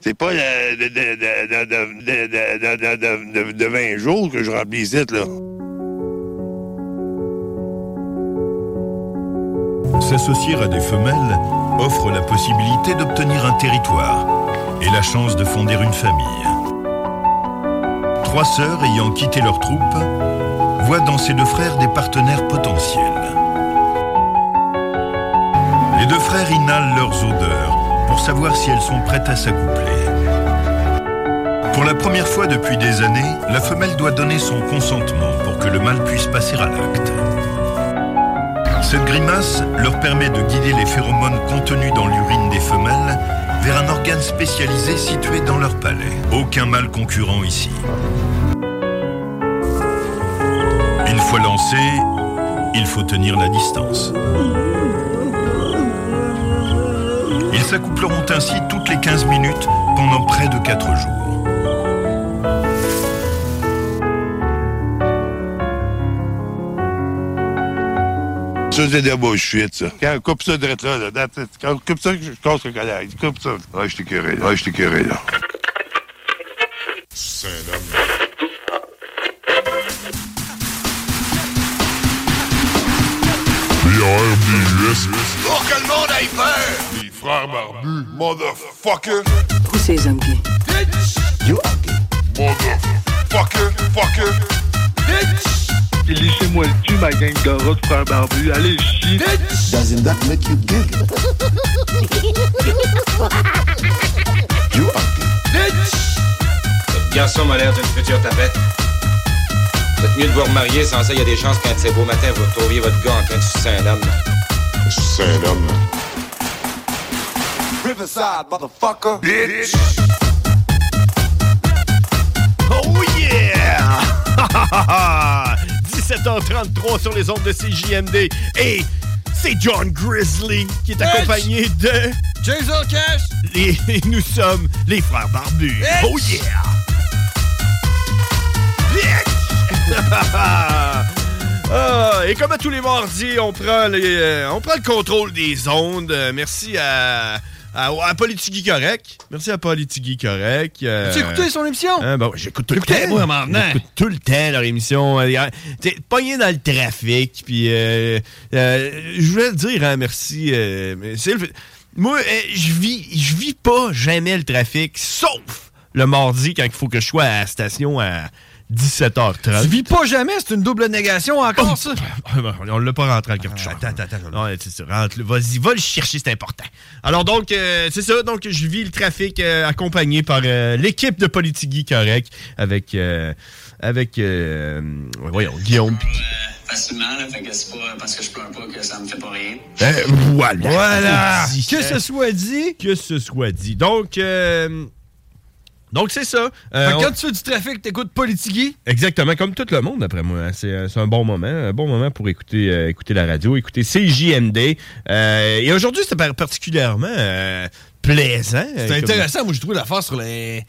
C'est pas le- de, de, de, de, de, de, de, de, de, de 20 jours que je remplis ici, là. S'associer à des femelles offre la possibilité d'obtenir un territoire et la chance de fonder une famille. Trois sœurs ayant quitté leur troupe voient dans ces deux frères des partenaires potentiels. Les deux frères inhalent leurs odeurs pour savoir si elles sont prêtes à s'accoupler. Pour la première fois depuis des années, la femelle doit donner son consentement pour que le mâle puisse passer à l'acte. Cette grimace leur permet de guider les phéromones contenus dans l'urine des femelles vers un organe spécialisé situé dans leur palais. Aucun mâle concurrent ici. Une fois lancé, il faut tenir la distance. Ils s'accoupleront ainsi toutes les 15 minutes pendant près de 4 jours. Ça, c'est de la bullshit, ça. Quand on coupe ça direct là, là, that's it. quand on coupe ça, je casse le collègue. Coupe ça. Ah, je t'ai curé, là. Ah, je t'ai curé, là. BRBUS. Pour que le monde aille peur! Les frères barbus. Motherfucker. Où c'est les hommes Bitch! You are Motherfucker, fucker, bitch! Et laissez-moi le cul, ma gang de route, frère barbu. Allez, chier. Doesn't that make you giggle? You are Ah, Bitch! Votre garçon m'a l'air d'une future tapette. Faites mieux de vous remarier, sans ça, il y a des chances qu'un de ces beaux matins, vous retrouviez votre gars en train de sucer un homme. Sucer un homme? Riverside, motherfucker. Bitch! Oh yeah! 17h33 sur les ondes de CJMD. Et c'est John Grizzly qui est Bitch! accompagné de... Jason Cash! Et, et nous sommes les frères barbus. Oh yeah! Ah, et comme à tous les mardis, on prend, les, euh, on prend le contrôle des ondes. Euh, merci à, à, à Politigui Correct. Merci à Politigui Correct. euh, As-tu écouté son émission? Hein, ben ouais, J'écoute tout le Écoutez, temps. moi, m'en venant. J'écoute tout le temps leur émission. Euh, T'es pogné dans le trafic. Puis, euh, euh, je voulais te dire hein, merci. euh, mais c'est le- moi, euh, je vis, je vis pas jamais le trafic, sauf le mardi quand il faut que je sois à la station à 17h30. Tu vis pas jamais, c'est une double négation encore, ça. Oh. Ah, On l'a pas rentré en cartouche. Attends, attends, attends. Non, c'est ça, rentre-le. Vas-y, va le chercher, c'est important. Alors donc, euh, c'est ça. Donc, je vis le trafic euh, accompagné par euh, l'équipe de Politigui Correct avec, euh, avec euh, ouais, voyons, Guillaume. pis- facilement, là, fait que c'est pas parce que je pleure pas que ça me fait pas rien. Euh, voilà. Voilà. Que ce soit dit. Que ce soit dit. Donc, euh, donc c'est ça. Euh, Fait que on- quand tu fais du trafic, t'écoutes Politigui. Exactement, comme tout le monde, d'après moi. C'est euh, c'est un bon moment, un bon moment pour écouter, euh, écouter la radio, écouter CJMD. Euh, et aujourd'hui, c'était par- particulièrement euh, plaisant. Euh, C'est intéressant, moi, j'ai trouvé l'affaire sur les...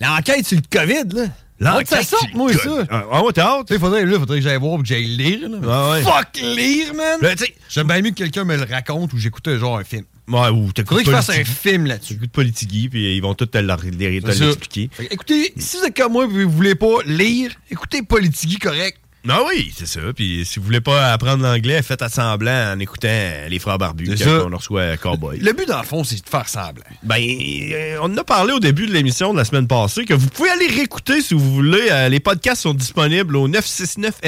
l'enquête sur le COVID, là. L'enquête Faut que ça sorte, sur le moi, ça. COVID. Ah, ouais, t'es hâte? Ah, Il faudrait, là, faudrait que j'aille voir et que j'aille lire, là. ouais. Fuck lire, man! Là, tu sais- J'aime bien mieux que quelqu'un me le raconte ou j'écoute euh, genre un film. Ouais, ou t'écoutes Faudrait que je fasse un Politigui. film là-dessus. Écoute Politigui, puis euh, ils vont tout te la- te C'est ça. l'expliquer. Fait que, Écoutez, si vous êtes comme moi et vous voulez pas lire, écoutez Politigui correct. Ah oui, c'est ça. Puis si vous voulez pas apprendre l'anglais, faites à semblant en écoutant les frères barbus C'est ça. quand on leur reçoit euh, Cowboy. Le but, dans le fond, c'est de faire semblant. Ben, euh, on en a parlé au début de l'émission de la semaine passée que vous pouvez aller réécouter si vous voulez. Euh, les podcasts sont disponibles au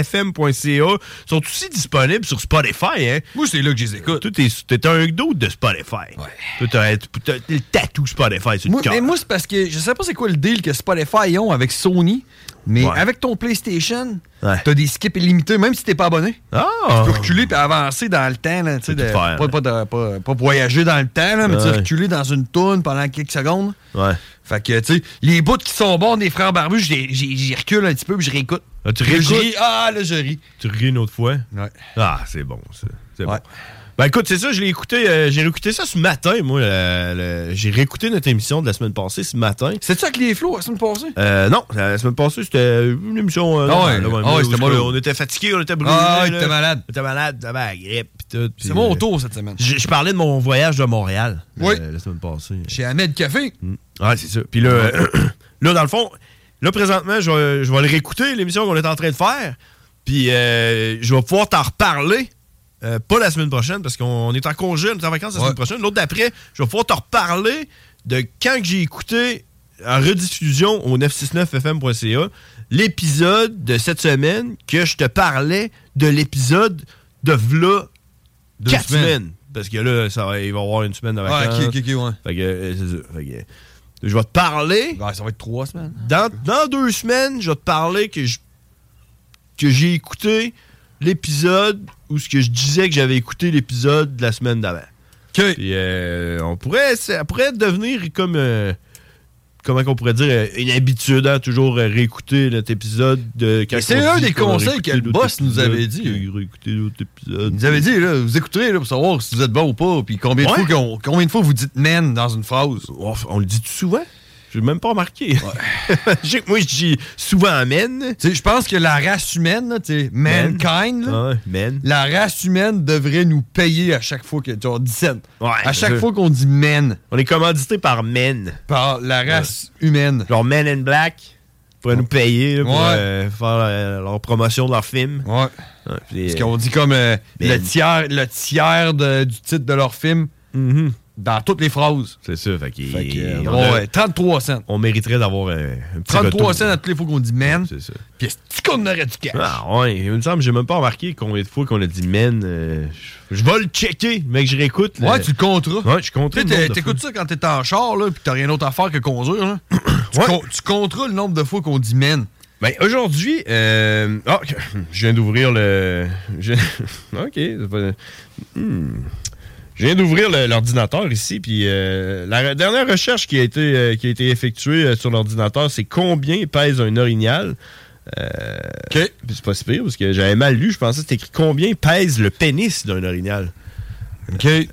969fm.ca. Ils sont aussi disponibles sur Spotify. Hein? Moi, c'est là que je les écoute. Toi, t'es, t'es un doute de Spotify. Toi, t'as, t'as- t'as le tatou Spotify sur Moi, le cœur. mais moi, c'est parce que je sais pas c'est quoi le deal que Spotify ont avec Sony, mais avec ton PlayStation, Ouais. Ah! t'as des skips illimités, même si t'es pas abonné. Tu peux reculer et avancer dans le temps, là, tu sais, tout de- faire, hein. pas, pas de- pas- pas voyager dans le temps, là, mais tu sais, Ouais. reculer dans une toune pendant quelques secondes. Ouais. Fait que, tu sais, les bouts qui sont bons des frères barbus, j'y- j'y j'y recule un petit peu puis je réécoute. Ah, tu Puis je réécoutes? ris. Ah, là, je ris. Tu ris une autre fois? Ah, c'est bon, ça. C'est bon. Ben écoute, c'est ça, je l'ai écouté, euh, j'ai réécouté ça ce matin, moi. euh, le- j'ai réécouté notre émission de la semaine passée ce matin. C'est ça que les flots la semaine passée? Euh, non, la semaine passée, c'était une émission. euh, Ah ouais, normale, là, ouais, ah ouais, où c'était est-ce mollo. qu'on était fatigué, on était brûlé. Ah ouais, là. t'étais malade. T'étais malade, t'avais la grippe pis tout. C'est mon tour cette semaine. Je, je parlais de mon voyage de Montréal Oui. euh, la semaine passée. Chez Ahmed Café. Ouais, c'est ça. Puis là, là, dans le fond, là, présentement, je, vais- je vais le réécouter, l'émission qu'on est en train de faire. Puis euh, je vais pouvoir t'en reparler. euh, pas la semaine prochaine, parce qu'on on est en congé, on est en vacances la semaine prochaine. L'autre d'après, je vais pouvoir te reparler de quand que j'ai écouté en rediffusion au 969fm.ca l'épisode de cette semaine que je te parlais de l'épisode de V'là Deux 4 semaines. semaines. Parce que là, ça va, il va y avoir une semaine de Ah, vacances. ok, ok, ok, ouais. Fait que, euh, c'est ça. Fait que, euh, je vais te parler. Ben, ça va être trois semaines. Dans, dans deux semaines, je vais te parler que je- que j'ai écouté l'épisode ou ce que je disais que j'avais écouté l'épisode de la semaine d'avant. Puis, euh, on pourrait, ça pourrait devenir comme. euh, comment qu'on pourrait dire, euh, une habitude, hein, toujours euh, réécouter notre épisode de quand Mais c'est on un dit des qu'on a conseils réécouté que le d'autres boss nous épisodes, avait dit. puis réécouter d'autres épisodes. Il nous avait dit, là, vous écouterez là, pour savoir si vous êtes bon ou pas, puis combien, de Ouais. fois qu'on- combien de fois vous dites man dans une phrase. on le dit souvent. J'ai même pas remarqué. J'ai- Moi, je dis souvent amène. Je pense que la race humaine, là, tu sais, mankind, là, la race humaine devrait nous payer à chaque fois que. Tu vois, 17. à chaque sûr. fois qu'on dit men. On est commandité par men. Par la race humaine. Genre men in black. Pour nous payer là, pour Ouais. euh, faire euh, leur promotion de leur film. Ouais. puis, Ce euh, qu'on dit comme euh, le tiers, le tiers de- du titre de leur film dans toutes les phrases. C'est ça, fait qu'il- que, euh, on a- ouais, 33 cents. On mériterait d'avoir euh, un petit 33 retour. cents à toutes les fois qu'on dit man. C'est ça. Puis est-ce qu'on aurait du cash? Ah ouais, il me semble, j'ai même pas remarqué combien de fois qu'on a dit men. euh, je- je vais le checker, mais que je réécoute. là. Ouais, tu le compteras. Ouais, je compterai Tu le sais, nombre t'é- de T'écoutes ça quand t'es en char, là, pis t'as rien d'autre à faire que conduire, là. tu, con- tu compteras le nombre de fois qu'on dit men. Ben, aujourd'hui, euh, ah, je viens d'ouvrir le. je- Ok. c'est pas- Hmm. Je viens d'ouvrir le- l'ordinateur ici, puis euh, la re- dernière recherche qui a été, euh, qui a été effectuée euh, sur l'ordinateur, c'est combien pèse un orignal. Euh, puis C'est pas si pire, parce que j'avais mal lu, je pensais que c'était écrit combien pèse le pénis d'un orignal. Euh, Ok. Ben,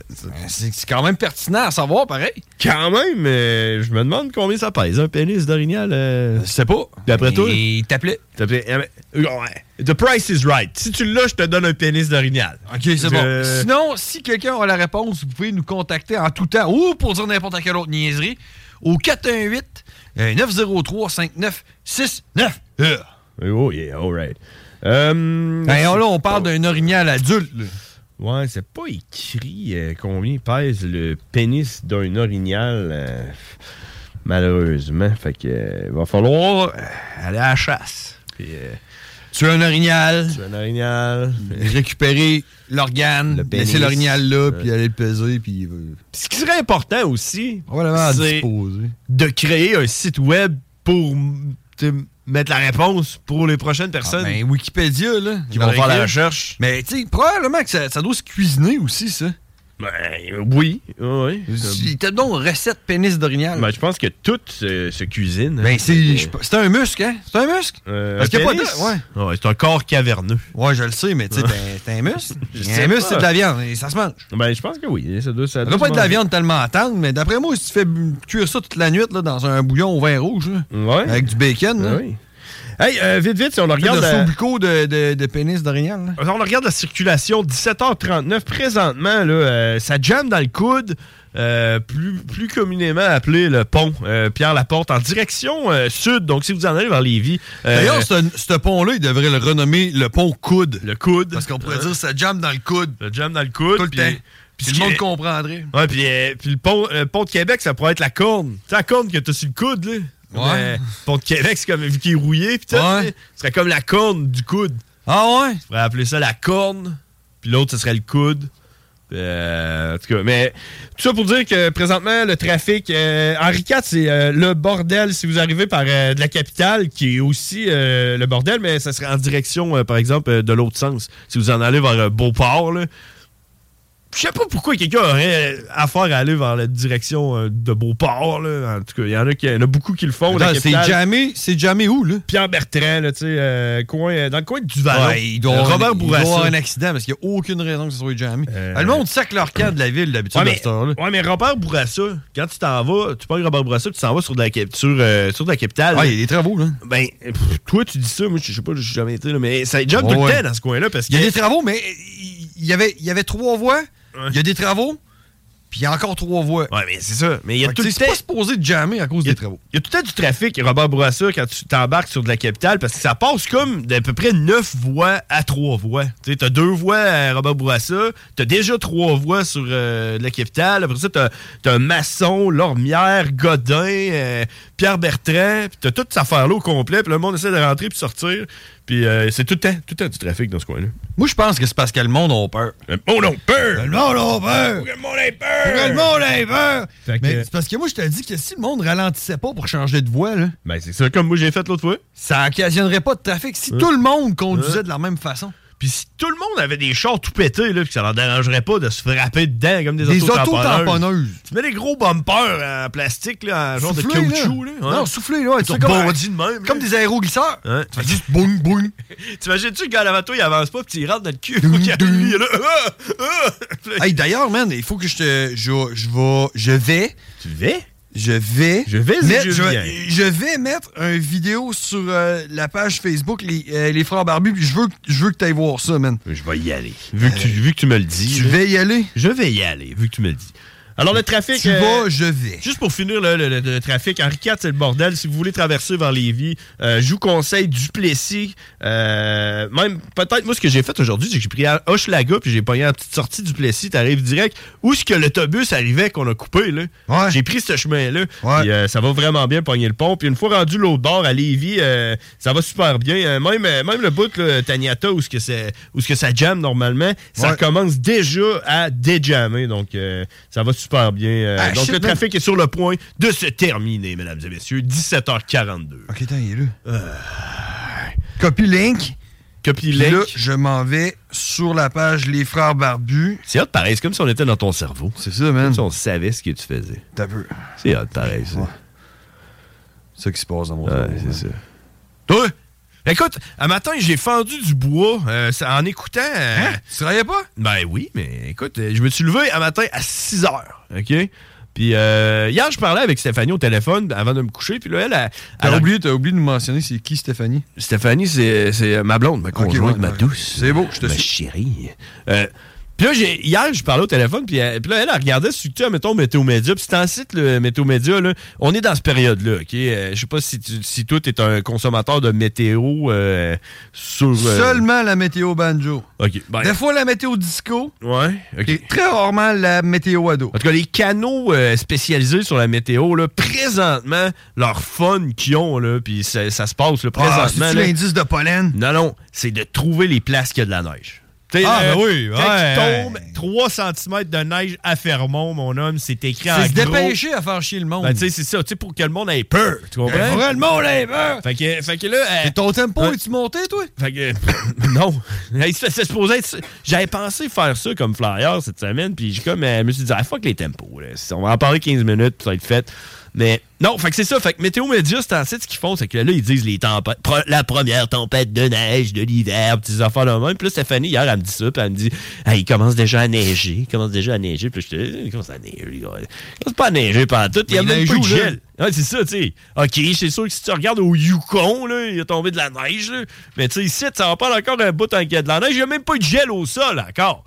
C'est c'est quand même pertinent à savoir, pareil. Quand même, euh, je me demande combien ça pèse un pénis d'orignal. euh. Je sais pas. D'après toi? Il t'appelait. T'appelais- euh, ouais. The price is right. Si tu l'as, je te donne un pénis d'orignal. Ok, c'est bon. Sinon, si quelqu'un a la réponse, vous pouvez nous contacter en tout temps ou pour dire n'importe quelle autre niaiserie au 418 euh, 903 5969. Oh yeah, alright. Euh, Ben là, on parle d'un orignal adulte. là. Ouais, c'est pas écrit euh, combien pèse le pénis d'un orignal, euh, malheureusement. Fait que euh, il va falloir euh, aller à la chasse. Puis, euh, Tuer un orignal. Tuer un orignal. Récupérer l'organe. pénis. Laisser l'orignal là, puis aller le peser, puis. euh, ce qui serait important aussi, Probablement à c'est disposer. de créer un site web pour m- te- mettre la réponse pour les prochaines personnes. Ben, Wikipédia, là. Qui vont faire la recherche. Mais, tu sais, probablement que ça, ça doit se cuisiner aussi, ça. Ben, oui, oui. Il t'a donc recette pénis d'orignal. Ben, je pense que tout se, se cuisine. Ben, c'est Euh, je- c'est un muscle, hein? C'est un muscle? Euh, Parce un qu'il y a pas pénis? de- ouais. Ouais, c'est un corps caverneux. Ouais, je le sais, mais tu sais, t'es- t'es un muscle. Je un sais muscle, pas. c'est de la viande, et ça se mange. Ben, je pense que oui. Ça doit, ça Ça doit doit pas se être de la manger. viande tellement tendre, mais d'après moi, si tu fais bu- cuire ça toute la nuit là, dans un bouillon au vin rouge, là, Ouais. avec du bacon, hein. Ah là, oui. Hey, euh, vite, vite, si on le regarde. de la- sobriquet de, de, de pénis d'orignal. là. on regarde la circulation, 17h39 présentement, là, euh, ça jamme dans le coude, euh, plus, plus communément appelé le pont euh, Pierre Laporte, en direction euh, sud. Donc, si vous en allez vers Lévis. euh, D'ailleurs, ce, ce pont-là, il devrait le renommer le pont coude. Le coude. Parce qu'on pourrait Ouais. dire ça jambe dans le coude. Ça jambe dans le coude. Tout le puis- temps. puis Puis ce le qui monde est- comprendrait. Ouais, puis, euh, puis le, pont, le pont de Québec, ça pourrait être la corne. Tu sais, la corne que t'as sur le coude, là. Ouais. Mais le pont de Québec, c'est comme vu qu'il est rouillé, pis tout, là, ce serait comme la corne du coude. Ah ouais? On pourrait appeler ça la corne, puis l'autre, ce serait le coude. Euh, en tout cas, mais tout ça pour dire que présentement, le trafic euh, Henri IV, c'est euh, le bordel si vous arrivez par euh, de la capitale, qui est aussi euh, le bordel, mais ça serait en direction, euh, par exemple, euh, de l'autre sens. Si vous en allez vers euh, Beauport, là, je sais pas pourquoi quelqu'un aurait affaire à aller vers la direction euh, de Beauport. Là. En tout cas, il y en a qui, il y en a beaucoup qui le font. Attends, c'est jamais- c'est jamais où, là? Pierre Bertrand, là, tu sais, euh, coin, euh, dans le coin du Vallon. Ouais, il doit Euh, avoir- Robert il doit avoir Bourassa. Euh, un accident parce qu'il n'y a aucune raison que ce soit jamais. Ah, Le monde sac leur camp de la ville d'habitude Ouais, à mais, cette heure-là. ouais, mais Robert Bourassa, quand tu t'en vas, tu prends Robert Bourassa puis tu t'en vas sur de la, cap- sur, euh, sur de la capitale. là. Ah, il y a des travaux, là. Ben, pff, toi, tu dis ça, moi, je sais pas, j'ai jamais été, là, mais ça job Ouais, tout le ouais. temps dans ce coin-là parce Il y a que- des travaux, mais il y avait, il y avait trois voies. Il y a des travaux, puis il y a encore trois voies. Ouais, mais c'est ça. Mais il y a tout le C'est pas supposé de jammer à cause des travaux. Il y a tout le temps du trafic, Robert Bourassa, quand tu t'embarques sur de la capitale, parce que ça passe comme d'à peu près 9 voies à 3 voies. Tu sais, t'as deux voies à Robert Bourassa, t'as déjà trois voies sur euh, de la capitale. Après ça, t'as as Masson, Lormière, Godin, euh, Pierre Bertrand, puis t'as toute cette affaire-là au complet, puis le monde essaie de rentrer puis sortir. Puis euh, c'est tout le temps, tout le temps du trafic dans ce coin-là. Moi, je pense que c'est parce que le monde a peur. Le monde a peur! Le monde a peur! Le monde a peur! Le monde a peur! Fait que- Mais c'est parce que moi, je te dis que si le monde ralentissait pas pour changer de voie, là, Ben, c'est ça, comme moi j'ai fait l'autre fois. ça occasionnerait pas de trafic si Ouais. tout le monde conduisait Ouais. de la même façon. Puis si tout le monde avait des chars tout pétés, là, puis que ça leur dérangerait pas de se frapper dedans comme des, Des autotamponneuses. autotamponneuses. Tu mets des gros bumpers euh, en plastique, là, en genre Souffler, de caoutchouc. Là. ouais. Non, souffler, là. Ils sont tu sais, comme- bondis de même. Comme des aéroglisseurs. Hein? Tu fais juste boum, boum. T'imagines-tu le gars à l'avato, il avance pas, puis il rentre dans le cul. puis il arrive, il est là, Ah! Ah! Hey, d'ailleurs, man, il faut que je te. Je, je vais. Je vais. Tu vais? Je vais. Je vais, c'est mettre, que je je, vais- viens. je vais mettre une vidéo sur euh, la page Facebook, les, euh, les Frères Barbus, puis je veux, que- je veux que tu ailles voir ça, man. Je vais y aller. Vu que tu, vu que tu me le dis. Tu là, vas y aller? Je vais y aller, vu que tu me le dis. Alors, le trafic. euh, Tu vas, je vais. Juste pour finir là, le, le- le trafic, Henri IV, c'est le bordel. Si vous voulez traverser vers Lévis, euh, je vous conseille Duplessis. Euh, même, peut-être, moi, ce que j'ai fait aujourd'hui, c'est que j'ai pris à Hochelaga, puis j'ai pogné la petite sortie Duplessis, t'arrives direct. Où est-ce que l'autobus arrivait qu'on a coupé, là? J'ai pris ce chemin-là. Puis, euh, ça va vraiment bien pogner le pont. Puis une fois rendu l'autre bord à Lévis, euh, ça va super bien. Euh, même, euh, même le bout, là, Taniata, où ce que, c'est- où ce que ça jamme normalement, ça Ouais. commence déjà à déjammer. Donc, euh, ça va super bien. Euh, Ah, donc, shit, le man. trafic est sur le point de se terminer, mesdames et messieurs. 17h42. Ok, attends, il est là. Copy link. Euh. Copy Puis Là, link. je m'en vais sur la page Les Frères Barbus. C'est hot pareil, c'est comme si on était dans ton cerveau. C'est ça, man. Comme si on savait ce que tu faisais. T'as peu. C'est hot pareil, ça. C'est ça qui se passe dans mon hein. cerveau. c'est ça. Toi, écoute, un matin, j'ai fendu du bois euh, ça- en écoutant. euh, Tu travaillais pas? Ben oui, mais écoute, euh, je me suis levé un matin à 6 heures, OK? Puis euh, hier, je parlais avec Stéphanie au téléphone Ben, avant de me coucher. Puis là, elle a. T'as oublié, t'as oublié de nous mentionner c'est qui Stéphanie? Stéphanie, c'est c'est ma blonde, ma conjointe, ouais, ma ouais. douce. C'est beau, je te Ma suis. chérie. Euh, puis là, j'ai- hier, je parlais au téléphone, puis, elle- puis là, elle, elle regardait sur, tu sais, mettons, Météo Média, puis c'est en site, le Météo Média, là, on est dans cette période-là, OK? Euh, je sais pas si, tu, si toi, t'es un consommateur de météo euh, sur... euh, Seulement la météo banjo. OK, ben, Des fois, la météo disco. ouais, OK. Et très rarement la météo ado. En tout cas, les canaux euh, spécialisés sur la météo, là, présentement, leur fun qu'ils ont, là, puis ça, ça se passe, là, Ah, présentement... c'est-tu là, l'indice de pollen. non, non, c'est de trouver les places qu'il y a de la neige. T'sais, Ah, là, ben oui, Quand ouais. il tombe 3 cm de neige à Fermont, mon homme, c'est écrit en C'est se gros. dépêcher à faire chier le monde. Ben, tu sais, c'est ça, tu sais, pour que le monde ait peur, tu comprends? Ben, pour le monde ait peur. Fait que, fait que là... euh, Et ton tempo, Ouais. es-tu monté, toi? fait que, non. Hey, c'est- c'est supposé être ça. J'avais pensé faire ça comme flyer cette semaine, puis j'ai comme, euh, je me suis dit, ah, fuck les tempos. là. On va en parler 15 minutes, puis ça va être fait. Mais non, fait que c'est ça. Fait que Météo Média, c'est en site, ce qu'ils font, c'est que là, ils disent les tempêtes, pro- la première tempête de neige de l'hiver, pis des affaires de même. Puis là, Stéphanie, hier, elle me dit ça, puis elle me dit, Ah, il commence déjà à neiger, il commence déjà à neiger. Puis là, je dis, il commence à neiger, il commence pas à neiger pendant tout, il y a Il même neige pas où, de là? gel. Ouais, c'est ça, tu sais. OK, c'est sûr que si tu regardes au Yukon, là, il a tombé de la neige, là. Mais tu sais, ici, ça va pas encore un bout tant qu'il y a de la neige. Il y a même pas eu de gel au sol encore.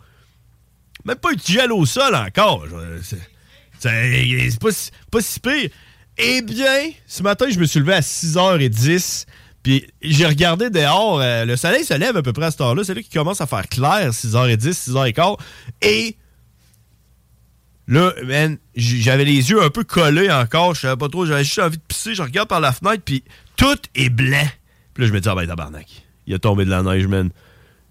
Même pas eu de gel au sol encore. Je- c'est- c'est c'est pas, si- pas si pire. Eh bien, ce matin, je me suis levé à 6h10. Puis j'ai regardé dehors. euh, le soleil se lève à peu près à cette heure-là. C'est là qu'il commence à faire clair, 6h10, 6h15. Et là, man, j- j'avais les yeux un peu collés encore. Je savais pas trop. J'avais juste envie de pisser. Je regarde par la fenêtre. Puis tout est blanc. Puis là, je me dis, ah ben, tabarnak. Il a tombé de la neige, man.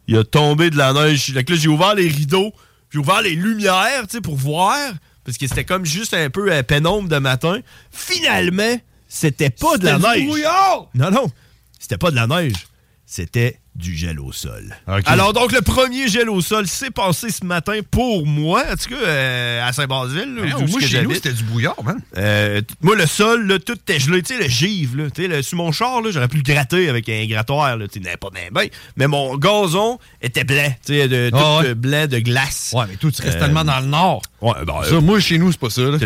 Il a tombé de la neige. Fait que là, j'ai ouvert les rideaux, j'ai ouvert les lumières, tu sais, pour voir. Parce que c'était comme juste un peu euh, pénombre de matin. Finalement, c'était pas de la C'était du neige. brouillard! Non, non. C'était pas de la neige. C'était du gel au sol. Alors donc, le premier gel au sol s'est passé ce matin pour moi, en tout cas, euh, à Saint-Basile. là, Ben, où- où moi, que chez nous, j'habite. c'était du brouillard, man. Euh, t- moi, le sol, là, tout était gelé. Tu sais, le givre, là. Tu sais, le- sur mon char, là, j'aurais pu le gratter avec un grattoir, là. Tu sais, n'importe bien, bien. Mais mon gazon était blanc, tu sais, de, tout Ah ouais. euh, blanc de glace. Euh, Ouais, mais tout, Tu restes tellement dans le nord. Ouais, ben, Euh, Ça, euh, moi, chez nous, c'est pas ça. là.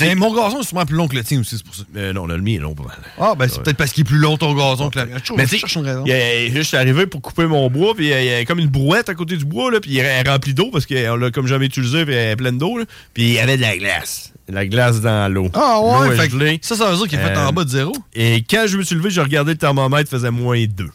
Hey, mon gazon est souvent plus long que le tien aussi, c'est pour ça. Euh, non, le mien est long. Ah, ben, c'est Ouais. peut-être parce qu'il est plus long ton gazon que la mienne. Je trouve- Mais je tu cherche une sais, raison. il y a- je suis arrivé pour couper mon bois, puis euh, il y a comme une brouette à côté du bois, là, puis elle est remplie d'eau, parce qu'on l'a comme jamais utilisé, puis elle est pleine d'eau, là. puis il y avait de la glace. De La glace dans l'eau. Ah ouais, L'eau est fait que gelée. Euh, ça, ça veut dire qu'il est fait en bas de zéro. Et quand je me suis levé, j'ai regardé le thermomètre, faisait moins 2.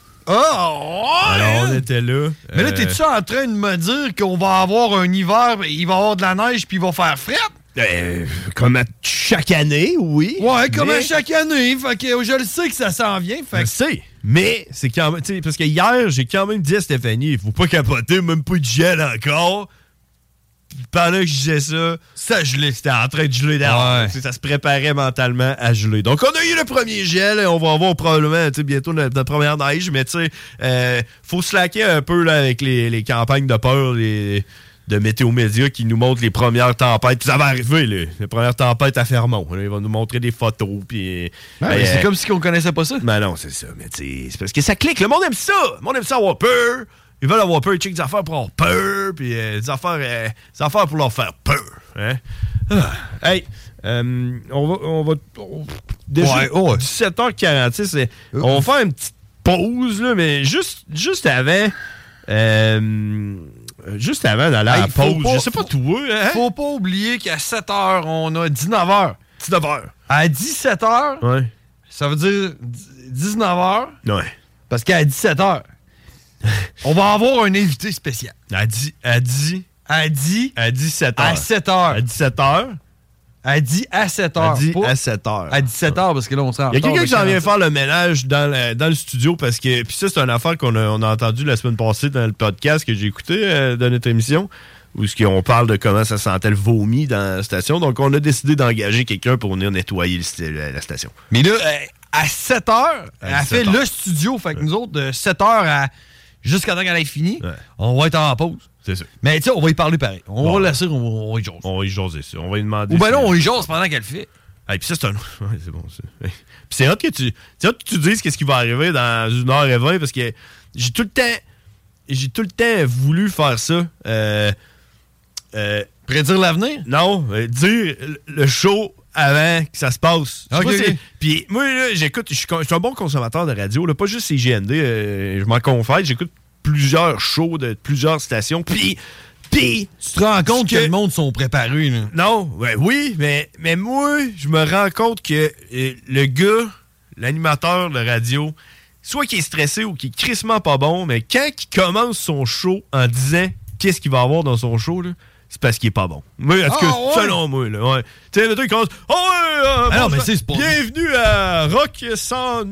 Alors, on était là. Ah, Hein? Mais là, Euh, t'es-tu en train de me dire qu'on va avoir un hiver, il va y avoir de la neige, puis il va faire fret? Euh, comme à chaque année, oui. Ouais, comme Mais- à chaque année. Fait que je le sais que ça s'en vient. Fait Je que- sais, mais c'est quand même. tu sais, Parce que hier, j'ai quand même dit à Stéphanie, il faut pas capoter, même pas de gel encore. Puis Pendant que je disais ça, ça gelait. C'était en train de geler dehors. Tu sais, Ça se préparait mentalement à geler. Donc, on a eu le premier gel. et On va avoir probablement tu sais, bientôt notre, notre première neige. Mais tu sais, euh, faut slacker un peu là, avec les, les campagnes de peur les- de Météo Média qui nous montrent les premières tempêtes. Ça va arriver, là, les premières tempêtes à Fermont. là. Ils vont nous montrer des photos. Puis, Ouais, ben, mais c'est euh, comme si on connaissait pas ça. ben non, c'est ça. Mais tu sais, c'est parce que ça clique. Le monde aime ça. Le monde aime ça avoir peur. Ils veulent avoir peur. Ils checkent des affaires pour avoir peur. Puis euh, des, affaires, euh, des affaires pour leur faire peur. Hein? Ah. Hey, euh, on va. On va on- déjà, Ouais, ouais. 17h46. c'est- On va faire une petite pause, là, mais juste, juste avant. euh, juste avant d'aller à la Hey, faut pause. pas- je sais pas tout. Hein? Faut pas oublier qu'à 7h, on a 19h. 19h. À 17h, Ouais. ça veut dire 19h, Ouais. parce qu'à 17h, on va avoir un invité spécial. À 10. À 10. À 10 À 17h. à 7h. À 17h. À 10 à 7h. À 10 Pas à 7h. à 17h, parce que là, on sera en Il y a quelqu'un qui s'en retard vient avec faire le ménage dans le, dans le studio parce que. Puis ça, c'est une affaire qu'on a, on a entendue la semaine passée dans le podcast que j'ai écouté euh, de notre émission. Où ce qu'on parle de comment ça sentait le vomi dans la station. Donc, on a décidé d'engager quelqu'un pour venir nettoyer le sti- la, la station. Mais là, euh, à 7 h elle À fait 17 heures. le studio. Fait que nous autres, de 7 h à jusqu'à temps qu'elle ait fini, on va être en pause. C'est ça. Mais tu sais, on va y parler pareil. On Bon. va laisser, on, on y jase. On va y jaser ça. On va lui demander. Ou ben si- là, on y jase pendant qu'elle le fait. Hey, puis ça, c'est un. Ouais, c'est bon, ça. Hey. Puis c'est hot que tu. C'est hot que tu dises qu'est-ce qui va arriver dans une heure et vingt parce que j'ai tout le temps. J'ai tout le temps voulu faire ça. Euh, euh, Prédire l'avenir? Non, euh, dire le- le show avant que ça se passe. Je sais Ok, pas si- ok. Puis moi, là, j'écoute, je suis con- je suis un bon consommateur de radio, là, pas juste CGND, euh, je m'en confesse, j'écoute plusieurs shows de plusieurs stations, puis, puis... Tu te rends compte que, que- le monde sont préparés. Là. Non, ouais, oui, mais, mais moi, je me rends compte que euh, le gars, l'animateur de radio, soit qu'il est stressé ou qu'il est crissement pas bon, mais quand il commence son show en disant qu'est-ce qu'il va avoir dans son show, là, c'est parce qu'il est pas bon. Mais en tout cas, Ah, ouais? selon moi, là, ouais. Tu sais, le truc commence. Oh, ouais, euh, Ah non, mais bonjour, c'est- c'est pas- Bienvenue à Rock euh, 100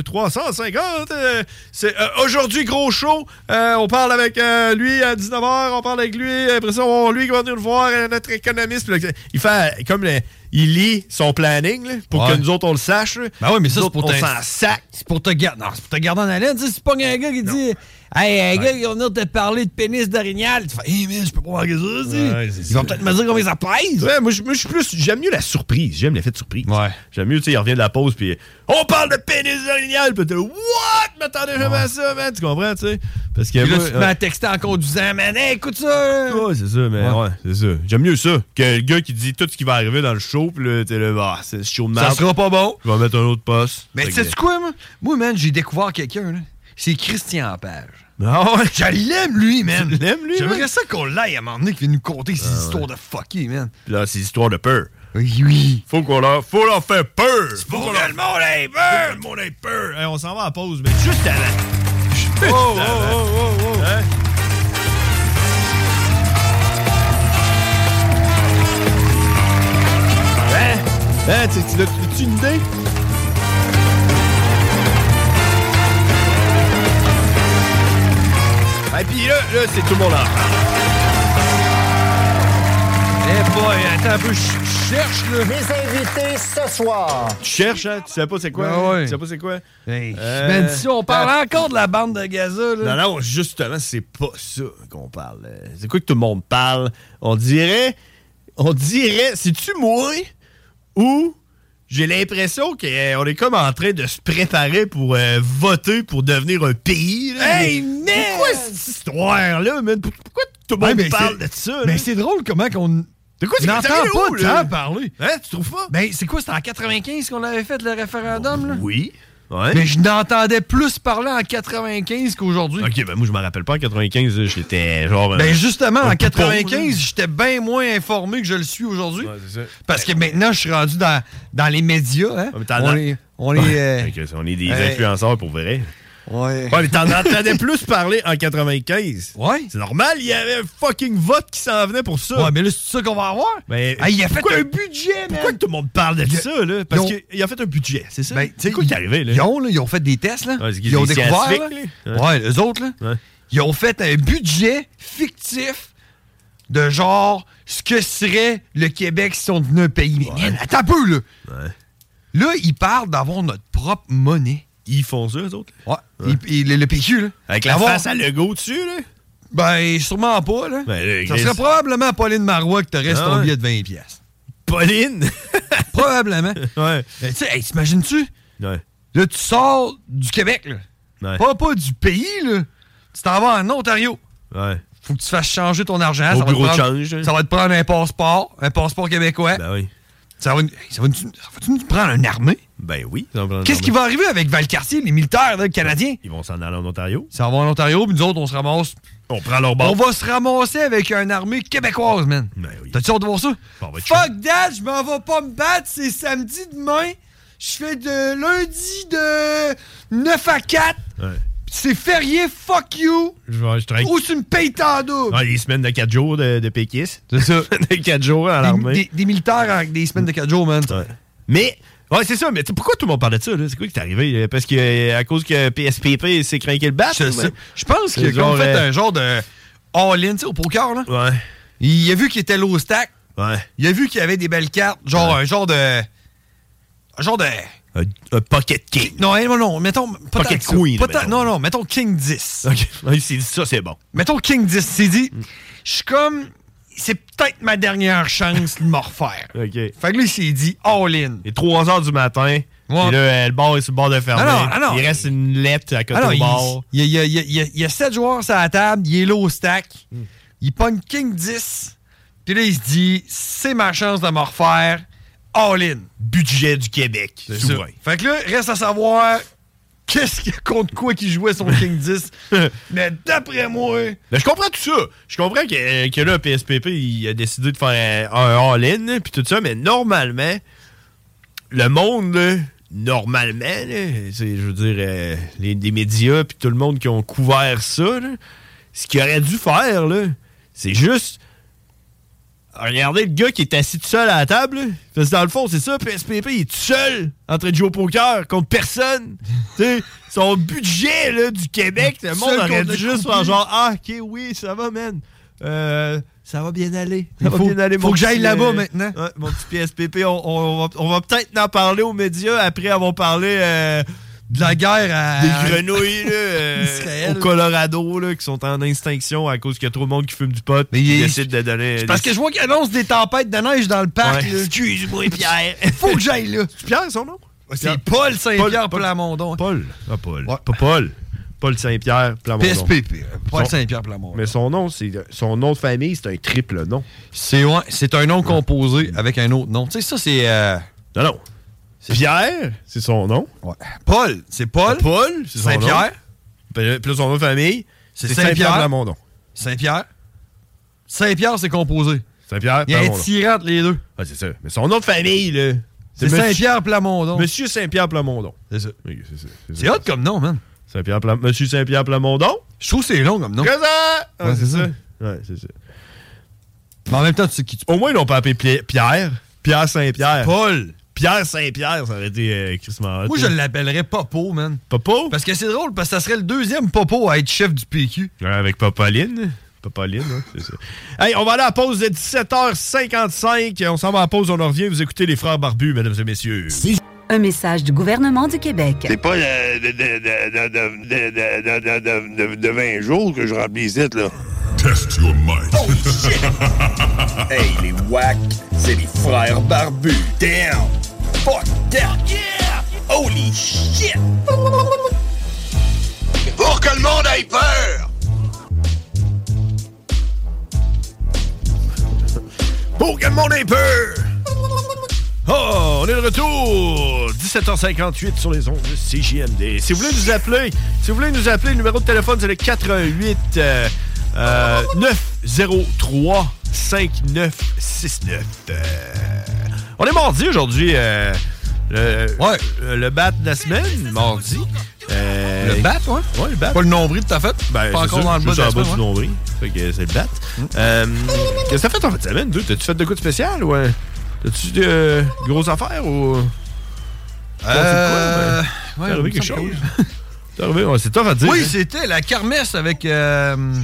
350. euh, c'est euh, aujourd'hui gros show. Euh, on parle avec euh, lui à 19h, on parle avec lui, après ça, on, lui qui va venir nous voir, euh, notre économiste. Puis là, il fait euh, comme le- il lit son planning là, pour Ouais. que nous autres on le sache. là. Ben oui, mais ça, Nous c'est autres, pour on t'in- s'en sac. C'est pour te garder. Non, c'est pour te garder en haleine. Tu sais, C'est pas un gars qui dit Hey, un gars, il va venir te parler de pénis d'orignal. Tu fais, hey, man, je peux pas manger ça, tu sais. Ouais, Ils vont peut-être me dire combien ça pèse. Ouais, moi, je moi, je suis plus. J'aime mieux la surprise. J'aime l'effet de surprise. Ouais. J'aime mieux, tu sais, il revient de la pause, puis on parle de pénis d'orignal, puis t'es là, what? M'attendais jamais à ça, man. Tu comprends, tu sais? Parce que. Puis là, moi, tu te ouais. mets à texter en conduisant, man, hey, écoute ça. Ouais, c'est ça, mais ouais, c'est ça. J'aime mieux ça que le gars qui dit tout ce qui va arriver dans le show, puis là, t'es là, bah, c'est le show de Ça merde. sera pas bon. Je vais mettre un autre poste. Mais Fait sais que- tu quoi, moi? Moi, man, j'ai découvert quelqu'un, là. C'est Christian Page. Ah ouais? Je l'aime, lui, man. Tu l'aimes, lui, J'aimerais man? Ah ça qu'on l'aille à un moment donné qui vienne nous conter ses histoires de fucky, man. Puis là, c'est histoire de peur. Oui, oui. Faut qu'on leur, faut leur faire peur. Faut que le monde ait peur. Le monde ait peur. Hey, Euh, on s'en va à la pause, mais juste avant. Juste Oh, oh, avant. oh, oh, oh. Hein? Hein? Hein, tu, tu, tu- tu une idée? Et puis là, là c'est tout le monde en parle. Eh boy, attends un peu, je cherche le. Les invités ce soir. Tu cherches, hein? Tu sais pas c'est quoi? Ah ouais. Tu sais pas c'est quoi? Euh, Man, si on parle encore de la bande de Gaza, là. Non, non, justement, c'est pas ça qu'on parle. Euh, C'est quoi que tout le monde parle? On dirait. On dirait. C'est-tu moi ou j'ai l'impression qu'on est comme en train de se préparer pour euh, voter pour devenir un pays? là? Hey, Mais- man! C'est quoi cette histoire-là, man? Pour- Pourquoi tout le Ouais, monde mais parle c'est- de ça? là? Mais c'est drôle comment qu'on. De quoi tu n'entend t'es allé pas où, là? tant parler. Hein, tu trouves pas? Ben, c'est quoi, c'était en 95 qu'on avait fait le référendum, là? Oui. Ouais. Mais je n'entendais plus parler en 95 qu'aujourd'hui. Ok, ben moi, je m'en rappelle pas. En 95, là, j'étais genre. Ben euh, justement, un en poupon, là. 95, j'étais bien moins informé que je le suis aujourd'hui. c'est ça. Ben, parce que maintenant, je suis rendu dans, dans les médias. Hein? T'en on as- est, on Ouais. est, euh, Fait que ça, on est des euh, influenceurs pour vrai. Ouais. Ouais, mais t'en entendais plus parler en 95. Ouais. C'est normal, il y avait un fucking vote qui s'en venait pour ça. Ben, Ouais, mais là, c'est ça qu'on va avoir. Mais Hey, il a fait pourquoi- un budget, man. Pourquoi que tout le monde parle de Il a- ça, là? Parce ils ont- qu'il a fait un budget, c'est ça? Ben, tu sais, c'est quoi qui est arrivé, là? Ils ont, là, ils ont fait des tests, là. Ouais, c'est ils ont des découvert. Là. scientifiques, Ouais. là. Ouais. les autres, là. Ils ont fait un budget fictif de genre ce que serait le Québec si on devenait un pays. Mais man, attends un peu, là. Là, ils parlent d'avoir notre propre monnaie. Ils font ça, eux autres? Ouais. Ils- ils- le, le PQ, là. Avec la Avoir- face à Lego dessus, là? Ben, sûrement pas, là. Ben, là, Ça Chris. serait probablement Pauline Marois qui te reste Ah ton ouais. billet de 20$. piastres. Pauline? probablement. ouais. Ben, tu sais, hey, t'imagines-tu? Ouais. Là, tu sors du Québec, là. Ouais. Pas, pas du pays, là. Tu t'en vas en Ontario. Ouais. Faut que tu fasses changer ton argent. Au ça va te bureau de prendre- change, hein. Ça va te prendre un passeport, un passeport québécois. Ben oui. Ça va, ça va, nous- ça va nous prendre une armée. Ben oui. ça va prendre Qu'est-ce un qui moment. va arriver avec Valcartier, les militaires là, canadiens? Ils vont s'en aller en Ontario. Ça va en Ontario, puis nous autres, on se ramasse. On prend leur On bord. Ben va se ramasser avec une armée québécoise, man. T'as-tu hâte de voir ça? va être Fuck that, je m'en vais pas me battre, c'est samedi demain. Je fais de lundi de 9 à 4. Ouais. C'est férié, fuck you. Je, vais- je travaille. Ou tu me payes tant double. Ah, les semaines de 4 jours de, de péquistes. C'est ça. de 4 jours à Des, l'armée. des- des militaires avec des semaines de 4 jours, man. Mais, ouais, c'est ça. Mais tu sais, pourquoi tout le monde parlait de ça? là? C'est quoi qui est arrivé? euh, Parce que euh, à cause que PSPP s'est craqué le bat? Je, ou sais. ben- Je pense C'est qu'il a comme genre, fait euh, un genre de all-in, tu sais, au poker, là. Ouais. Il a vu qu'il était low stack. Ouais. Il a vu qu'il y avait des belles cartes. Genre un genre de. Un genre de. Un, un Pocket King. Non, hein, non, non, mettons. Pas Pocket tant que ça. Queen, Pas tant- mettons. non, non, mettons King 10. OK. Ouais, Il s'est dit ça, c'est bon. Mettons King 10. C'est dit, je suis comme. C'est peut-être ma dernière chance de me refaire. OK. Fait que lui, il s'est dit all-in. Il est 3 h du matin. Ouais. Puis là, euh, le bar est sur le bord de fermer. Ah non, ah non. Il reste une lettre à côté Alors, du bar. il, il, y a- il y a- il y a- il y a 7 joueurs sur la table, il est low stack, Hmm. il pogne King 10, puis là, il se dit, c'est ma chance de me refaire all-in. Budget du Québec. Ça. souverain. Fait que là, reste à savoir qu'est-ce que, contre quoi qu'il jouait son King 10. Mais d'après moi, Mais je comprends tout ça. Je comprends que, que là, PSPP, il a décidé de faire un, un all-in, puis tout ça, mais normalement, le monde, là, normalement, là, c'est, je veux dire, euh, les, les médias, puis tout le monde qui ont couvert ça, là, ce qu'il aurait dû faire, là, c'est juste Regardez le gars qui est assis tout seul à la table. là. Parce que dans le fond, c'est ça, PSPP, il est tout seul en train de jouer au poker contre personne. Tu sais, son budget là, du Québec, le Seul monde aurait contre dû le juste contenu. faire genre Ah, ok, oui, ça va, man. Euh, ça va bien aller. Ça Il va faut- bien aller, faut mon que j'aille petit, euh, là-bas maintenant. ouais, mon petit PSPP, on, on- on va, on va peut-être en parler aux médias après avoir parlé euh, de la guerre à. Des grenouilles là, euh, Israël. au Colorado là, qui sont en extinction à cause qu'il y a trop de monde qui fume du pot et qui il- décide de donner. C'est parce que je vois qu'il annonce des tempêtes de neige dans le parc. Ouais. là. Excuse-moi, Pierre. Faut que j'aille là. Pierre, son nom? C'est Paul Saint-Pierre Paul- Paul- Plamondon. Paul. Ah, Paul. Pas Paul. Paul Saint-Pierre Plamondon. PSPP, euh, Paul Son- Saint-Pierre Plamondon. Mais son nom, c'est son nom de famille, c'est un triple nom. C'est ouais, c'est un nom composé avec un autre nom. Tu sais, ça, c'est. euh, Non, non. Pierre, c'est son nom. Paul, c'est Paul. Paul, c'est son nom. Saint-Pierre. Puis puis là, son nom de famille, C'est c'est Saint-Pierre. Saint-Pierre Plamondon. Saint-Pierre. Saint-Pierre, c'est composé. Saint-Pierre Il y a un Plamondon. tirant entre les deux. Ah, c'est ça. Mais son nom de famille, là. C'est Saint-Pierre Plamondon. Monsieur Saint-Pierre Plamondon. C'est ça. Oui, c'est ça, c'est ça. C'est hot comme nom, man. Saint-Pierre Plam- Monsieur Saint-Pierre Plamondon. Je trouve que c'est long comme nom. Présent! Ah, Ouais, c'est ça. Ouais, c'est ça. Mais en même temps, tu sais qui tu Au moins, ils l'ont pas appelé Pli- Pierre. Pierre Saint-Pierre. Paul. Pierre Saint-Pierre, ça aurait été euh, Christmas. Moi, je l'appellerais Popo, man. Popo? Parce que c'est drôle, parce que ça serait le deuxième Popo à être chef du PQ. Ouais, Avec Papaline. Papaline, hein, c'est ça. Hey, on va aller à la pause de 17h55. On s'en va à la pause, on en revient. Vous écoutez les frères barbus, mesdames et messieurs. Un message du gouvernement du Québec. C'est pas de, de, de, de, de, de, de, de, de, de 20 jours que je remplis ici, là. Test your mind. Oh, shit! Hey, les wack, c'est les frères barbus. Damn! Fuck that! Yeah! Holy shit! Pour que le monde ait peur! Pour que le monde ait peur! Oh, on est de retour! 17h58 sur les ondes de CJMD. Si vous voulez nous appeler, si vous voulez nous appeler, le numéro de téléphone, c'est le 88 euh, euh, 903 5969. Euh, on est mardi aujourd'hui. euh, le, euh, le bat de la semaine, mardi. Euh, Le bat, ouais? Ouais, le bat. Pas le nombril de ta fête? Ben, pas c'est encore ça, dans le bas hein? Mm. juste de la en semaine, du ouais. nombril. Fait que c'est le bat. Euh, Qu'est-ce que t'as fait en fin de semaine, deux? T'as-tu fait de quoi de spécial ou... euh, T'as-tu de euh, grosses affaires ou... euh, Euh, T'as ouais, ben? arrivé il me quelque semble chose? T'es arrivé, ouais, c'est tough à dire. Oui, hein. c'était la kermesse avec euh,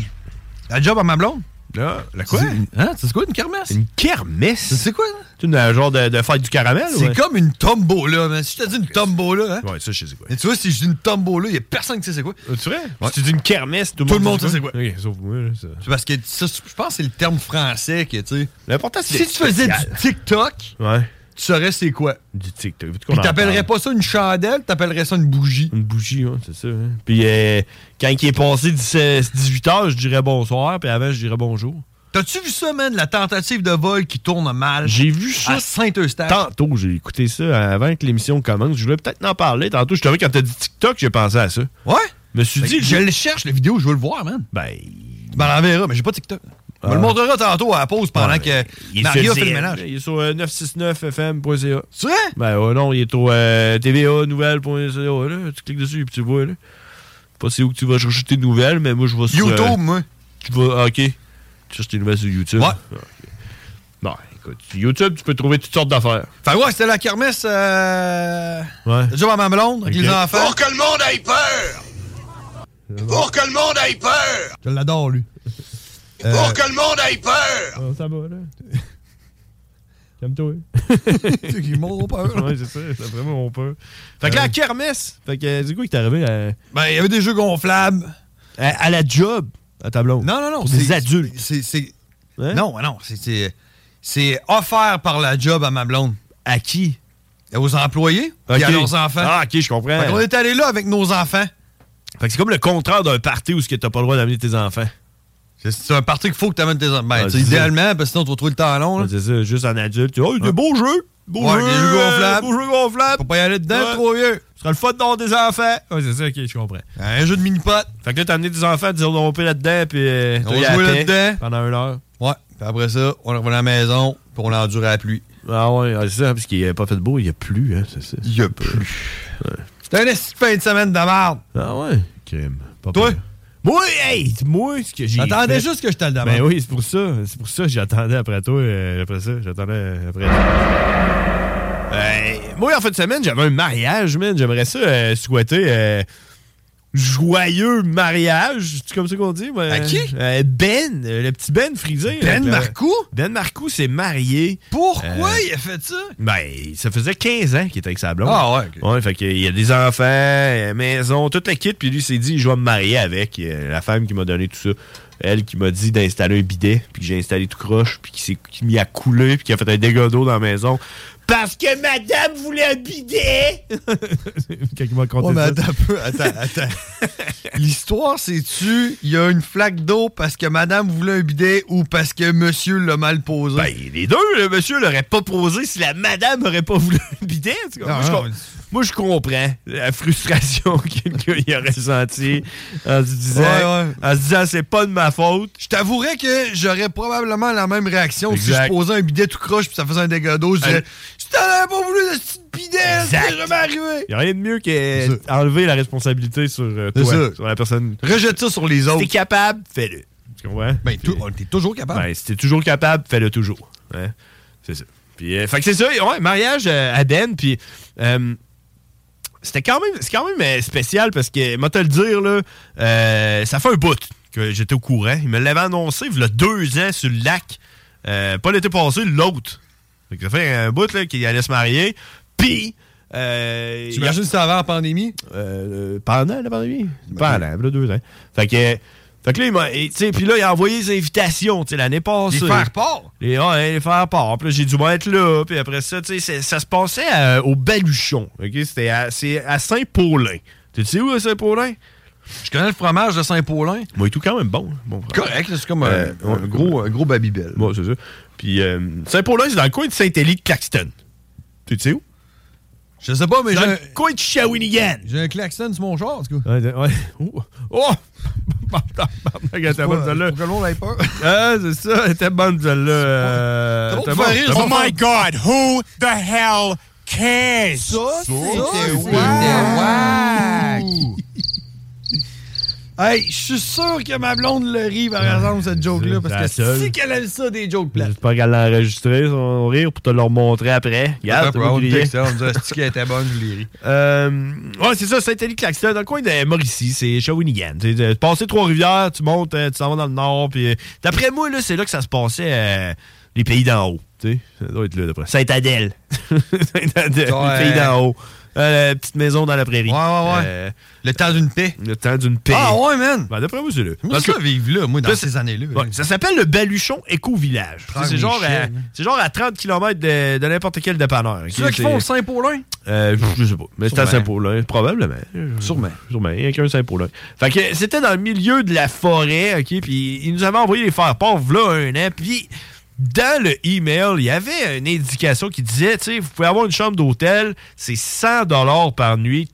la job à ma blonde. Ah, la quoi? Hein? C'est quoi une kermesse? Une kermesse? C'est quoi? là? C'est une euh, genre de, de fête du caramel? C'est ouais? comme une tombola, man. Si je te dis une tombola, hein? Ouais, ça, je sais quoi. Et tu vois, si je dis une tombola, il n'y a personne qui sait c'est quoi. Tu vrai? Si tu dis une kermesse, tout le Tout monde, le monde sait sait c'est quoi. Ok, sauf moi, là, ça. C'est parce que ça, je pense que c'est le terme français que, tu sais. L'important, c'est Si d'être tu faisais spécial. du TikTok, Ouais. tu saurais c'est quoi. Du TikTok. Vu qu'on Puis en t'appellerais parle. pas ça une chandelle, t'appellerais ça une bougie. Une bougie, ouais, c'est ça. hein. Puis euh, quand il est passé 18h, je dirais bonsoir, puis avant, je dirais bonjour. T'as-tu vu ça, man, la tentative de vol qui tourne mal? J'ai vu ça. À Saint-Eustache. Tantôt, j'ai écouté ça avant que l'émission commence. Je voulais peut-être en parler. Tantôt, je t'avais quand t'as dit TikTok, j'ai pensé à ça. Ouais? Je me suis Fait dit, que je le cherche, la vidéo, je veux le voir, man. ben, Tu m'en l'enverras, mais j'ai pas TikTok. On me le montrera tantôt à la pause pendant Ah. Ouais, que il est Maria sur fait le ZM, ménage. Il est sur euh, 969fm.ca. C'est vrai? Ben ouais, non, il est au euh, TVA nouvelle.ca. là. Tu cliques dessus et puis tu vois. Là. Pas c'est où que tu vas chercher tes nouvelles, mais moi, je vais sur. YouTube, euh, moi. Tu vas, ah, ok. Tu cherches tes nouvelles sur YouTube. Ouais. Ah, ok. Bon, écoute, sur YouTube, tu peux trouver toutes sortes d'affaires. Fait que ouais, c'était la kermesse. Euh... Ouais. Le jour à ma blonde, avec Ok. Oh, les enfants. Pour que le monde ait peur! Pour que le monde ait peur! Je l'adore, lui. Euh, Pour que le monde ait peur! Ah, ça va, là. Calme-toi. Ils m'ont peur. là. ouais, c'est ça, c'est vraiment mon peur. Fait que là, à kermesse. Fait que euh, c'est quoi qui t'est arrivé à, Ben, il y avait des jeux gonflables. à- à la job, à ta blonde? Non, non, non. Pour des c'est- adultes. c'est- c'est- Hein? Non, non. c'est- C'est c'est offert par la job à ma blonde. À qui? Aux employés et à Ok. leurs enfants. Ah, ok, je comprends. Fait qu'on est allé là avec nos enfants. Fait que c'est comme le contraire d'un party où ce que t'as pas le droit d'amener tes enfants. C'est- C'est un parti qu'il faut que tu amènes tes enfants. Ben, Ah, tu sais, c'est ça. idéalement, parce que sinon, tu vas trouver le temps long. là. Ouais, c'est ça, juste en adulte. Tu- Oh, il y a des beaux jeux! Beaux Ouais, jeux! des jeux euh, gonflables. Beaux jeux gonflables! Faut pas y aller dedans, Ouais. trop vieux. Ce sera le fun d'avoir des enfants! Ouais, c'est ça, ok, je comprends. Un jeu de mini-pot. Fait que là, t'as amené tes enfants, t'es rompé là-dedans, puis euh, On t'as eu va la jouer paix là-dedans. Pendant une heure. Ouais. Puis après ça, on est revenu à la maison, puis on a enduré la pluie. Ah ouais, ouais, c'est ça, parce qu'il a pas fait beau, il a plu, hein, c'est ça. Il a plus. C'était un esti de fin de semaine de merde. Ah ouais? Crime. Pas Toi? pire. Moi, hey! Moi, ce que j'ai. J'attendais fait- juste que je te le demande. Ben oui, c'est pour ça. C'est pour ça que j'attendais après toi. euh, après ça, j'attendais euh, après. Ben, Euh, moi, en fin de semaine, j'avais un mariage, man. J'aimerais ça euh, souhaiter. euh, joyeux mariage. C'est comme ça qu'on dit? moi? À qui? Euh, ben, euh, le petit Ben frisé. Ben là, Marcoux? Ben Marcoux s'est marié. Pourquoi Euh, il a fait ça? Ben, ça faisait 15 ans qu'il était avec sa blonde. Ah ouais, Ouais, fait qu'il y a des enfants, euh, maison, toute la kit, puis lui s'est dit, je vais me marier avec euh, la femme qui m'a donné tout ça. Elle qui m'a dit d'installer un bidet, puis que j'ai installé tout croche, puis qui, s'est- qui m'y a coulé, puis qui a fait un dégât d'eau dans la maison. Parce que madame voulait un bidet! Quelqu'un m'a conté Ouais, mais ça. attends un peu, attends, attends. L'histoire, c'est-tu, il y a une flaque d'eau parce que madame voulait un bidet ou parce que monsieur l'a mal posé? Ben, les deux, le monsieur l'aurait pas posé si la madame aurait pas voulu un bidet. tu comprends? moi, Non, je non, com- moi, je comprends la frustration que le gars, il aurait sentie en se disant, Ouais, ouais. en se disant, c'est pas de ma faute. Je t'avouerais que j'aurais probablement la même réaction si Exact. Ben, je posais un bidet tout croche puis ça faisait un dégât d'eau. Je dirais, je t'en avais pas voulu de ce petit bidet, Exact. c'est jamais arrivé. Il n'y a rien de mieux qu'enlever la responsabilité sur euh, C'est toi, ça. sur la personne. Rejette ça sur les autres. Si t'es capable, fais-le. Tu comprends? Ben, tout- on- t'es toujours capable. Ben, si t'es toujours capable, fais-le toujours. Hein? C'est ça. Puis, euh, fait que c'est ça, ouais, mariage euh, à Ben, puis... euh, c'était quand même, c'est quand même euh, spécial parce que, moi te le dire, là, euh, ça fait un bout que j'étais au courant. Il me l'avait annoncé il y a deux ans sur le lac. Euh, pas l'été passé, l'autre. Fait que Ça fait un bout là, qu'il allait se marier. Puis. Euh, T'imagines si c'était avant la pandémie? euh, euh, pendant la pandémie. Pendant, là, deux ans. Fait que. euh, Fait que là, il m'a. et, tu sais, Puis là, il a envoyé des invitations, tu sais, l'année passée. Les faire part? Les, ouais, ah, les faire part. Puis là, j'ai dû m'être là. Puis après ça, tu sais, c'est- ça se passait à- au Baluchon. OK? C'était à, c'est à Saint-Paulin. Tu sais où, à Saint-Paulin? Je connais le fromage de Saint-Paulin. Moi, il est tout quand même bon. hein, bon Correct, là, c'est comme un- Euh, un gros, un gros Babybel. Bon, c'est ça. Puis euh, Saint-Paulin, c'est dans le coin de Saint-Élie de Claxton. Tu sais où? Je sais pas, mais Dans j'ai. le coin de Shawinigan. J'ai un klaxon sur mon char, en tout cas. Ouais, ouais. Oh! oh! Regarde, t'as bonne celle-là. Pour que l'on l'ait pas. Ah, c'est ça, elle était bonne celle-là. euh, C'est bon t'es pour bon. faire rire, T'es ça bon. fait- God, who the hell cares? Hey, je suis sûr que ma blonde le rit, par exemple, cette joke-là, c'est la parce que seule. si qu'elle aime ça, des jokes plates. J'espère qu'elle l'a enregistré, son rire, pour te le remontrer après. Regarde, Attends, t'as on oublié. texte, on dit, est-ce qu'elle était bonne, je l'ai ri. Euh, ouais, c'est ça, Saint-Élie Claxton, dans le coin de Mauricie, c'est Shawinigan. Tu sais, de- Passer Trois-Rivières, tu montes, euh, tu s'en vas dans le nord, puis euh, d'après moi, là, c'est là que ça se passait euh, les pays d'en haut. tu sais. Ça doit être là, d'après. Saint-Adèle. Saint-Adèle, Ouais. les pays d'en haut. Euh, la petite maison dans la prairie. Ouais, ouais. le temps d'une paix. Le temps d'une paix. Ah ouais, man! Ben, d'après moi, c'est là. Moi, ça, vive là, moi, dans Là, ces années-là. ben, Ouais, ça s'appelle le Baluchon Éco-Village. Tu sais, C'est genre, à- Michel. c'est genre à 30 km de, de n'importe quel dépanneur. ok? C'est là qu'ils font au Saint-Paulin? Euh, je sais pas. Mais c'était à Sûrement. Saint-Paulin, probablement. Sûrement. Sûrement. Il y a qu'un Saint-Paulin. Fait que c'était dans le milieu de la forêt, OK? Puis ils nous avaient envoyé les faire part là un an. Puis dans le email, il y avait une indication qui disait, tu sais, vous pouvez avoir une chambre d'hôtel, c'est 100 par nuit,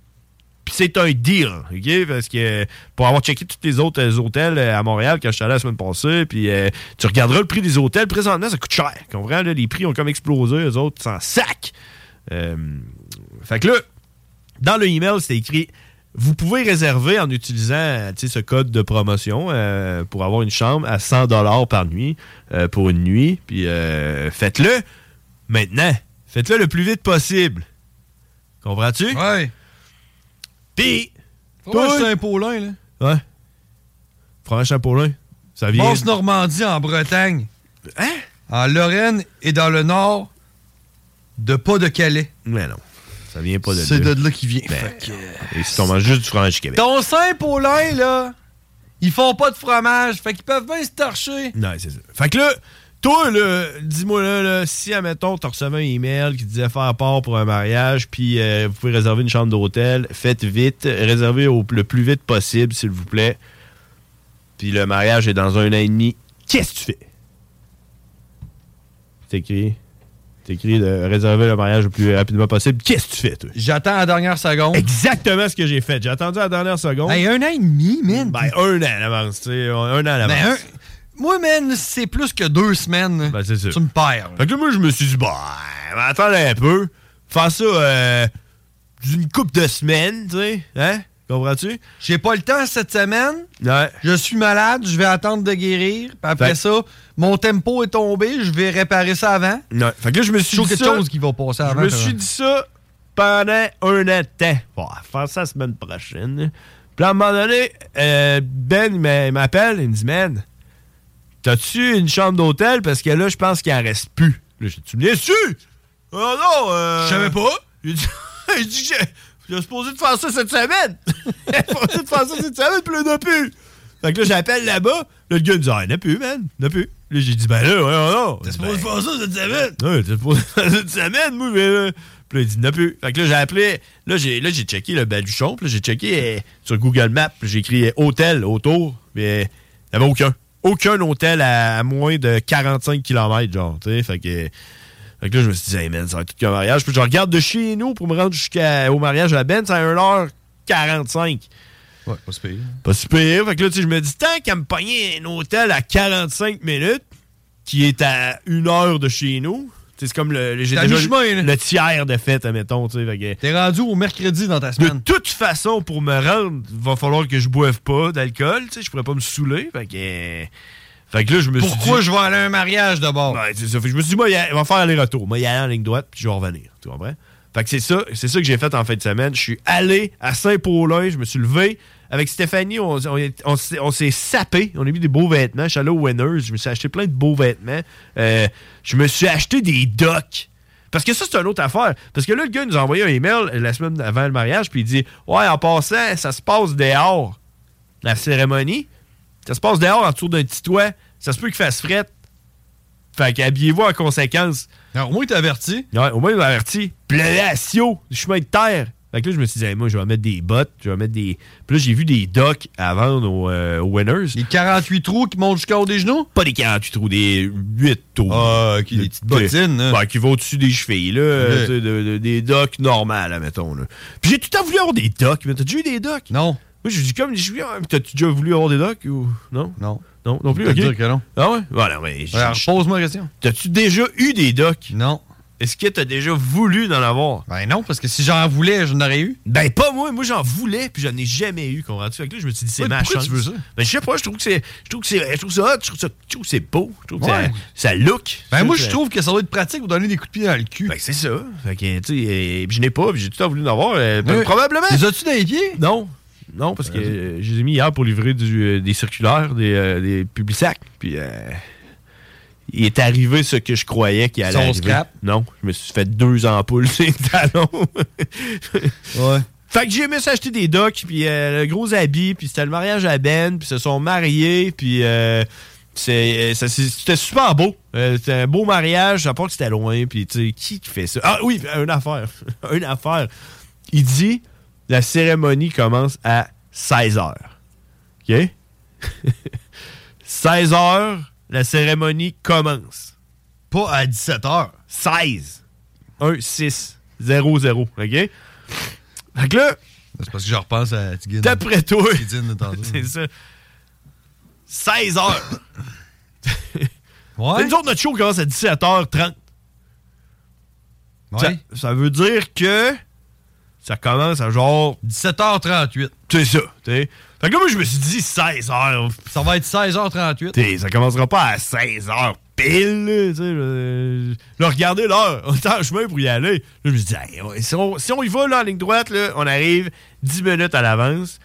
puis c'est un deal, OK? Parce que pour avoir checké tous les autres euh, hôtels euh, à Montréal quand je suis allé la semaine passée, puis euh, tu regarderas le prix des hôtels. Présentement, ça coûte cher. Comprends? Là, les prix ont comme explosé, eux autres, sans sac. Euh, fait que là, dans le email, c'était écrit Vous pouvez réserver en utilisant euh, tu sais, ce code de promotion euh, pour avoir une chambre à 100 par nuit euh, pour une nuit. Puis euh, faites-le maintenant. Faites-le le plus vite possible. Comprends-tu? Oui. Puis. Fromage toi- Saint-Paulin, là. Ouais. Fromage Saint-Paulin. Ça vient. Passe Normandie en Bretagne. Ah, Hein? En Lorraine et dans le nord de Pas-de-Calais. Mais non. Ça vient pas de C'est de là qu'il vient. Ben, Et si on mange juste du fromage du Québec. Ton Saint-Paulin, là, ils font pas de fromage, fait qu'ils peuvent bien se torcher. Non, c'est ça. Fait que là, toi, là, dis-moi là, là, si, admettons, tu recevais un email qui disait faire part pour un mariage, puis euh, vous pouvez réserver une chambre d'hôtel, faites vite, réservez au, le plus vite possible, s'il vous plaît. Puis le mariage est dans un an et demi. Qu'est-ce que tu fais? T'écris. T'écris de réserver le mariage le plus rapidement possible. Qu'est-ce que tu fais, toi? J'attends la dernière seconde. Exactement ce que j'ai fait. J'ai attendu la dernière seconde. Hey, un an et demi, man. Ben, un an à l'avance, tu sais. Un an à l'avance. Ben, un- Moi, man, c'est plus que deux semaines. Ben, c'est ça. Tu me perds. Fait que là, moi, je me suis dit, bah, attendez un peu. Faire ça euh, d'une coupe de semaines, tu sais. Hein? Comprends-tu? J'ai pas le temps cette semaine. Ouais. Je suis malade, je vais attendre de guérir. Puis après Fait- ça, mon tempo est tombé, je vais réparer ça avant. Ouais. Fait que là, je me suis Toujours dit quelque ça- chose qui va passer avant. Je me quand suis même. dit ça pendant un an de temps. Bon, à faire ça la semaine prochaine. Puis à un moment donné, euh, Ben il m'a- il m'appelle, il me dit Man, t'as-tu une chambre d'hôtel? Parce que là, je pense qu'il en reste plus. Là, j'ai dit, tu me dis tu Oh non! Je savais pas! Il dit, il dit j'ai- j'ai supposé de faire ça cette semaine! J'ai supposé de faire ça cette semaine, puis là, il n'y en a plus! Fait que là, j'appelle là-bas. Là, le gars, il me dit, ah, il n'y en a plus, man. Il n'y en a plus. Là, j'ai dit, ben là, ouais, non. T'es supposé faire ça cette semaine? Ouais, t'es supposé faire ça cette semaine, moi, mais là. Puis là, il dit, il n'y en a plus. Fait que là, j'ai appelé. Là, j'ai, là, j'ai checké le baluchon. Puis là, j'ai checké euh, sur Google Maps. Puis j'ai écrit euh, hôtel autour. Mais euh, il n'y avait aucun. Aucun hôtel à, à moins de 45 km, genre. Tu sais, fait que. Fait que là, je me suis dit, hey man, ça va être tout qu'un mariage. Puis je regarde de chez nous pour me rendre jusqu'au mariage à Ben, c'est à 1h45. Ouais, pas se payer. Pas si pire. Fait que là, tu sais, je me dis, tant qu'à me pogner un hôtel à 45 minutes, qui est à une heure de chez nous, tu sais, c'est comme le, le- j'ai T'es à déjà mi-chemin, là. le tiers de fête, admettons. tu sais, fait que- T'es rendu au mercredi dans ta de semaine. toute façon, pour me rendre, va falloir que je boive pas d'alcool. Tu sais, je pourrais pas me saouler. Fait que, fait que là, je me Pourquoi suis dit... je vais aller à un mariage d'abord? Ouais, c'est ça. Fait que je me suis dit, moi, il y a- il va faire aller-retour. Moi, il y a en ligne droite, puis je vais revenir. Tu comprends? Fait que c'est ça, c'est ça que j'ai fait en fin de semaine. Je suis allé à Saint-Paulin, je me suis levé. Avec Stéphanie, on, on est- on s'est- on s'est sapé. On a mis des beaux vêtements. Je suis allé au Winners. Je me suis acheté plein de beaux vêtements. Euh, je me suis acheté des docks. Parce que ça, c'est une autre affaire. Parce que là, le gars nous a envoyé un email la semaine avant le mariage, puis il dit Ouais, en passant, ça se passe dehors la cérémonie. Ça se passe dehors, autour d'un petit toit. Ça se peut qu'il fasse fret. Fait qu'habillez-vous en conséquence. au moins, t'es averti. Ouais, au moins, il m'a averti. Puis le ratio du chemin de terre. Fait que là, je me suis dit, Hey, moi, je vais mettre des bottes, je vais mettre des. Puis là, j'ai vu des docks à vendre aux, euh, aux winners. Les 48 trous qui montent jusqu'au haut des genoux? Pas des 48 trous, des 8 trous. Ah, qui, des petites hein. bottines, là. qui vont au-dessus des chevilles, là. Ouais. tu sais, de- de- des docks normales, là, mettons. là. Puis j'ai tout le temps voulu avoir des docks, mais t'as déjà eu des docks? Non. Moi, j'ai dit, comme, je suis, Ah, mais t'as-tu déjà voulu avoir des docks ou. Non? Non. Non, non plus, Je ok. peux te dire que non. Ah ouais? Voilà, mais. je- Alors, je- pose-moi la question. T'as-tu déjà eu des docks? Non. Est-ce que t'as déjà voulu d'en avoir? Ben non, parce que si j'en voulais, j'en aurais eu. Ben pas moi, moi j'en voulais, puis j'en ai jamais eu, comprends-tu? Fait que là, je me suis dit, c'est Ouais, ma pourquoi chance. tu veux ça? Ben je sais pas, je trouve que c'est. Je trouve que c'est. Je trouve ça hot, je trouve ça. Je trouve que c'est beau, je trouve que Ouais. ça, ça look. Ben moi, je que- trouve que ça doit être pratique pour donner des coups de pied dans le cul. Ben c'est ça. Fait que, tu sais, euh, puis je n'ai pas, puis j'ai tout le temps voulu en avoir. euh, Ouais. Probablement. Les as-tu dans les pieds? Non. Non, parce que euh, je les ai mis hier pour livrer du, euh, des circulaires, des, euh, des publisacs. Puis euh, il est arrivé ce que je croyais qu'il allait Son arriver. scrap? Non, je me suis fait deux ampoules sur les talons. ouais. Fait que j'ai aimé s'acheter des docks, puis euh, le gros habit, puis c'était le mariage à Ben, puis ils se sont mariés, puis euh, c'est- euh, ça- c'est- c'était super beau. Euh, c'était un beau mariage, à part que c'était loin, puis tu sais, qui qui fait ça? Ah oui, une affaire. une affaire. Il dit, la cérémonie commence à 16 h OK? 16 h la cérémonie commence. Pas à 17 h 16. 1, 6, 0, 0. OK? Fait que là. C'est parce que je repense à Tigine. D'après toi. Tigine de tantôt. C'est ça. 16 h ouais. Nous autres, notre show commence à 17h30. Ça, ça veut dire que ça commence à genre 17h38. C'est ça. t'sais. Fait que là, moi, je me suis dit 16h. Ça va être 16h38. ça commencera pas à 16h pile. Là, t'sais, euh, là, regardez l'heure. On est en chemin pour y aller. Là, je me suis dit, Hey, ouais, si, on, si on y va là, en ligne droite, là, on arrive 10 minutes à l'avance.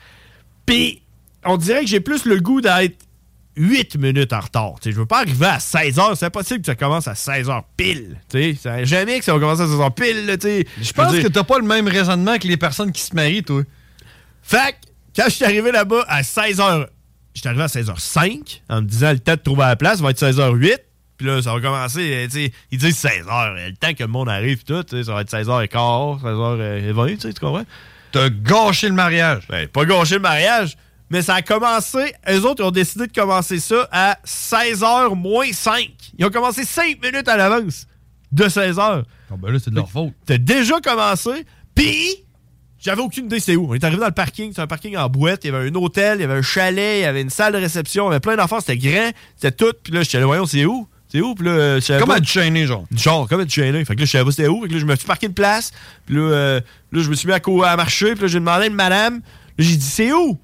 Puis, on dirait que j'ai plus le goût d'être 8 minutes en retard. T'sais, je veux pas arriver à 16h. C'est impossible que ça commence à 16h pile. T'sais, ça- jamais que ça va commencer à 16h pile. là, t'sais. Je pense que t'as pas le même raisonnement que les personnes qui se marient, toi. Fait que, quand je suis arrivé là-bas à 16h, je suis arrivé à 16h05 en me disant le temps de trouver la place va être 16h08. Puis là, ça va commencer, euh, tu sais, ils disent 16h, euh, le temps que le monde arrive pis tout, tu sais, ça va être 16h15, 16h20, euh, tu sais, tu comprends? T'as gâché le mariage. Ben, pas gâché le mariage, mais ça a commencé, eux autres, ils ont décidé de commencer ça à 16h moins 5. Ils ont commencé 5 minutes à l'avance de 16h. ben là, c'est de leur faute. T'as déjà commencé, puis j'avais aucune idée c'est où. On est arrivé dans le parking, c'est un parking en boîte, il y avait un hôtel, il y avait un chalet, il y avait une salle de réception, il y avait plein d'enfants, c'était grand, c'était tout. Puis là, je suis allé, voyons, c'est où? C'est où? Puis là, euh, je savais Comme pas. à Duchesnay, genre. Genre, comme à Duchesnay. Fait que là, je savais pas c'était où. Fait que là, je me suis marqué une place. Puis là, euh, là, je me suis mis à, cou- à marcher. Puis là, j'ai demandé à une madame. Là, j'ai dit, c'est où?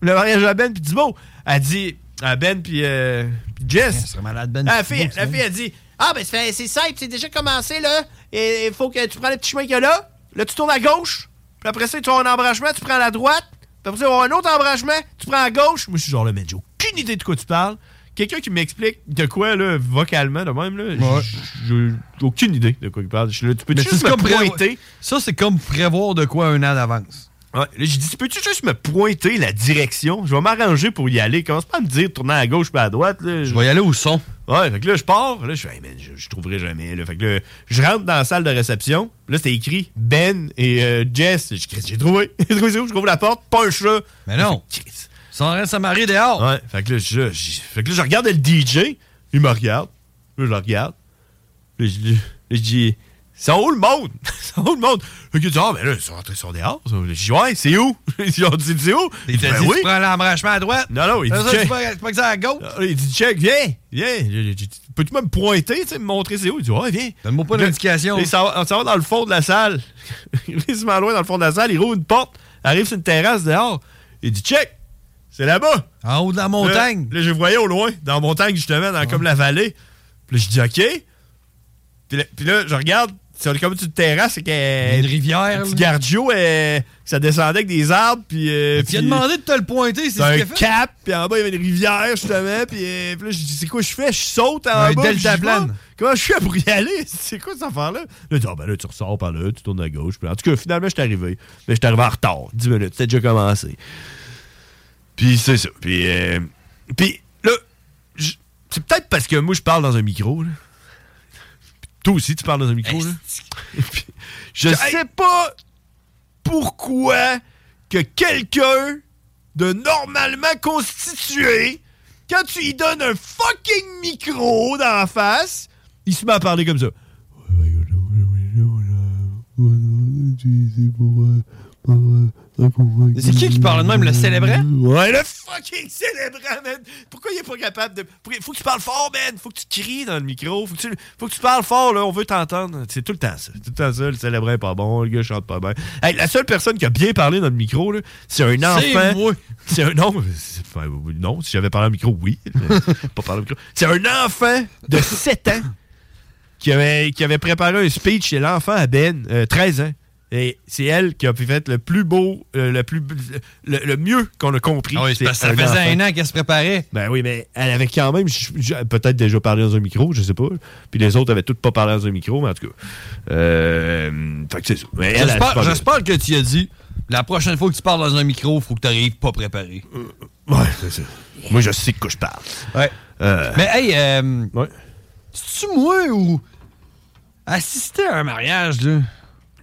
Le mariage à Ben, puis Thibault. Elle dit, à Ben, puis euh, puis Jess. malade, Ben. La fille, Thibault, la c'est fille, elle dit, ah, ben, c'est c'est simple, c'est déjà commencé, là. Et il faut que tu prends le petit chemin qu'il y a là. Là, tu tournes à gauche. Puis après ça, tu as un embranchement, tu prends la droite. Puis après ça, on va avoir un autre embranchement. Tu prends à gauche. Moi, je suis genre, là, mais Joe, aucune idée de quoi tu parles. Quelqu'un qui m'explique de quoi, là, vocalement, de même, là, j- j'ai aucune idée de quoi il parle. Je suis là, tu peux Mais juste c'est me comme prévo- pointer. Ça, c'est comme prévoir de quoi un an d'avance. Ouais, là, j'ai dit, peux-tu juste me pointer la direction? Je vais m'arranger pour y aller. Commence pas à me dire tourner à gauche pas à droite. là. Je vais y aller au son. Ouais, fait que là, je pars. Là, je fais, Hey, man, je, je trouverai jamais. Là. Fait que là, je rentre dans la salle de réception. Là, c'était écrit Ben et euh, Jess. Je dis, Christ, J'ai trouvé. J'ai trouvé c'est où? Je rouvre la porte. Pas un chat. Mais non. Sans rien, ça m'arrive dehors. Ouais, fait que là, je, je- fait que là, je regarde le DJ. Il me regarde. Là, je le regarde. Là, je, là, je dis, c'est où le monde? c'est où le monde? Fait qu'il dit, ah, ben là, ils sont rentrés sur dehors. ça. Je dis, ouais, c'est où? Ils ont dit, c'est où? Il dit, t'a ben dit, oui. tu prends l'embranchement à droite? Non, non, il Ça, dit, c'est check. pas- c'est pas que ça à gauche. Ah, Il dit, check, viens, viens. J'ai- j'ai- Peux-tu me pointer, tu sais, me montrer c'est où? Il dit, ouais, viens. Donne-moi pas d'indication. Il s'en va on s'en va dans le fond de la salle. Il est vraiment loin dans le fond de la salle. Il rouvre une porte, arrive sur une terrasse dehors. Il dit, check, c'est là-bas. En haut de la montagne. Là, je voyais au loin, dans la montagne, justement, dans comme la vallée. Puis là, je dis, OK. Puis là, puis là, je regarde, c'est comme une terrasse, c'est qu'elle. Une rivière. Un petit gardio, euh, ça descendait avec des arbres, puis. euh, Tu as puis- demandé de te le pointer, c'est c'est ce un qu'il a fait. cap, puis en bas, il y avait une rivière, justement. Puis, euh, puis là, je dis, c'est quoi je fais? Je saute en Un bas. puis je Ah, vais. deltaplane. Comment je fais pour y aller? C'est quoi cette affaire-là? Là, il dit, ah, ben là, tu ressors par là, tu tournes à gauche. Puis en tout cas, finalement, je suis arrivé. Mais je suis arrivé en retard. 10 minutes, c'était déjà commencé. Puis c'est ça. Puis, euh, puis là, je- c'est peut-être parce que moi, je parle dans un micro. Là. Toi aussi, tu parles dans un micro. Là. Puis, je sais pas pourquoi que quelqu'un de normalement constitué, quand tu lui donnes un fucking micro dans la face, il se met à parler comme ça. C'est qui qui parle de même, le célébrant? Ouais, le fucking célébrant, man! Pourquoi il est pas capable de. pourquoi- Faut que tu parles fort, man! Faut que tu cries dans le micro! Faut que tu, faut que tu parles fort, là! On veut t'entendre! C'est tout le temps ça! C'est tout le temps ça, le célébrant est pas bon, le gars chante pas bien. Hey, la seule personne qui a bien parlé dans le micro, là, c'est un enfant. moi. C'est un. Non, c'est- enfin, non, si j'avais parlé au micro, oui! pas parlé au micro. C'est un enfant de 7 ans! qui avait, qui avait préparé un speech chez l'enfant à Ben, euh, 13 ans. Et c'est elle qui a pu fait le plus beau, euh, le, plus, le, le mieux qu'on a compris. Ah oui, c'est parce que ça faisait un an qu'elle se préparait. Ben oui, mais elle avait quand même j- j- peut-être déjà parlé dans un micro, je sais pas. Puis les autres avaient toutes pas parlé dans un micro, mais en tout cas. Euh, fait que c'est ça. Mais elle, elle J'espère se j'espère que tu as dit, la prochaine fois que tu parles dans un micro, faut que tu arrives pas préparé. Euh, Ouais, c'est ça. Moi, je sais de quoi je parle. Ouais. Euh, Mais hey, euh, c'est-tu moi ou assister à un mariage, là?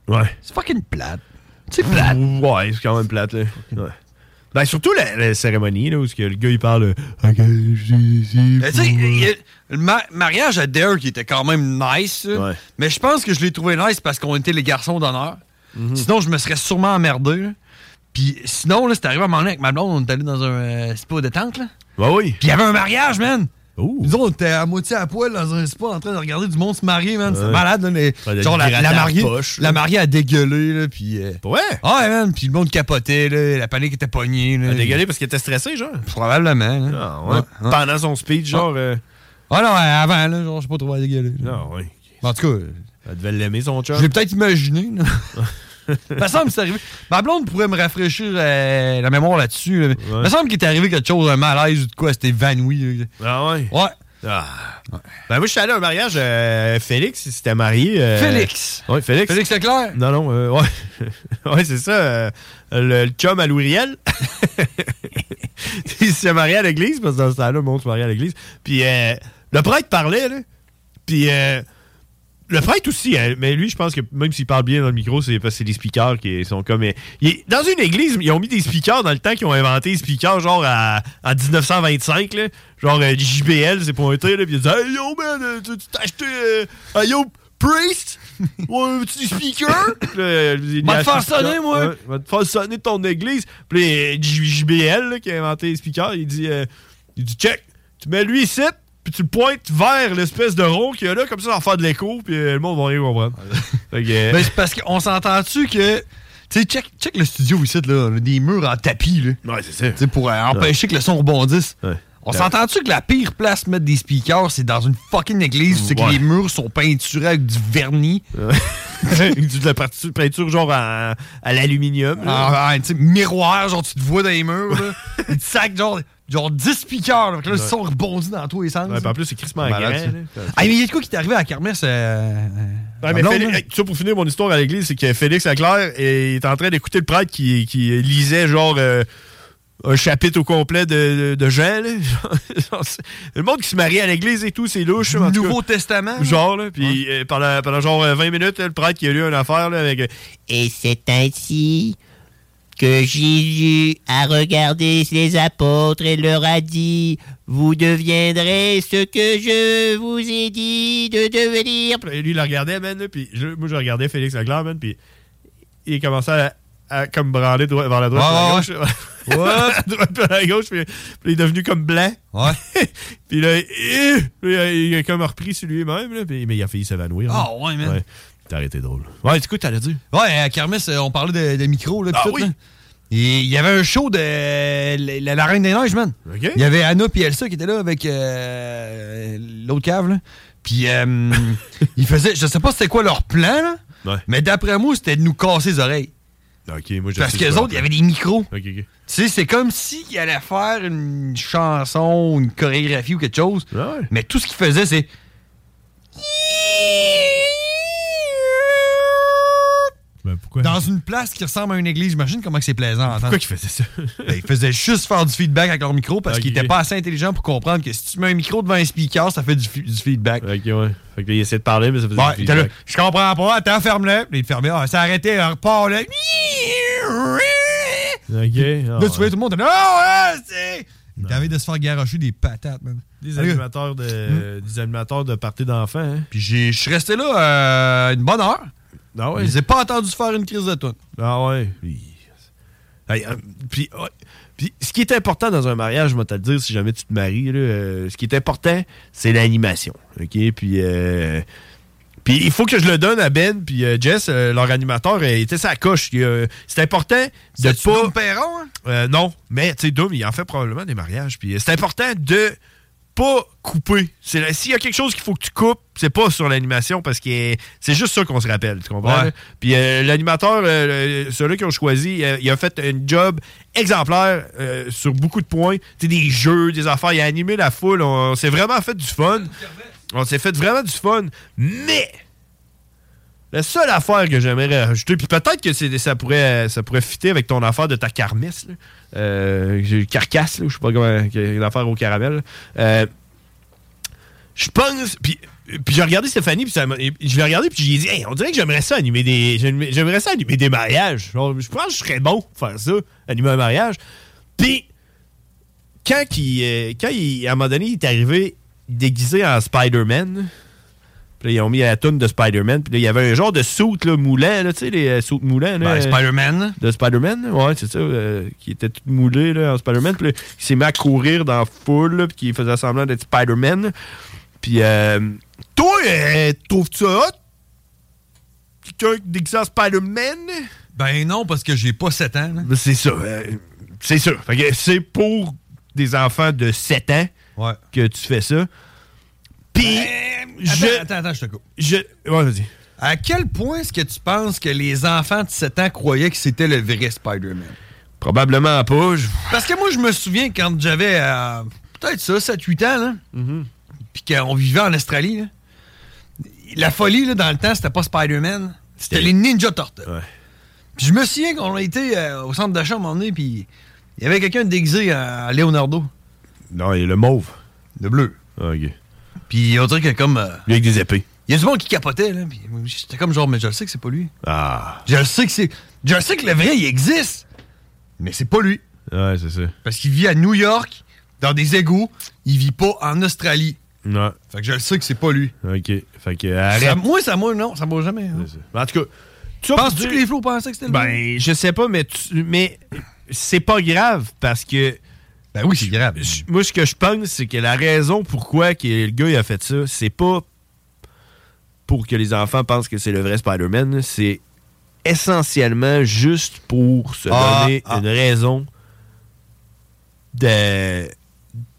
Ouais. C'est fucking plate. C'est plate. Ouais, c'est quand même plate. Là. Ouais. Ben, surtout la, la cérémonie, là, où ce que le gars, il parle. euh, Ok, je suis ici Mais Euh, tu sais, il euh. y a- le ma- mariage à Dare qui était quand même nice, là. mais je pense que je l'ai trouvé nice parce qu'on était les garçons d'honneur. Mhm. Sinon, je me serais sûrement emmerdé. là. Puis sinon, là, c'est arrivé à un moment donné avec ma blonde, on est allé dans un euh, spa de tente, là. Ben oui. Puis il y avait un mariage, man. Nous autres, on était à moitié à poil dans un spa en train de regarder du monde se marier, man. C'est Ouais. malade, là, mais- Ouais, de genre, la, gratter la la mariée, poche, là. la mariée a dégueulé, là, puis... euh, Ouais! Ouais, man, puis le monde capotait, là, la panique était pognée, là. Elle a dégueulé parce qu'elle était stressée, genre. Ah, Probablement, là. ouais. Pendant son speech, genre. euh, Ah non, ouais, avant, là, genre, je sais pas trop à dégueuler. Non, Euh, oui. En tout cas. Elle devait l'aimer, son chum. Je l'ai peut-être imaginé, là. me semble que c'est arrivé. Ma blonde pourrait me rafraîchir euh, la mémoire là-dessus. là. me semble qu'il est arrivé quelque chose, un malaise ou de quoi, c'était évanoui. là. Ah ouais? Ouais. Ben, moi, je suis allé à un mariage. euh, Félix, il s'était marié. euh, Félix. Ouais, Félix. Félix Leclerc. Non, non, euh, ouais. ouais, c'est ça. euh, le, le chum à Louis-Riel. il s'est marié à l'église, parce que dans ce temps-là, le monde se mariait à l'église. Puis euh, le prêtre parlait, là. Puis euh, le prêtre aussi, hein, mais lui, je pense que même s'il parle bien dans le micro, c'est parce que c'est des speakers qui sont comme. euh, il est- dans une église, ils ont mis des speakers dans le temps qu'ils ont inventé les speakers, genre à, en 1925, là. Genre euh, JBL, c'est pointé, là. Puis il dit Hey yo, man, euh, tu tu t'as acheté. euh, hey yo, Priest Ouais, veux-tu des speakers Là, euh, il Va te a faire acheté le sonner, speaker. moi. Ouais, va te faire sonner de ton église. Puis là, il y a J- JBL là, qui a inventé les speakers, il dit, euh, il dit check, tu mets lui ici, puis tu le pointes vers l'espèce de rond qu'il y a là, comme ça, ça va faire de l'écho, puis euh, le monde va rien comprendre. Fait que, euh, Ben, c'est parce qu'on s'entend-tu que. Tu sais, check, check le studio ici, là. On a des murs en tapis, là. Ouais, c'est ça. Tu sais, pour euh, empêcher que le son rebondisse. On Ouais. s'entend-tu que la pire place pour mettre des speakers, c'est dans une fucking église, c'est que Ouais. les murs sont peinturés avec du vernis. de la parti- peinture genre à, à l'aluminium. Ah, ouais, tu sais, miroir, genre tu te vois dans les murs, là. Il te sac genre, genre 10 piqueurs, là. Fait que là, le Ouais. son rebondit dans tous les sens. Ouais, puis en plus, c'est crissement Malade, grand, ça. là. Ah, mais il y a de quoi qui t'est arrivé à la kermesse? euh, Ouais, à mais Blonde, hein? Félix- là? hey, ça, pour finir mon histoire à l'église, c'est que Félix Leclerc est est en train d'écouter le prêtre qui, qui lisait genre euh, un chapitre au complet de, de, de Jean. là. Genre, c'est- le monde qui se marie à l'église et tout, c'est louche. Nouveau Testament? là? Genre, là, puis euh, pendant, pendant genre euh, 20 minutes, là, le prêtre qui a lu une affaire là, avec euh, Et c'est ainsi que Jésus a regardé ses apôtres et leur a dit Vous deviendrez ce que je vous ai dit de devenir. Puis là, lui, il le regardait, man, là, puis je- moi, je regardais Félix Leclerc, man, puis il commençait à, à comme branler droit- vers la droite, Ouais, vers la gauche. à droite, puis à la gauche, puis, puis il est devenu comme blanc. Ouais. puis là, il, il a- il a comme repris sur lui-même, là, puis- mais il a failli s'évanouir. Ah, là. ouais, man. T'as arrêté drôle. Ouais, du coup, t'allais dire. Ouais, à Kermesse, euh, on parlait de, de micro, là, pis Ah tout, oui. là. Et Il y avait un show de euh, la, la Reine des Neiges, man. OK. Il y avait Anna puis Elsa qui étaient là avec euh, l'autre cave, là. Puis euh, ils faisaient, je sais pas c'était quoi leur plan, là, Ouais. mais d'après moi, c'était de nous casser les oreilles. Ok, moi, je Parce sais qu'eux quoi. autres, il y avait des micros. Ok, ok. Tu sais, c'est comme s'ils allaient faire une chanson, une chorégraphie ou quelque chose. Mais tout ce qu'ils faisaient, c'est. Ben, Dans une place qui ressemble à une église, j'imagine comment que c'est plaisant. à entendre. Pourquoi il faisait ça? Ben, ils faisaient juste faire du feedback avec leur micro parce qu'ils étaient pas assez intelligents pour comprendre que si tu mets un micro devant un speaker, ça fait du, fi- du feedback. Ok, ouais. Fait qu'il essayait de parler, mais ça faisait Ouais, du il était là, feedback. je comprends pas, attends, ferme-le. Puis il fermait, ah, ça arrêtait, on repart là. Ok. ah Là, ouais. tu voyais tout le monde, non, ah, c'est. Il avait de se faire garocher des patates, man. Des Allez, animateurs de, des animateurs de parties d'enfants. Hein? Puis j'ai- je suis resté là euh, une bonne heure. Ah ouais. Je les ai pas entendus faire une crise de tout. Ah ouais. Puis, Hey, euh, puis, ouais. Puis, ce qui est important dans un mariage, je vais te le dire, si jamais tu te maries, là, euh, ce qui est important, c'est l'animation. OK? Puis, euh, puis il faut que je le donne à Ben, puis euh, Jess, euh, leur animateur, euh, il était sa coche. Il, euh, c'est important de C'est-tu pas... Dom Perron, hein? Euh, non, mais tu sais, Doom, il en fait probablement des mariages. Puis euh, c'est important de pas couper. C'est là- S'il y a quelque chose qu'il faut que tu coupes, c'est pas sur l'animation parce que euh, c'est juste ça qu'on se rappelle. Tu comprends? Ouais. là? Puis euh, l'animateur, euh, le- ceux-là qui ont choisi, euh, il a fait un job exemplaire euh, sur beaucoup de points. Tu sais, des jeux, des affaires. Il a animé la foule. On, on s'est vraiment fait du fun. On s'est fait vraiment du fun. Mais. La seule affaire que j'aimerais rajouter, puis peut-être que c'est- ça pourrait, ça pourrait fitter avec ton affaire de ta carmesse, là. Euh, j'ai- carcasse, là, ou je sais pas comment, qu'il y a une affaire au caramel. là. Euh, je pense, puis, puis j'ai regardé Stéphanie, puis ça m'a- et je l'ai regardé, puis j'ai dit, Hey, on dirait que j'aimerais ça animer des, j'aimerais j'aimerais ça animer des mariages. Genre, je pense que je serais bon pour faire ça, animer un mariage. Puis quand, il, euh, quand il- à un moment donné, il est arrivé déguisé en Spider-Man. Puis là, ils ont mis la toune de Spider-Man. Puis là, il y avait un genre de suit là, moulant, là, tu sais, les euh, suits moulants. là, Ben, euh, Spider-Man. De Spider-Man, ouais, c'est ça. euh, qui était tout moulé là, en Spider-Man. Puis là, il s'est mis à courir dans la foule, là, puis qu'il faisait semblant d'être Spider-Man. Puis, euh, toi, euh, trouves-tu ça hot? Quelqu'un déguisé en Spider-Man? Ben non, parce que j'ai pas 7 ans. là. Ben, C'est ça. euh, c'est ça. Fait que c'est pour des enfants de 7 ans que tu fais ça. Puis, je. Attends, attends, je te coupe. Je... Ouais, vas-y. À quel point est-ce que tu penses que les enfants de 7 ans croyaient que c'était le vrai Spider-Man? Probablement pas. je- Parce que moi, je me souviens quand j'avais euh, peut-être ça, 7-8 ans, là, Mm-hmm. puis qu'on vivait en Australie, là, la folie là, dans le temps, c'était pas Spider-Man, c'était les Ninja Turtles. Puis je me souviens qu'on a été euh, au centre d'achat à un moment donné, puis il y avait quelqu'un déguisé en Leonardo. Non, il y a le mauve. Ah, Le bleu. OK. Puis on dirait que comme. euh, Lui avec des épées. il y a du monde qui capotait, là. Puis j'étais comme genre, mais je le sais que c'est pas lui. Ah. Je le sais que c'est. Je le sais que le vrai, il existe. Mais c'est pas lui. Ouais, c'est ça. Parce qu'il vit à New York, dans des égouts. Il vit pas en Australie. Non. Fait que je le sais que c'est pas lui. OK. Fait que, Ça- arrête. Ben, moi, ça, moi, non, ça m'a jamais. hein. En tout cas, tu vas Penses-tu dire- que les flots pensaient que c'était le vrai? Ben, je sais pas, mais, tu- mais c'est pas grave parce que. Ben oui, c'est grave. moi, ce que je pense, c'est que la raison pourquoi que le gars il a fait ça, c'est pas pour que les enfants pensent que c'est le vrai Spider-Man, là. c'est essentiellement juste pour se Ah, donner ah. une raison de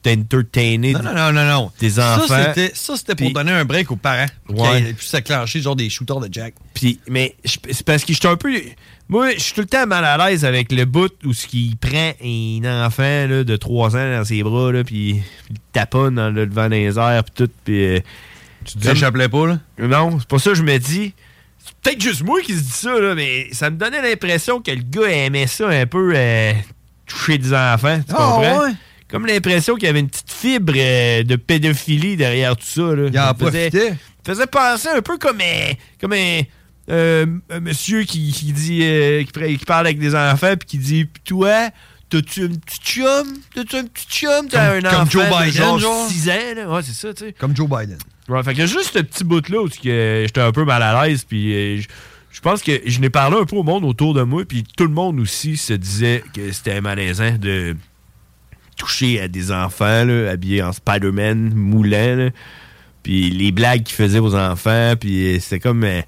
d'entertainer Non, non, non, non, non. des Ça, enfants. c'était- Ça, c'était pour Puis- donner un break aux parents. Ouais. Qui puissent s'acclencher, genre des shooters de Jack. Puis, mais je- c'est parce que je suis un peu. Moi, je suis tout le temps mal à l'aise avec le bout où ce qui prend un enfant là, de 3 ans dans ses bras, là, puis il le taponne dans le devant des airs, puis tout. tu te disais que j'appelais pas, là? Non, c'est pas ça que je me dis. C'est peut-être juste moi qui se dis ça, là, mais ça me donnait l'impression que le gars aimait ça un peu euh, toucher des enfants. Tu Ah, comprends? ouais? Comme l'impression qu'il y avait une petite fibre euh, de pédophilie derrière tout ça. Là. Il en profitait. faisait penser un peu comme un, comme un, euh, un monsieur qui, qui dit euh, qui, pr- qui parle avec des enfants puis qui dit Pis toi t'as-tu un petit chum t'as-tu un petit chum t'as Comme- un comme enfant Joe de Biden, genre? 6 ans là. ouais c'est ça tu sais Comme Joe Biden. Ouais, fait que juste ce petit bout-là où c'est que, euh, j'étais un peu mal à l'aise, puis euh, je- je pense que je n'ai parlé un peu au monde autour de moi, puis tout le monde aussi se disait que c'était malaisant de toucher à des enfants là, habillés en Spider-Man moulant, là. puis les blagues qu'ils faisaient aux enfants, puis euh, c'était comme... euh,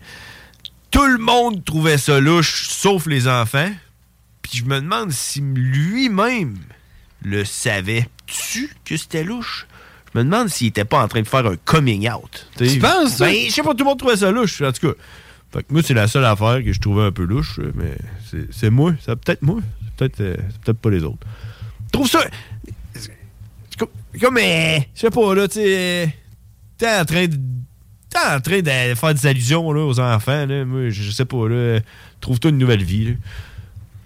tout le monde trouvait ça louche, sauf les enfants. Puis je me demande si lui-même le savait-tu que c'était louche? Je me demande s'il était pas en train de faire un coming out. Tu sais. penses, ça? Ben, je sais pas, tout le monde trouvait ça louche, en tout cas. Fait que moi, c'est la seule affaire que je trouvais un peu louche, euh, mais c'est- c'est moi, ça peut-être moi, c'est peut-être euh, c'est peut-être pas les autres. Je trouve ça. c'est- c'est comme- c'est Comme, euh, je sais pas, là, tu sais. euh, T'es en train de. T'es en train de faire des allusions là, aux enfants, là. Moi, je je sais pas, là. Trouve-toi une nouvelle vie, là.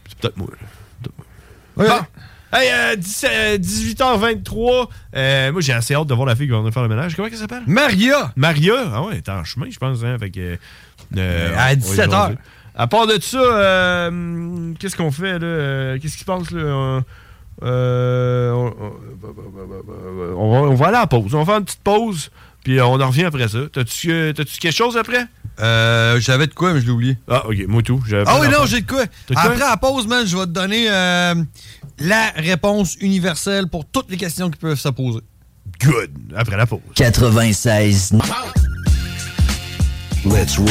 C'est peut-être moi, là. Bon. Hey, euh, 10, euh, 18h23. euh, moi, j'ai assez hâte de voir la fille qui va venir faire le ménage. Comment elle s'appelle? Maria! Maria! Ah ouais, elle est en chemin, je pense. Hein, fait que, euh, euh, à on va y 17 heures. jaser. À part de ça, euh, hum, qu'est-ce qu'on fait, là? Euh, Qu'est-ce qui se passe, là? On- euh, on, on- on va, on va aller à la pause. On va faire une petite pause, puis on en revient après ça. T'as-tu euh, t'as-tu quelque chose après? Euh, j'avais de quoi, mais je l'ai oublié. Ah, ok, moi tout. j'avais Ah pas oui, non, d'enfant. j'ai de quoi. ben, T'as de quoi? Après la pause, man, je vais te donner euh, la réponse universelle pour toutes les questions qui peuvent se poser. Good. Après la pause. 96. Let's rock.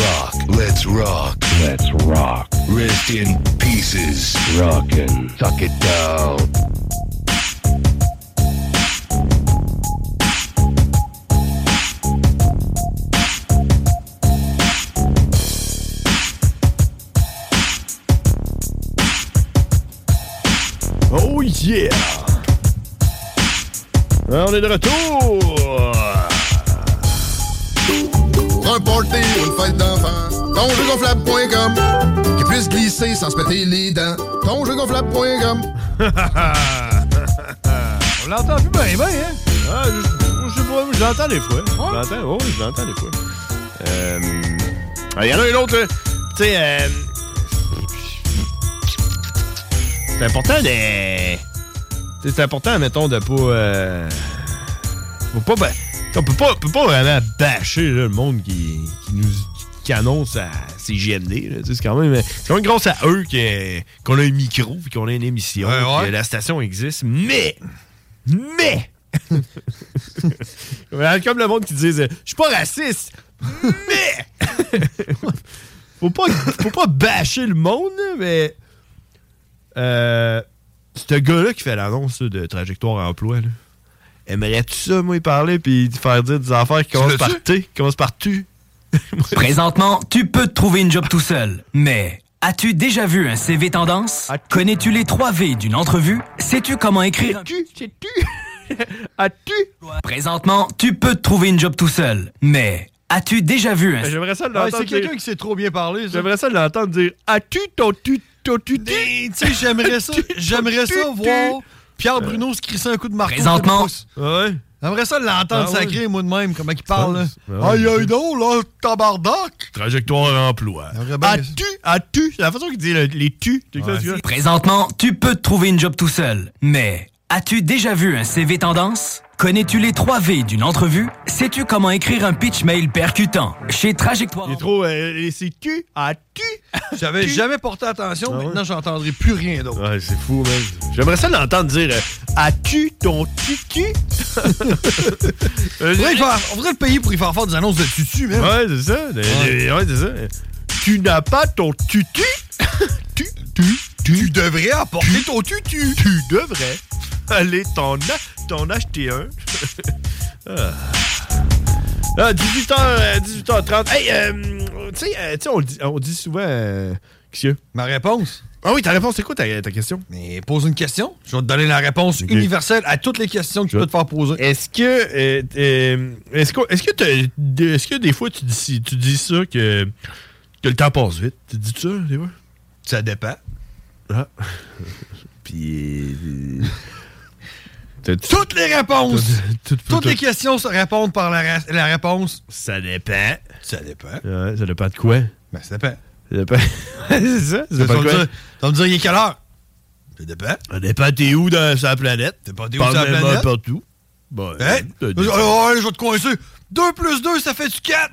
Let's rock. Let's rock. Rest in pieces. Rockin'. Tuck it down. Oh yeah! Ah, On est de retour! Pour un party ou une fête d'enfant, tonjeugonflable.com Qui puisse glisser sans se péter les dents, tonjeugonflable.com On l'entend plus bien, bien, hein? Ah, je, je sais pas, je l'entends des fois. Je l'entends, oh, oui, je l'entends des fois. Euh, Il y en a une autre, là. Tu sais, euh, c'est important de. tu sais, C'est important, mettons, de pas. euh, faut pas ba- on peut pas, peut pas vraiment bâcher là, le monde qui, qui nous qui annonce à CGMD. là. Tu sais, C'est quand, même- c'est quand même grâce à eux que- qu'on a un micro puis qu'on a une émission. Ouais, ouais. que la station existe. Mais mais! Ouais, Comme le monde qui disait euh, Je suis pas raciste, mais! faut, pas, faut pas bâcher le monde, là, mais. Euh, ce gars-là qui fait l'annonce là, de trajectoire emploi, là, aimerais-tu ça, moi, y parler puis te faire dire des affaires qui commencent par T, qui commencent par tu? Présentement, tu peux te trouver une job tout seul, mais as-tu déjà vu un CV tendance? Connais-tu les 3 V d'une entrevue? Sais-tu comment écrire? un- As-tu? Présentement, tu peux te trouver une job tout seul, mais as-tu déjà vu un... Ben, J'aimerais ça Ouais, l'entendre. Ah, c'est quelqu'un dire- qui sait trop bien parler. ça. J'aimerais ça l'entendre dire As-tu ton tu ton tu Tu sais, j'aimerais ça, j'aimerais ça voir Euh, Pierre Bruno se crisser un coup de marteau. Présentement. Ouais. J'aimerais ça l'entendre Ah ouais. sacré, moi de même, comment il parle. là. Ouais, ouais. Aïe, aïe, donc, là, tabardac! Trajectoire emploi. As-tu? As-tu? C'est la façon qu'il dit le- les tu. Tu sais que ça, tu vois? Présentement, tu peux te trouver une job tout seul, mais as-tu déjà vu un CV tendance? Connais-tu les 3 V d'une entrevue? Sais-tu comment écrire un pitch mail percutant? Chez Trajectoire... trop... Euh, c'est tu? As-tu? Ah J'avais jamais porté attention, maintenant, j'entendrai euh, plus rien d'autre. Ouais, c'est fou, man. J'aimerais ça l'entendre dire euh, As-tu ton tutu? On devrait y faire- Euh, on devrait le payer pour y faire faire des annonces de tutu, même. Ouais, c'est ça. De- de- ouais, c'est ça. Tu n'as pas ton tutu? tu, tu, tu. devrais apporter ton tutu. Tu devrais aller t'en a- t'en acheté un. ah. Ah, 18h, euh, 18h30. Hey, euh, tu sais, euh, tu sais, on, le dit- on dit souvent. Euh, qu'est-ce que- Ma réponse? Ah oui, ta réponse, c'est quoi ta, ta question? Mais pose une question. Je vais te donner la réponse universelle à toutes les questions que tu peux te faire poser. Est-ce que. euh, euh, est-ce, que est-ce, que t'as- de- est-ce que des fois tu dis, si- tu dis ça que, que le temps passe vite? Tu dis ça, des fois? Ça dépend. Ah. Puis. euh, Toutes les réponses! Toutes, les questions se répondent par la, ra- la réponse. Ça dépend. Ça dépend. Ouais, ça dépend de quoi? Ben, ça dépend. Ça dépend. c'est ça? Ça Ça dépend de veut quoi? dire- Ça veut dire, il est quelle heure? Ça dépend. Ça dépend t'es où dans sa planète. T'es pas t'es où sur la planète? partout. Ben, Bon, Hein? ça Oh, dépend. oh, je vais te coincer. 2 plus 2, ça fait du 4.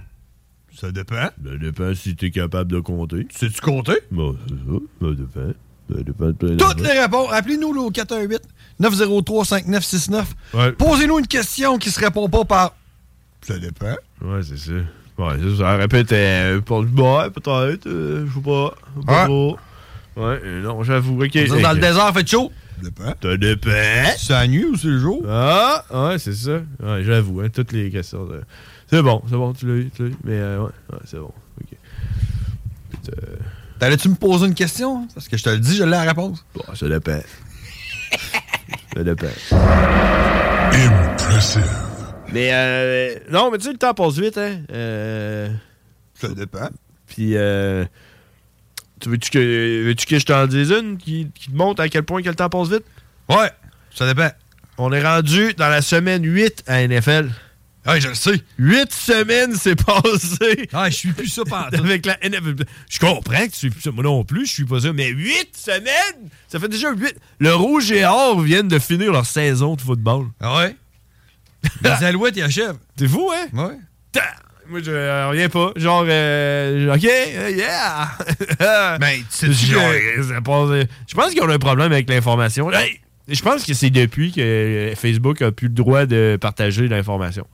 Ça dépend. Ben, Ça dépend si t'es capable de compter. Sais-tu compter? Bon, c'est ça. Ça dépend. Ça dépend de plein Toutes d'affaires. les réponses. Appelez-nous là, au 418-903-5969. Ouais. Posez-nous une question qui se répond pas par. Ça dépend. Ouais, c'est ça. Ouais, c'est ça. Répète, euh, pour le bois, peut-être. euh, je sais pas. Je sais pas Ouais. trop. Ouais, euh, non, j'avoue. Ok. Vous êtes dans le désert, fait chaud. Ça dépend. C'est la nuit ou c'est le jour? Ah, ouais, c'est ça. Ouais, j'avoue, hein, toutes les questions. de- C'est bon, c'est bon, tu l'as eu, tu l'as eu. Mais euh, ouais, ouais, c'est bon. Ok. euh, Putain. T'allais-tu me poser une question? Parce que je te le dis, je l'ai la réponse. Bon, ça dépend. ça dépend. Mais euh, non, mais tu sais, le temps passe vite, hein. Euh, Ça dépend. Puis, euh, tu veux-tu que, veux-tu que je t'en dise une qui, qui te montre à quel point que le temps passe vite? Ouais, ça dépend. On est rendu dans la semaine 8 à NFL. Ouais, je le sais. 8 semaines s'est passé. Ah, je suis plus ça par Avec la NFL. Je comprends que tu suis plus ça. Moi non plus, je suis pas ça. Mais 8 semaines! Ça fait déjà 8. Le Rouge et Or viennent de finir leur saison de football. Ah ouais? Les Alouettes, ils achèvent. T'es Ah. fou, hein? Ouais. Tain, Moi, je euh, reviens pas. Genre, euh, OK, euh, yeah! Mais c'est genre, euh, ça passe, euh, Je pense qu'on a un problème avec l'information. Hey! Je pense que c'est depuis que euh, Facebook a plus le droit de partager l'information.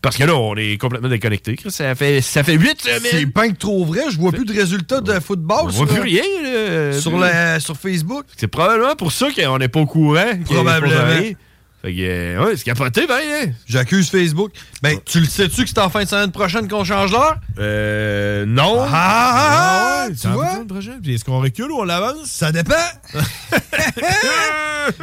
Parce que là, on est complètement déconnecté. Chris. Ça fait, ça fait 8 C'est semaines. pas que trop vrai. Je vois plus de résultats de football. On voit sur- euh, plus rien. là. Sur, la, sur Facebook. C'est probablement pour ça qu'on n'est pas au courant. qu'il y a- Probablement. Fait que, euh, ouais, c'est capoté, ben, hein? Ah. J'accuse Facebook. Ben, tu le sais-tu que c'est en fin de semaine prochaine qu'on change l'heure? Euh, non. Ah, ah, ah, ouais, tu c'est en vois? fin de prochaine. Puis est-ce qu'on recule ou on l'avance? Ça dépend.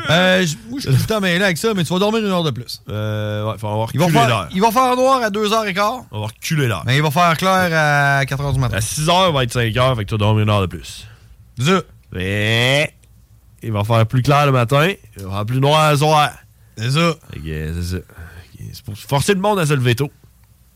euh, je- moi, je suis tout le temps mêlé avec ça, mais tu vas dormir une heure de plus. Euh, ouais, faut avoir Il va, reculé l'heure. faire, il va faire noir à 2h15, On va reculer l'heure. mais il va faire clair à 4h du matin. À 6h va être 5h, fait que tu vas dormir une heure de plus. Zut. Mais il va faire plus clair le matin, il va faire plus noir à soir. C'est ça. Fait que, euh, c'est ça. Fait que C'est pour forcer le monde à se lever tôt.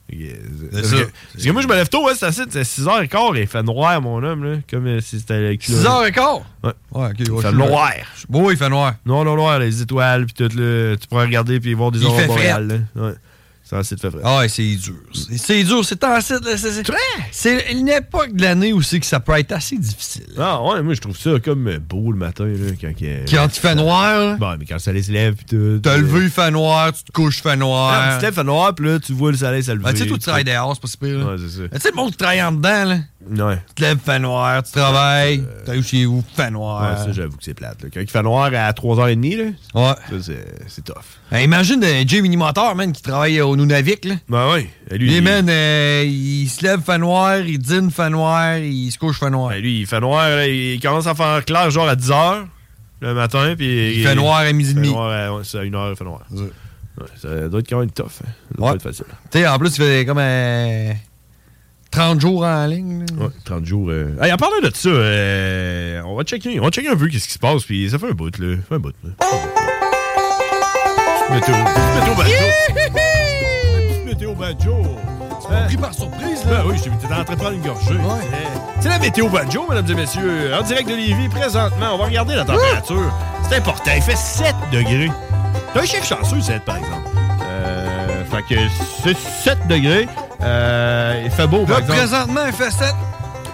Fait que, euh, C'est parce ça. que- Parce que moi, je me lève tôt, hein, c'est assez. C'est 6h15, il fait noir, mon homme, là, comme euh, si c'était le cul. 6h15? Ouais. Ouais, ok. Il ouais, fait je- noir. je- Bon, il fait noir. Noir, noir, noir, les étoiles, puis tout, là. Tu pourrais regarder, puis voir des Il fait aurores fret. boréales, là. Ouais. Ça, c'est de fait frais. Ah, ouais, c'est dur. C'est- C'est dur, c'est en site. là, c'est- c'est- C'est une époque de l'année où c'est que ça peut être assez difficile. Ah, ouais, moi, je trouve ça comme euh, beau le matin, là, quand il est- Quand il fait noir, Bon, mais quand le soleil se lève, puis tout. t'as euh, levé, il fait noir, tu te couches, il fait Ah, noir. tu te lèves, fait noir, puis là, tu vois le soleil se lever. Ah, tu sais, toi, tu travailles dehors, c'est pas si pire. là. Ouais, c'est ça. Mais Tu sais, le monde qui travaille en dedans, là. Ouais. Tu te lèves, fait noir, tu travailles, t'arrives chez vous, fait Euh, Ouais, noir. ça, j'avoue que c'est plate. là. Quand il fait noir à 3h30, là, Ouais. ça, c'est, c'est tough. Ben, imagine un Jay Minimoteur, man, qui travaille au Nunavik, là. Ben oui. Lui, Lui, il, man, euh, il se lève, fait noir, il dîne, fait noir, il se couche, fait noir. ben, lui, il fait noir, là, il commence à faire clair genre à 10h le matin, hein, puis... Il fait noir à midi Il fait et demi. noir à, ouais, c'est à 1h, il fait noir. Ouais. Ouais, ça doit être quand même tough. hein. Ça doit Ouais. pas être facile. Tu sais, en plus, il fait comme euh, 30 jours en ligne. là. Ouais, 30 jours. euh. Hey, en parlant de ça, euh, on va checker. On va checker un peu qu'est-ce qui se passe, puis ça fait un bout, là. Ça fait un bout, là. Petite Météo. Petite Météo banjo. Petite Météo banjo. Tu m'as pris par surprise, là. Ben oui, j'étais en train de prendre une gorgée. C'est- C'est la météo banjo, mesdames et messieurs. En direct de Lévis, présentement, on va regarder la température. C'est important, il fait 7 degrés. T'as un chef chanceux, 7, par exemple. Euh, fait que c'est 7 degrés. Euh, il fait beau, par Là, exemple. présentement, il fait 7.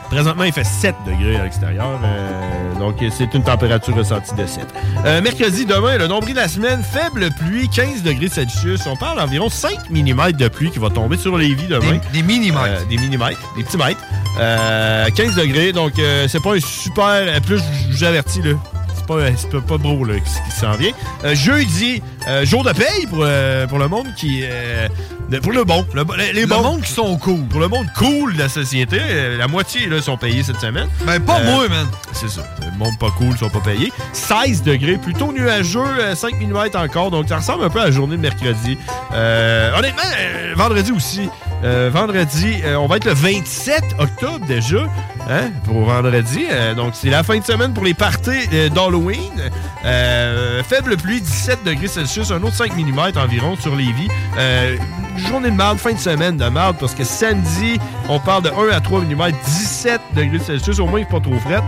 Présentement, il fait 7 degrés à l'extérieur. euh, donc, c'est une température ressentie de 7. Euh, mercredi, demain, le nombril de la semaine, faible pluie, 15 degrés Celsius. On parle d'environ 5 mm de pluie qui va tomber sur les vies demain. Des, des minimums. Euh, des millimètres, des petits mètres. Euh, 15 degrés, donc euh, c'est pas un super. euh, Plus, je vous avertis, là. C'est pas, c'est pas, pas beau là, ce qui s'en vient. Euh, jeudi, euh, jour de paye pour, euh, pour le monde qui. euh, de- pour le bon. Le, bon- les bons. monde qui sont cool. Pour le monde cool de la société, euh, la moitié là, sont payés cette semaine. Ben, pas moi, man. Euh, C'est ça. Le monde pas cool sont pas payés. 16 degrés, plutôt nuageux, euh, 5 mm encore. Donc, ça ressemble un peu à la journée de mercredi. Euh, honnêtement, euh, vendredi aussi. Euh, vendredi, euh, on va être le 27 octobre déjà, hein, pour vendredi. Euh, donc, c'est la fin de semaine pour les parties euh, d'Halloween. Euh, faible pluie, 17 degrés Celsius, un autre 5 mm environ sur Lévis. Euh, journée de marde, fin de semaine de marde, parce que samedi, on parle de 1 à 3 mm, 17 degrés Celsius, au moins il fait pas trop fret.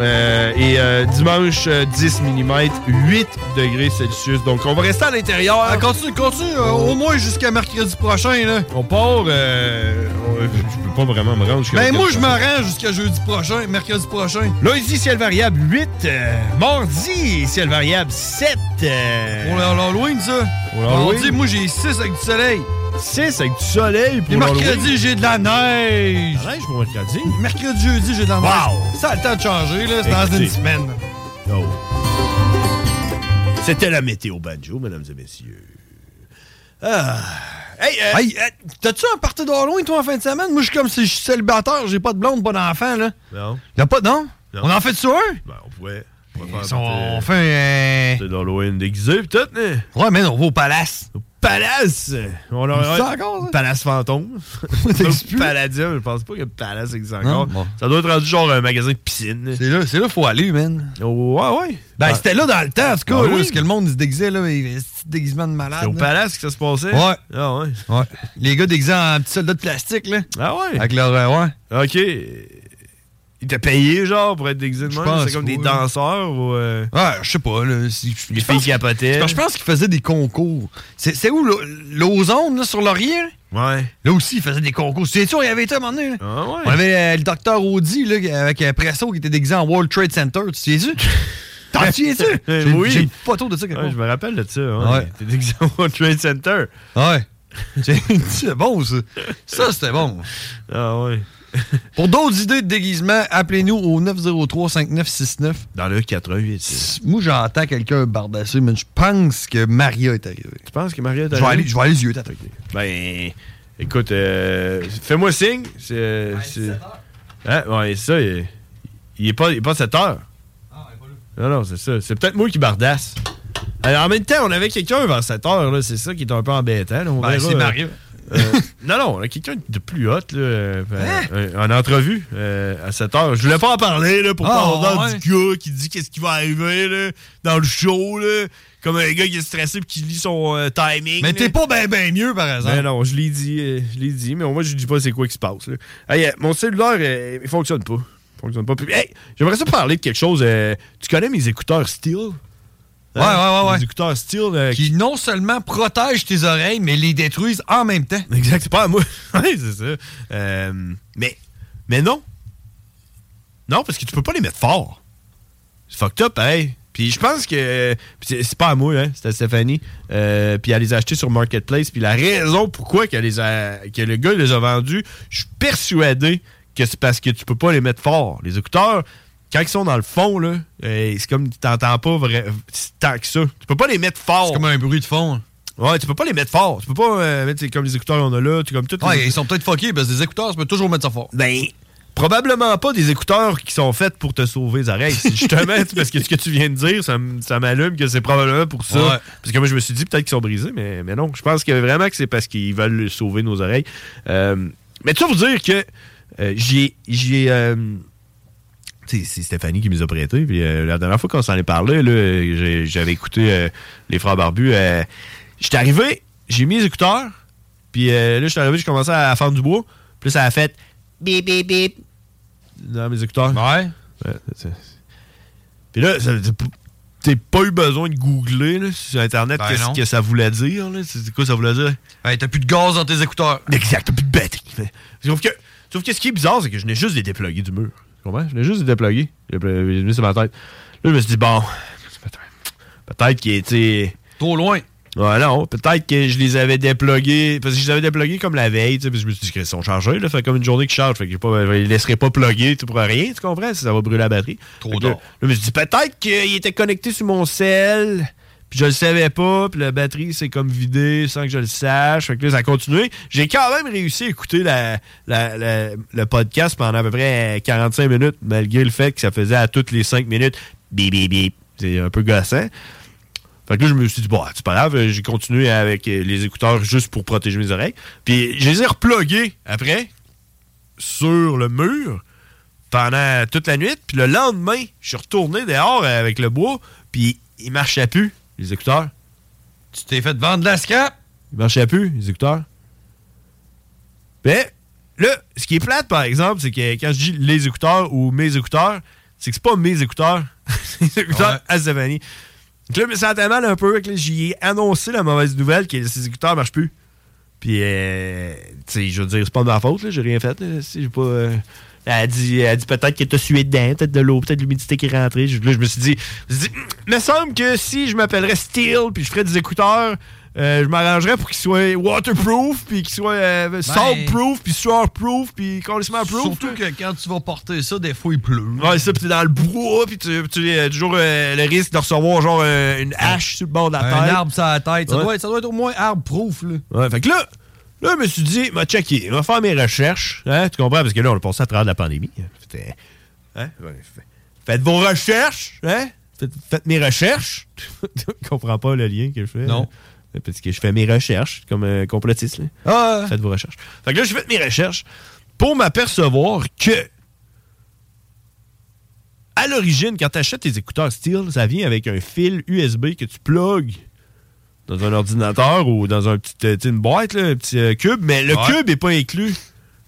Euh, et euh, dimanche, euh, 10 mm, 8 degrés Celsius. Donc, on va rester à l'intérieur. Ah, continue, continue, euh, au moins jusqu'à mercredi prochain, là. On part, euh, on- je peux pas vraiment me rendre jusqu'à Ben, moi, je me mercredi rends jusqu'à jeudi prochain, mercredi prochain. Lundi, ciel variable 8. euh, mardi, ciel variable 7. Euh, Pour l'Hall- l'Halloween, ça. Pour l'Halloween. Mardi, Ah, moi, j'ai 6 avec du soleil. 6 avec du soleil pour Et mercredi, l'Halloween. j'ai de la neige. La neige pour mercredi? Mercredi, jeudi, j'ai de la neige. Wow. Ça a le temps de changer, là. C'est dans Écoutez. une semaine. Oh. C'était la météo banjo, mesdames et messieurs. Ah. Hey, euh, Hey, euh, t'as-tu un party d'Halloween, toi, en fin de semaine? Moi, je suis comme si je suis célibataire, j'ai pas de blonde, pas d'enfant, là. Non. Y'a pas de nom? On en fait sur un? Ben, on pouvait. on pouvait Ils faire sont- un on petit- fait C'est l'Halloween déguisé, pis tout, hein? un... Ouais, mais on va au palace. Palace! On leur Ça encore, hein? ça? Palace fantôme. Palladium, je pense pas que Palace existe encore. Non, bon. Ça doit être rendu genre un magasin de piscine. hein. C'est là, c'est là, faut aller, man. ouais, ouais. Ben, Ah. c'était là dans le temps, en tout cas, Ah là, oui. parce que le monde, il se déguisait, là, il petit déguisement de malade. C'est au là. Palace que ça se passait? Ouais. Ah, ouais. Ouais. Les gars déguisés en petit soldat de plastique, là. Ah, ouais. Avec leur, euh, ouais. Ok. Ils t'ont payé, genre, pour être déguisé de Je même? pense C'est comme des pas, là. danseurs ou. euh, Ouais, je sais pas, là. c'est- je- Les je pense filles que- capotaient. Je pense qu'ils faisaient des concours. C'est c'est où, l'o- l'Ozone, là, sur Laurier? là? Ouais. Là aussi, ils faisaient des concours. Tu sais, il y avait été à un moment donné, là? Ah, ouais. On avait euh, le docteur Audi, là, avec euh, Presso, qui était déguisé en World Trade Center. Tu sais tu T'en souviens-tu? J'ai- oui. J'ai une photo de ça quelque Ouais, part. je me rappelle de ça. Ouais. Ouais. T'es déguisé au Trade Center. Ouais. J'ai- C'est bon, ça. Ça, c'était bon. Ah, ouais. Pour d'autres idées de déguisement, appelez-nous au 903-5969. Dans le 88. Moi, j'entends quelqu'un bardasser, mais je pense que Maria est arrivée. Tu penses que Maria Je vais aller, je vais aller les yeux tâter. Ben, écoute, euh, fais-moi signe. Ben, C'est. c'est- Hein? Ouais, c'est ça. Il, il est pas, il est pas 7 heures. Ah, Non, non, c'est ça. C'est peut-être moi qui bardasse. Alors, en même temps, on avait quelqu'un vers 7 heures, là. C'est ça qui est un peu embêtant. là. On Ben, verra, c'est euh, Mario. euh, non, non, on a quelqu'un de plus hot, là, euh, Hein? euh, en entrevue, euh, à 7 heures. Je voulais pas en parler, là, pour Ah, pas avoir ouais. du gars qui dit qu'est-ce qui va arriver, là, dans le show, là. Comme un gars qui est stressé et qui lit son euh, timing. Mais là. t'es pas ben ben mieux, par exemple. Ben non, je l'ai dit, euh, je l'ai dit, mais moi je dis pas c'est quoi qui se passe. là. Hey, euh, mon cellulaire, euh, il fonctionne pas. Il fonctionne pas. Puis, hey, j'aimerais ça parler de quelque chose. euh, tu connais mes écouteurs Steel? Hein? Ouais, ouais, ouais, ouais. Mes écouteurs Steel. euh, qui- Qui non seulement protègent tes oreilles, mais les détruisent en même temps. Exact, c'est pas à moi. ouais, c'est ça. Euh, mais, mais non. Non, parce que tu peux pas les mettre fort. C'est fucked up, hey. Puis je pense que. puis C'est c'est pas à moi, hein. C'est à Stéphanie. Euh, puis elle les a achetés sur Marketplace. Puis la raison pourquoi qu'elle les a- que le gars les a vendus, je suis persuadé que c'est parce que tu peux pas les mettre fort. Les écouteurs, quand ils sont dans le fond, là, euh, c'est comme tu t'entends pas vrai, tant que ça. Tu peux pas les mettre fort. C'est comme un bruit de fond. hein. Ouais, tu peux pas les mettre fort. Tu peux pas euh, mettre c'est comme les écouteurs qu'on a là, tu comme tout. Ouais, ils sont peut-être fuckés parce que des écouteurs, tu peux toujours mettre ça fort. Ben, probablement pas des écouteurs qui sont faits pour te sauver les oreilles. C'est Justement, tu- parce que ce que tu viens de dire, ça, m- ça m'allume que c'est probablement pour ça. Ouais. Parce que moi, je me suis dit peut-être qu'ils sont brisés, mais, mais non. Je pense que vraiment que c'est parce qu'ils veulent sauver nos oreilles. Euh, mais tu vous dire que euh, j'ai. j'ai euh, tu sais, c'est Stéphanie qui me les a prêtés. Puis euh, la dernière fois qu'on s'en est parlé, là, euh, j'ai- j'avais écouté euh, les frères barbus. euh, j'étais arrivé, j'ai mis les écouteurs, puis euh, là, j'étais arrivé, j'ai commencé à faire du bois. Puis là, ça a fait bip bip bip dans mes écouteurs. Ouais. c'est- c'est- Puis là, ça- c'est p- t'as pas eu besoin de googler là, sur Internet Ben non. qu'est-ce que ça voulait dire. là. C'est c'est quoi ça voulait dire? Hey, t'as plus de gaz dans tes écouteurs. Exact, t'as plus de batterie. Mais- Sauf que, sauf que ce qui est bizarre, c'est que je n'ai juste des déplugués du mur. Tu comprends? Je n'ai juste des déplugués. Je l'ai je l'ai mis sur ma tête. Là, je me suis dit, bon, peut-être qu'il était Trop loin. Ouais, non, peut-être que je les avais déplogués, parce que je les avais déplogués comme la veille, tu sais, puis je me suis dit qu'ils sont chargés, là, fait comme une journée qu'ils chargent, fait que j'ai pas- je les laisserai pas plugger, tu pour rien, tu comprends, si ça va brûler la batterie. Trop tard. Là, je me suis dit, peut-être qu'ils étaient connectés sur mon cell, puis je le savais pas, puis la batterie s'est comme vidée sans que je le sache, fait que là, ça a continué. J'ai quand même réussi à écouter la, la- la- le podcast pendant à peu près 45 minutes, malgré le fait que ça faisait à toutes les 5 minutes, bip, bip, bip, c'est un peu gossant. Fait que là, je me suis dit, bon, c'est pas grave, euh, j'ai continué avec euh, les écouteurs juste pour protéger mes oreilles. Puis je les ai replugués après sur le mur pendant toute la nuit. Puis le lendemain, je suis retourné dehors euh, avec le bois, puis ils marchaient plus, les écouteurs. Tu t'es fait vendre la scrap? Ils marchaient plus, les écouteurs. Mais là, ce qui est plate, par exemple, c'est que quand je dis les écouteurs ou mes écouteurs, c'est que c'est pas mes écouteurs, c'est les écouteurs à Stéphanie. Donc là, je me sentais mal un peu. que là, J'y ai annoncé la mauvaise nouvelle que ces écouteurs marchent plus. Puis, euh, tu sais, je veux dire, c'est pas de ma faute, là, j'ai rien fait. là, si j'ai pas, euh, elle a dit, elle a dit peut-être qu'elle t'a sué dedans, peut-être de l'eau, peut-être de l'humidité qui est rentrée. Je- Là, je me suis dit, je me suis dit, me semble que si je m'appellerais Steel puis je ferais des écouteurs, euh, je m'arrangerais pour qu'ils soient waterproof, puis qu'ils soient euh, soundproof, puis sureproof, puis conditionnement proof. Surtout que quand tu vas porter ça, des fois, il pleut. Ouais, ça, puis t'es dans le bois, puis tu, tu as toujours euh, le risque de recevoir genre euh, une hache sur le bord de la Un tête. arbre sur la tête. Ça, Ouais. doit, être, ça doit être au moins arbre proof, là. Ouais, fait que là, là, je me suis dit, m'a checké, m'a faire mes recherches. Hein, tu comprends? Parce que là, on a passé à travers la pandémie. C'était- hein, ouais, fait- Faites vos recherches, hein? Faites, faites mes recherches. tu comprends pas le lien que je fais? Non. Parce que je fais mes recherches comme un complotiste. là. Faites vos recherches. Fait que là, j'ai fait mes recherches pour m'apercevoir que à l'origine, quand tu achètes tes écouteurs Steel, ça vient avec un fil USB que tu plugues dans un ordinateur ou dans un petit, euh, tu sais, une boîte, là, un petit euh, cube, mais le Ouais. cube n'est pas inclus.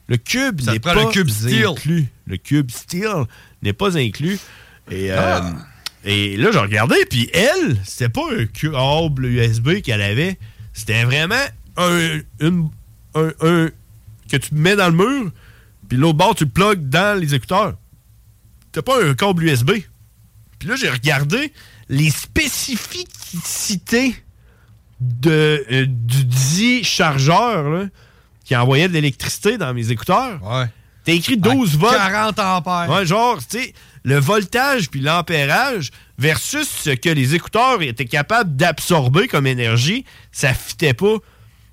Le cube Ça te n'est prend pas le cube Steel. inclus. Le cube Steel n'est pas inclus. Et, euh, Ah. et là, j'ai regardé, puis elle, c'était pas un câble USB qu'elle avait. C'était vraiment un, une- un- un que tu mets dans le mur, puis l'autre bord, tu le plugues dans les écouteurs. T'as pas un câble USB. Puis là, j'ai regardé les spécificités de, euh, du dit chargeur là, qui envoyait de l'électricité dans mes écouteurs. Ouais. T'as écrit 12 volts. 40 ampères. Ouais, genre, tu sais, le voltage puis l'ampérage versus ce que les écouteurs étaient capables d'absorber comme énergie, ça fitait pas.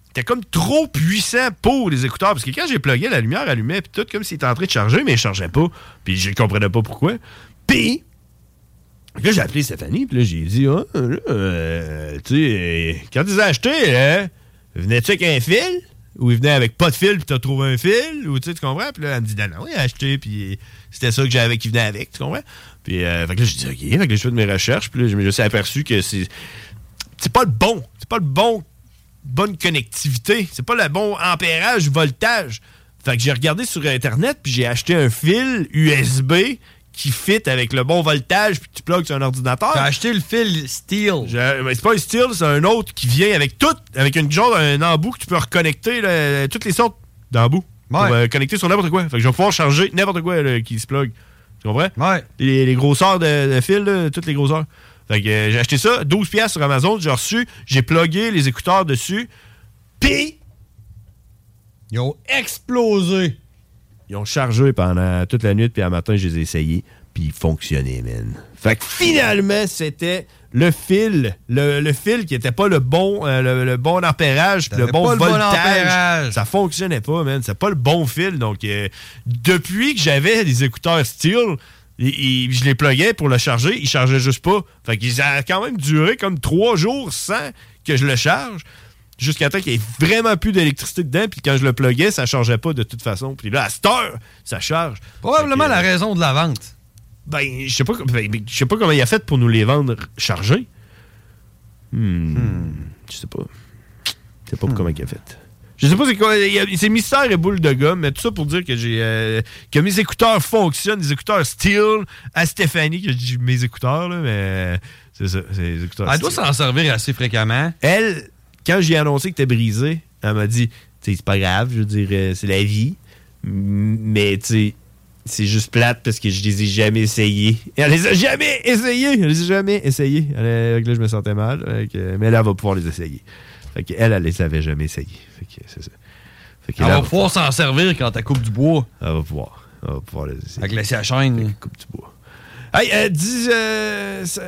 C'était comme trop puissant pour les écouteurs. Parce que quand j'ai plugué, la lumière allumait, puis tout, comme s'il était en train de charger, mais il chargeait pas. Puis je comprenais pas pourquoi. Puis, fait que Là, j'ai appelé Stéphanie, puis là, j'ai dit, ah, là, euh, tu sais, euh, quand tu les as achetés, là, hein, venais-tu avec un fil? Ou ils venaient avec pas de fil, puis t'as trouvé un fil? Ou tu sais, tu comprends? Puis là, elle me dit, non, non, il a acheté, puis c'était ça que j'avais qui venait avec, tu comprends? Puis, euh, fait que là, j'ai dit, OK, fait que là, je fais de mes recherches, puis là, je me suis aperçu que c'est. C'est pas le bon. C'est pas le bon bonne connectivité. C'est pas le bon ampérage, voltage. Fait que j'ai regardé sur Internet, puis j'ai acheté un fil USB qui fit avec le bon voltage, puis tu plugues sur un ordinateur. T'as acheté le fil steel. c'est pas un steel, c'est un autre qui vient avec tout, avec une genre un embout que tu peux reconnecter là, toutes les sortes d'embouts. Pour euh, connecter sur n'importe quoi. Fait que je vais pouvoir charger n'importe quoi là, qui se plug. Tu comprends? Ouais. Les, les grosseurs de, de fil, là, toutes les grosseurs. Fait que euh, j'ai acheté ça, 12 pièces sur Amazon, j'ai reçu, j'ai plugué les écouteurs dessus. Puis ils ont explosé. Ils ont chargé pendant toute la nuit, puis à matin, je les ai essayés, puis ils fonctionnaient, man. Fait que finalement, c'était le fil, le, le fil qui était pas le bon, euh, le, le bon ampérage, puis le T'avais bon pas le bon voltage. ampérage. ça fonctionnait pas, man. C'est pas le bon fil. Donc, euh, depuis que j'avais les écouteurs Steel, i- i- je les pluguais pour le charger, ils chargeaient juste pas. Fait qu'ils a quand même duré comme trois jours sans que je le charge jusqu'à temps qu'il n'y ait vraiment plus d'électricité dedans. Puis quand je le pluguais, ça ne changeait pas de toute façon. Puis là, à cette heure, ça charge. Probablement la raison de la vente. Ben, je sais pas, com- ben, ben, je sais pas comment il a fait pour nous les vendre chargés. Hmm. Je sais pas. Je sais Hmm. pas comment il a fait. Je sais pas c'est quoi. il y a- C'est mystère et boule de gomme, mais tout ça pour dire que j'ai euh, que mes écouteurs fonctionnent, les écouteurs Steel à Stéphanie, que je dis mes écouteurs, là, mais c'est ça, c'est les écouteurs Ah, Elle doit Steel. s'en servir assez fréquemment. Elle, quand j'ai annoncé que t'es brisé, elle m'a dit, tu sais, c'est pas grave, je veux dire, euh, c'est la vie. M- Mais, tu sais, c'est juste plate parce que je les ai jamais essayés. Et elle les a jamais essayés! Elle les a jamais essayés. Elle, euh, là, je me sentais mal. Fait que, euh, mais là, elle va pouvoir les essayer. Fait que, elle, elle les avait jamais essayés. Fait que, c'est ça. Fait que Ah On là, va pouvoir s'en servir quand t'as coupe du bois. Elle va pouvoir. Elle va pouvoir les essayer. Avec la scie à chaîne. Coupe du bois. Hey, euh, dix, euh, ça-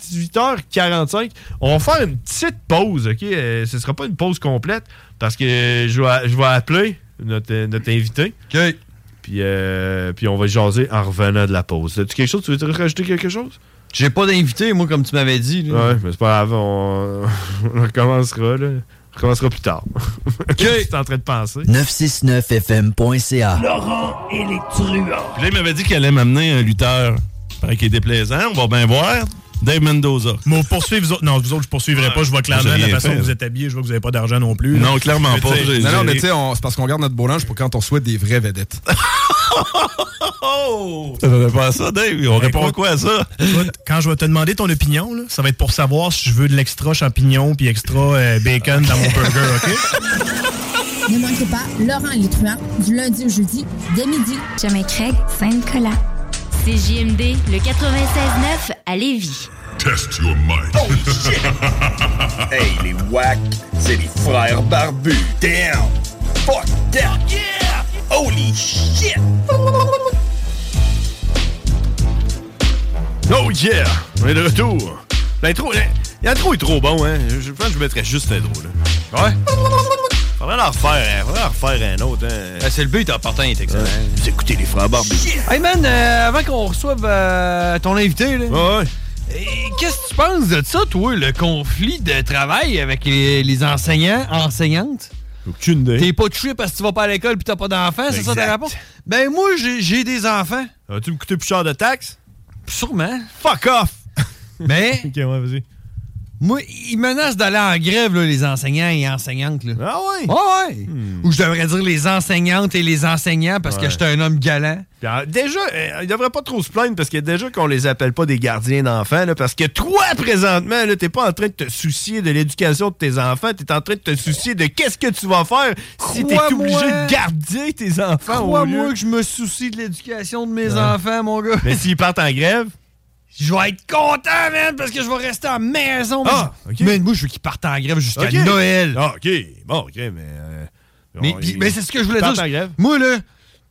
18h45. On va faire une petite pause, OK? Euh, ce sera pas une pause complète parce que je vais, je vais appeler notre, euh, notre invité. OK. Puis, euh, puis on va jaser en revenant de la pause. As-tu quelque chose? Tu veux te rajouter quelque chose? J'ai pas d'invité, moi, comme tu m'avais dit. Ouais, mais c'est pas grave. On, on recommencera, là. On recommencera plus tard. OK. tu en train de penser. 969fm.ca. Laurent et les truands. Puis là, il m'avait dit qu'elle allait m'amener un lutteur. Paraît qu'il était plaisant, on va bien voir. Dave Mendoza. Mais vous poursuivez, vous autres. Non, vous autres, je poursuivrai pas. Je vois clairement J'ai la rien façon fait, dont vous là. êtes habillé. Je vois que vous n'avez pas d'argent non plus. Non, clairement Mais pas. tu sais, J'ai- Non, non, j'ai- mais tu sais, on- c'est parce qu'on garde notre beau linge pour quand on souhaite des vraies vedettes. Oh! t'attendais pas à ça, Dave? On répond quoi à ça? Écoute, quand je vais te demander ton opinion, là, ça va être pour savoir si je veux de l'extra champignon puis extra euh, bacon dans mon burger, OK? Ne manquez pas Laurent Létruant du lundi au jeudi dès midi. Jamais Craig, Sainte-Colas. C'est JMD, le 96.9 à Lévis. Test your mind. Oh shit! hey, les wack, c'est les frères barbus. Damn! Fuck that! Yeah! Holy shit! Oh yeah! On est de retour! Ben, L'intro, l'intro est trop bon, hein? Je pense que je mettrais juste l'intro, là. Ouais? Faudrait en refaire, hein? Faudrait en refaire un autre, hein? Ben, c'est le but, en partant, il est excellent. Vous écoutez les frères Barbie. Hey man, euh, avant qu'on reçoive euh, ton invité, là, euh, qu'est-ce que tu penses de ça, toi, le conflit de travail avec les, les enseignants, enseignantes? Aucune idée. T'es pas touché parce que tu vas pas à l'école puis t'as pas d'enfants, c'est ça ta Exact. réponse? Ben moi, j'ai- j'ai des enfants. Vas-tu me coûter plus cher de taxes? Sûrement. Fuck off! Mais... ok, ouais, vas-y. Ben, Moi, ils menacent d'aller en grève, là, les enseignants et enseignantes. Là. Ah ouais? Hmm. Ouais, ouais. Ou je devrais dire les enseignantes et les enseignants parce Ouais. que j'étais un homme galant. Puis, euh, Déjà, euh, ils devraient pas trop se plaindre parce que déjà qu'on les appelle pas des gardiens d'enfants, là, parce que toi, présentement, là, t'es pas en train de te soucier de l'éducation de tes enfants, t'es en train de te soucier de qu'est-ce que tu vas faire si t'es Crois-moi- obligé de garder tes enfants Ah, au Crois-moi lieu. que je me soucie de l'éducation de mes Ouais. enfants, mon gars. Mais s'ils partent en grève, Je vais être content, man, parce que je vais rester à la maison. Ah, Mais je- Man, moi, je veux qu'ils partent en grève jusqu'à Ok. Noël. Ah, OK. Bon, OK, mais. euh, Mais, on- puis- ils- mais c'est ce que je voulais ils dire. partent en grève. Moi, là,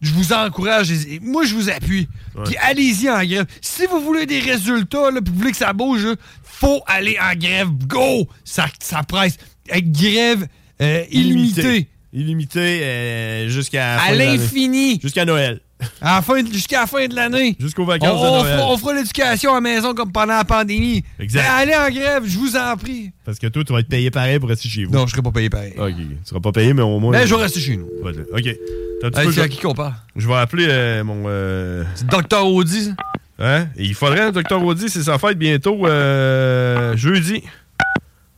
je vous encourage. et- et Moi, je vous appuie. Ouais. Puis allez-y en grève. Si vous voulez des résultats, là, puis vous voulez que ça bouge, là, faut aller en grève. Go! Ça, ça presse. Euh, grève euh, illimitée. Illimité euh, jusqu'à. la À fin de l'année. l'infini. Jusqu'à Noël. À la fin de- Jusqu'à la fin de l'année. Jusqu'aux vacances On, de on Noël. fera, on fera l'éducation à la maison comme pendant la pandémie. Exact. Mais allez en grève, je vous en prie. Parce que toi, tu vas être payé pareil pour rester chez vous. Non, je serai pas payé pareil. OK. Tu seras pas payé, mais au moins. Mais je vais rester chez nous. Ouais, OK. T'as un petit Hey, peu- c'est à qui qu'on parle? Je vais appeler euh, mon. C'est Docteur Audi, Hein? Et il faudrait, Docteur Audi, c'est sa fête bientôt, euh, jeudi.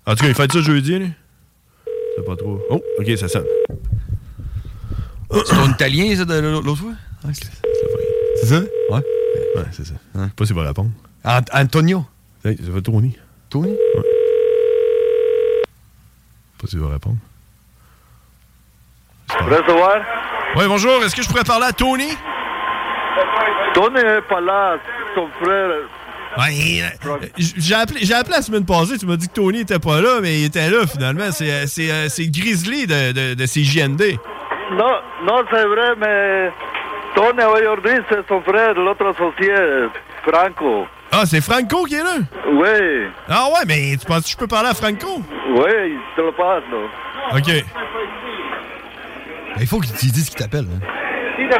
En tout cas, il fait ça jeudi, là. C'est pas trop. Oh, OK, ça sonne. C'est ton italien, ça, de l'autre fois? C'est ça? Ouais. Ouais, c'est ça. Je sais pas s'il va répondre. Antonio. Ça va Tony. Tony? Ouais. Je sais pas s'il va répondre. Recevoir. Oui, bonjour. Est-ce que je pourrais parler à Tony? Tony n'est pas là, ton frère. J- Euh, J'ai appelé, j'ai appelé la semaine passée, tu m'as dit que Tony était pas là, mais il était là finalement. C'est, euh, c'est, euh, c'est Grizzly de, de, de CJND. Non, non c'est vrai, mais Tony aujourd'hui, c'est son frère, l'autre associé, Franco. Ah, c'est Franco qui est là? Oui, Ah ouais, mais tu penses que je peux parler à Franco? oui, je te le passe. là. OK. Ben, Il faut que tu lui dises qu'il t'appelle. hein. Dis qu'il faut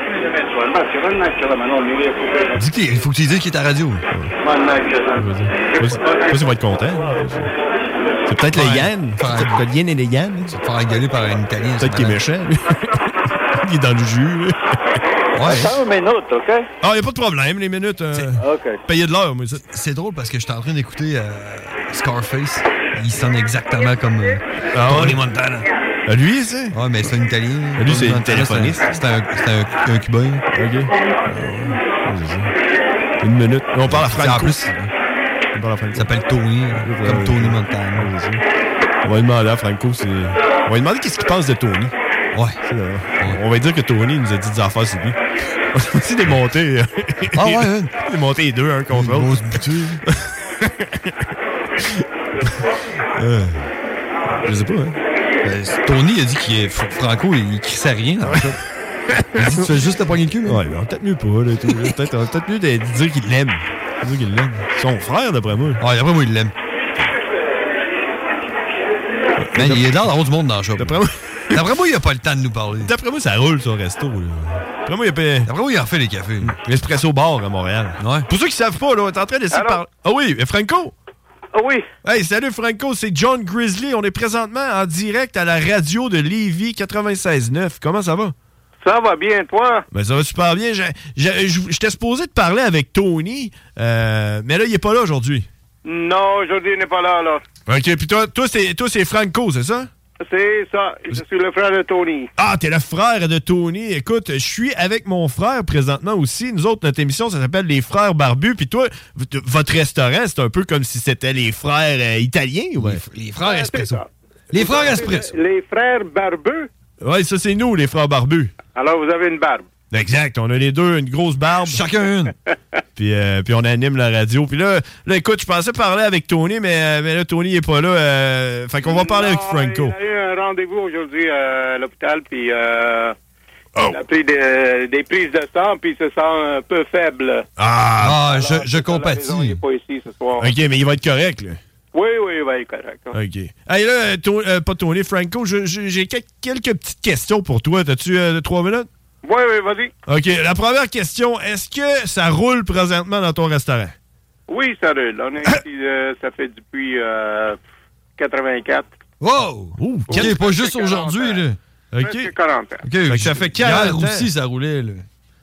que tu lui dises qu'il est à la radio. Je sais pas s'il va être content. C'est peut-être le Yann. C'est le Yann et le Yann. Tu te faire engueuler par un Italien. Peut-être qu'il est méchant. lui. il est dans le jus. Attends une minute, OK? Ah, il a pas de problème, les minutes. euh, Ah. Payez de l'heure, moi. ça. C'est drôle parce que je suis en train d'écouter euh, Scarface. Il sonne exactement comme euh, Ah ouais? Tony Montana. lui, c'est? Ouais, mais c'est un Italien. Lui, Tony c'est Montana, téléphoniste. C'est un, c'est un, c'est un- un Cubain. Une minute. On parle à Franco. En plus, il s'appelle Tony, comme Tony Montana. On va lui demander à Franco si- On va lui demander qu'est-ce qu'il pense de Tony. Ouais. On va lui dire que Tony nous a dit des affaires sur lui. C'est des montées. Ah ouais, hein? Des montées deux, un contre l'autre. Grosse butée. Je sais pas, hein. Ben, c'est- Tony a dit qu'il est fr- Franco, il il crissait rien dans le shop. Il dit, tu fais juste te pogner le cul, là. Hein? Ouais, mais on peut-être mieux pas, là. tout, là. Peut-être peut mieux de de dire qu'il l'aime. De dire qu'il l'aime. Son frère, d'après moi. Ah, d'après moi, il l'aime. Man, il est dans la du monde dans le shop. D'après moi... il a pas le temps de nous parler. D'après moi, ça roule, son resto, là. D'après moi, il a pas... D'après moi, il en fait les cafés. L'espresso bar à Montréal. Pour ceux qui savent pas, là, on est en train d'essayer de Allô? parler. Ah oui, euh, Franco? Ah oui. Hey, salut Franco, c'est John Grizzly. On est présentement en direct à la radio de Lévis 96.9. Comment ça va? Ça va bien, toi? Ben, ça va super bien. J'ai- j'ai- j- J'étais supposé de parler avec Tony, euh, mais là, il est pas là aujourd'hui. Non, aujourd'hui, il n'est pas là, là. OK, puis toi, toi c'est toi, c'est Franco, c'est ça? C'est ça. Je suis le frère de Tony. Ah, t'es le frère de Tony. Écoute, je suis avec mon frère présentement aussi. Nous autres, notre émission, ça s'appelle Les Frères Barbus. Puis toi, v- t- votre restaurant, c'est un peu comme si c'était les frères euh, italiens, ouais. Les frères Espresso. Les frères Espresso. Les frères barbus. Ouais, ça, c'est nous, les frères Barbus. Alors, vous avez une barbe. Exact, on a les deux, une grosse barbe. Chacun une. puis, euh, puis on anime la radio. Puis là, là écoute, je pensais parler avec Tony, mais, euh, mais là, Tony est pas là. euh, fait qu'on va parler avec Franco. Il a eu un rendez-vous aujourd'hui euh, à l'hôpital, puis euh, Oh. il a pris des, des prises de sang, puis il se sent un peu faible. Ah, je, je Raison, il n'est pas ici ce soir. OK, mais il va être correct, là. Oui, oui, oui, correct. OK. Hey, là, euh, To- euh, pas Tony, Franco, je- je- j'ai quel- quelques petites questions pour toi. T'as-tu euh, trois minutes? Oui, oui, vas-y. OK. La première question, est-ce que ça roule présentement dans ton restaurant? Oui, ça roule. On est ici, euh, ça fait depuis euh, 84. Wow! Oui, OK, pas presque juste 40 aujourd'hui, ans. là. Presque 40 ans. OK, ça fait 40 40 ans. aussi, ça roulait, là.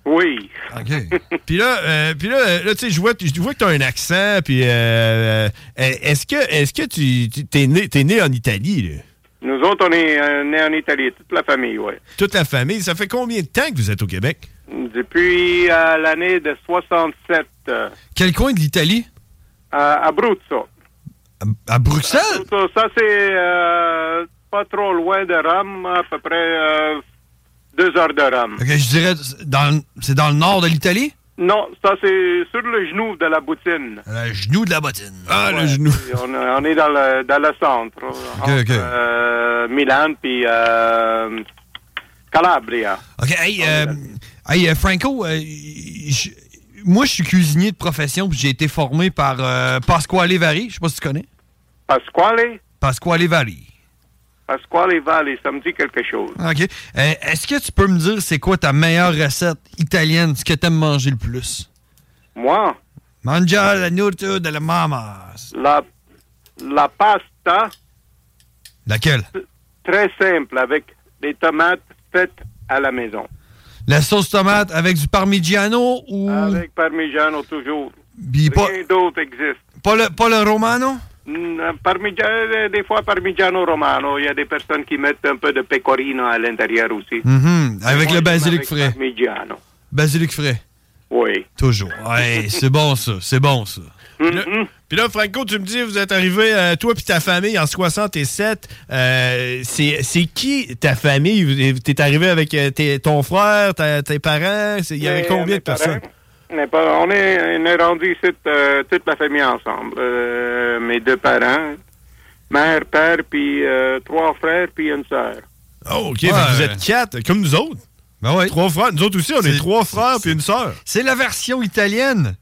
Oui. OK. Puis là, euh, puis là, euh, là tu sais, je vois, je vois que tu as un accent, puis euh, euh, est-ce que, est-ce que tu, tu- t'es né, t'es né en Italie, là? Nous autres, on est euh, nés en Italie, toute la famille, oui. Toute la famille, ça fait combien de temps que vous êtes au Québec? Depuis euh, l'année de 67, euh, Quel coin de l'Italie? à, à Abruzzo. À Bruxelles? Abruzzo, ça, c'est euh, pas trop loin de Rome, à peu près euh, deux heures de Rome. OK, je dirais, c'est dans le- c'est dans le nord de l'Italie? Non, ça, c'est sur le genou de la boutine. Le genou de la bottine. Ah, le genou. Et On, on est dans le, dans le centre, entre, ok. euh, Milan puis euh, Calabria. OK, hey, euh, hey, euh, Franco, euh, je- moi, je suis cuisinier de profession, puis j'ai été formé par euh, Pasquale Vari. Je sais pas si tu connais. Pasquale? Pasquale Vari. Pasquale Valley, ça me dit quelque chose. OK. Euh, Est-ce que tu peux me dire c'est quoi ta meilleure recette italienne, ce que t'aimes manger le plus? Moi, Mangia la nourriture de la mama. la, la pasta, Laquelle? très simple, avec des tomates faites à la maison. La sauce tomate avec du parmigiano ou Avec parmigiano toujours. Ah Puis pas- Rien d'autre existe. pas le, pas le romano? Mm, parmigiano- des fois, parmigiano romano, il y a des personnes qui mettent un peu de pecorino à l'intérieur aussi. Mhm, Avec Moi, le j'aime basilic avec frais. Parmigiano, Basilic frais. oui. Toujours. Ouais, c'est bon ça, c'est bon ça. Puis là, puis là, Franco, tu me dis, vous êtes arrivé, euh, toi puis ta famille, en 67. Euh, c'est c'est qui ta famille? Vous- T'es arrivé avec euh, tes- ton frère, ta- tes parents? c'est- Il y avait Mes- combien mes de personnes? Mais pas- On est, on est rendu ici, euh, toute la famille ensemble. Euh, mes deux parents, mère, père, puis euh, trois frères, puis une sœur. Oh, OK, fait que vous êtes quatre, comme nous autres. Trois frères. Nous autres aussi, on est, trois frères puis une sœur. Ben C'est la version italienne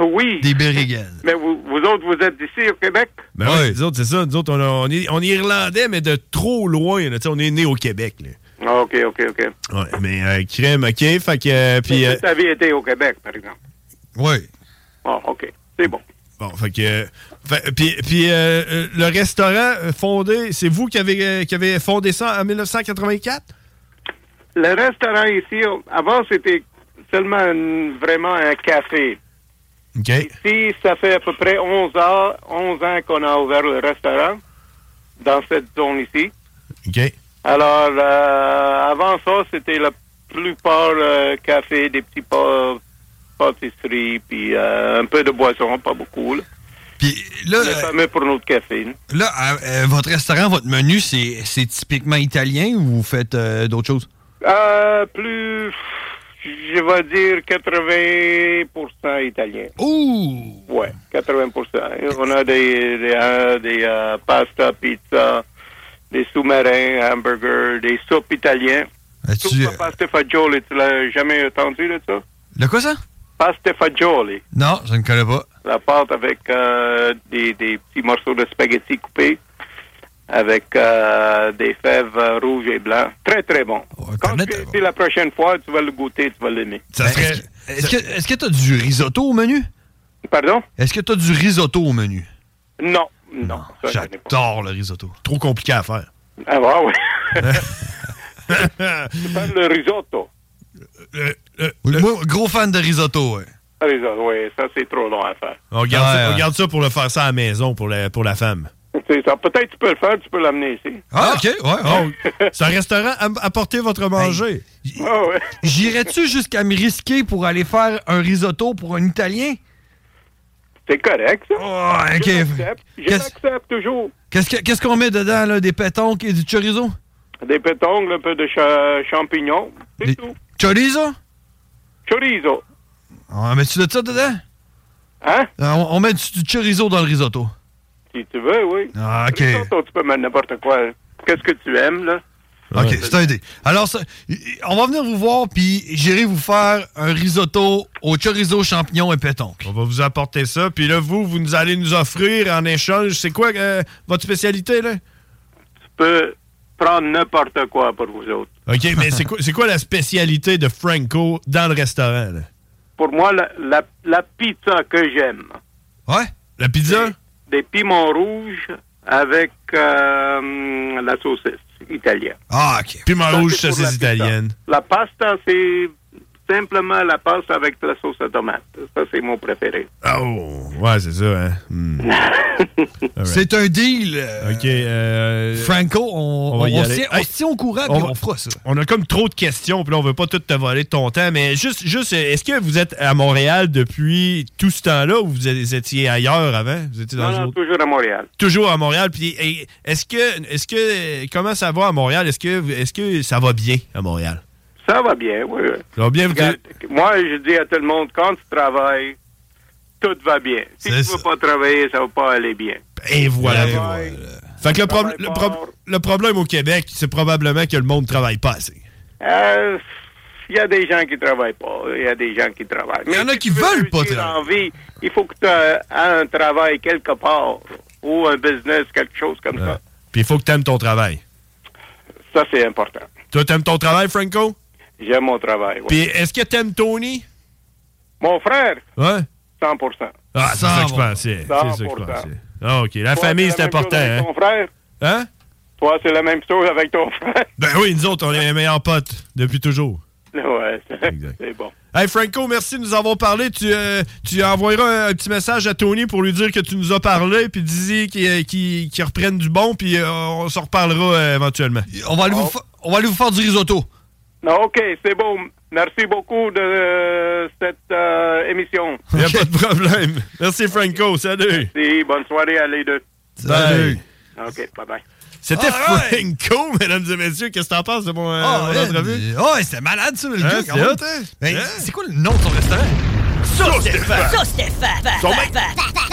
oui. des Berrigan. Mais vous, vous autres, vous êtes d'ici au Québec? Ben oui, nous autres, c'est ça. Nous autres, on, a- on est, on est Irlandais, mais de trop loin. là. Tu sais, On est né au Québec. là. Ah, OK, OK, OK. Ouais, mais euh, crème, OK. Fait que, euh, puis, euh, Vous aviez été au Québec, par exemple. Oui. Ah, OK. C'est bon. Bon, fait que. euh, fait- puis puis, euh, euh, le restaurant euh, fondé, c'est vous qui avez, euh, qui avez fondé ça en 1984? Le restaurant ici, on- avant, c'était seulement un- vraiment un café. OK. Ici, ça fait à peu près 11 ans, 11 ans qu'on a ouvert le restaurant dans cette zone ici. OK. Alors, euh, avant ça, c'était la plupart euh, café, des petits pa- pâtisseries, puis euh, un peu de boisson, pas beaucoup. Là. Puis là, euh, le fameux pour notre café. là. Là, à- euh, votre restaurant, votre menu, c'est c'est typiquement italien ou vous faites euh, d'autres choses? Euh, plus, je vais dire 80% italien. Ouh! Ouais, 80%. On a des, des, euh, des, euh, pasta, pizza, des sous-marins, hamburgers, des soupes italiens. As-tu- Soupe à pasta fagioli, tu l'as jamais entendu de ça? Le quoi ça? Pasta fagioli, Non, je ne connais pas. la pâte avec euh, des, des petits morceaux de spaghetti coupés avec euh, des fèves euh, rouges et blancs. Très, très bon. Quand tu es ici la prochaine fois, tu vas le goûter, tu vas l'aimer. Ben, Est-ce que est-ce que t'as du risotto au menu? Pardon? Est-ce que t'as du risotto au menu? Non, non. ça, je n'ai pas. J'adore le risotto. Trop compliqué à faire. Ah bah oui. Ben, tu parles le risotto. Oui, moi, gros fan de risotto, ouais. Ah, risotto, oui, ça c'est trop long à faire. On garde, Ouais, ça, on ouais. garde ça pour le faire ça à la maison, pour la, pour la femme. C'est ça. Peut-être tu peux le faire, tu peux l'amener ici. Ah, OK, ouais. C'est un restaurant, am- apportez votre manger. Ah ouais. J'irais-tu jusqu'à me risquer pour aller faire un risotto pour un Italien? Oh, C'est correct, ça. OK. Je l'accepte. Je Qu'est-ce- l'accepte toujours. Qu'est-ce que- qu'est-ce qu'on met dedans, là? Des pétonques et du chorizo? Des pétongles, un peu de cha- Euh, champignons. Des- Chorizo? Ah, Chorizo. On met-tu de ça dedans? Euh, Hein? On, on met du, du chorizo dans le risotto. Si tu veux, oui. Ah, OK. Risotto, tu peux mettre n'importe quoi. Qu'est-ce que tu aimes, là? OK, c'est un dé. Alors, ça- y- y- on va venir vous voir, puis j'irai vous faire un risotto au chorizo, champignon et pétonque. On va vous apporter ça. Puis là, vous, vous nous allez nous offrir en échange. C'est quoi euh, votre spécialité, là? Tu peux prendre n'importe quoi pour vous autres. OK, mais c'est quoi, c'est quoi la spécialité de Franco dans le restaurant, là? Pour moi, la, la, la pizza que j'aime, Ouais? La pizza? des piments rouges avec euh, hum, la saucisse italienne. Ah, OK. Piment Ça, rouge, c'est pour saucisse la pizza. italienne. La pasta, c'est simplement la pasta avec de la sauce à tomate. Ça, c'est mon préféré. Oh, ouais, c'est ça, hein? Hmm. Alright. C'est un deal. euh, OK. euh, Franco, on, on va y on aller. se tient- on Hey, se tient au courant, on puis va- on fera ça. On a comme trop de questions, puis là, on veut pas tout te voler de ton temps, mais juste, juste euh, est-ce que vous êtes à Montréal depuis tout ce temps-là ou vous êtes- étiez ailleurs avant? Vous étiez dans Non, une non, autre- toujours à Montréal. Toujours à Montréal. Puis et, est-ce que, est-ce que, comment ça va à Montréal? Est-ce que, est-ce que ça va bien à Montréal? Ça va bien, oui. oui. Ça va bien, vous Regarde, Moi, je dis à tout le monde, quand tu travailles, tout va bien. Si tu ne veux pas travailler, ça ne va pas aller bien. Et voilà. Et Fait que le, prob- le prob- le problème au Québec, c'est probablement que le monde travaille pas assez. Euh, Il y a des gens qui ne travaillent pas. Il y a des gens qui travaillent. Mais Il y en a qui si tu veux veulent pas réussir travailler. en vie, il faut que tu aies un travail quelque part ou un business, quelque chose comme ça. Puis il faut que t'aimes ton travail. Ça, c'est important. Toi, t'aimes ton travail, Franco? J'aime mon travail. ouais. Puis est-ce que t'aimes Tony? Mon frère, Ouais. 100 Ah, c'est ça que je pensais. C'est ça que je 100%. pensais. Ah, OK. La Toi, famille, c'est c'est la même important. chose avec Hein? ton frère? Hein? Toi, c'est la même chose avec ton frère. Ben oui, nous autres, on est les meilleurs potes depuis toujours. ouais, c'est- c'est bon. Hey Franco, merci de nous avoir parlé. Tu, euh, tu envoyeras un, un petit message à Tony pour lui dire que tu nous as parlé, puis dis-y qu'il euh, qu'il- qu'il reprenne du bon, puis euh, on s'en reparlera euh, éventuellement. On va, aller Oh. vous fa- on va aller vous faire du risotto. Non, OK, c'est bon. Merci beaucoup de euh, cette euh, émission. Il n'y a pas de problème. Merci Franco, salut. Merci, bonne soirée à les deux. Salut. OK, bye-bye. C'était Ah, Franco, mesdames et messieurs. Qu'est-ce que t'en penses de mon, euh, Ah, mon ouais, entrevue? euh, ouais, c'était malade, ça, le Hein, gars, c'est quand même. hot, hein? Ben, Hein? C'est quoi le nom de son restaurant? Sauce Stéphane. Ça, c'était fat. Son mec-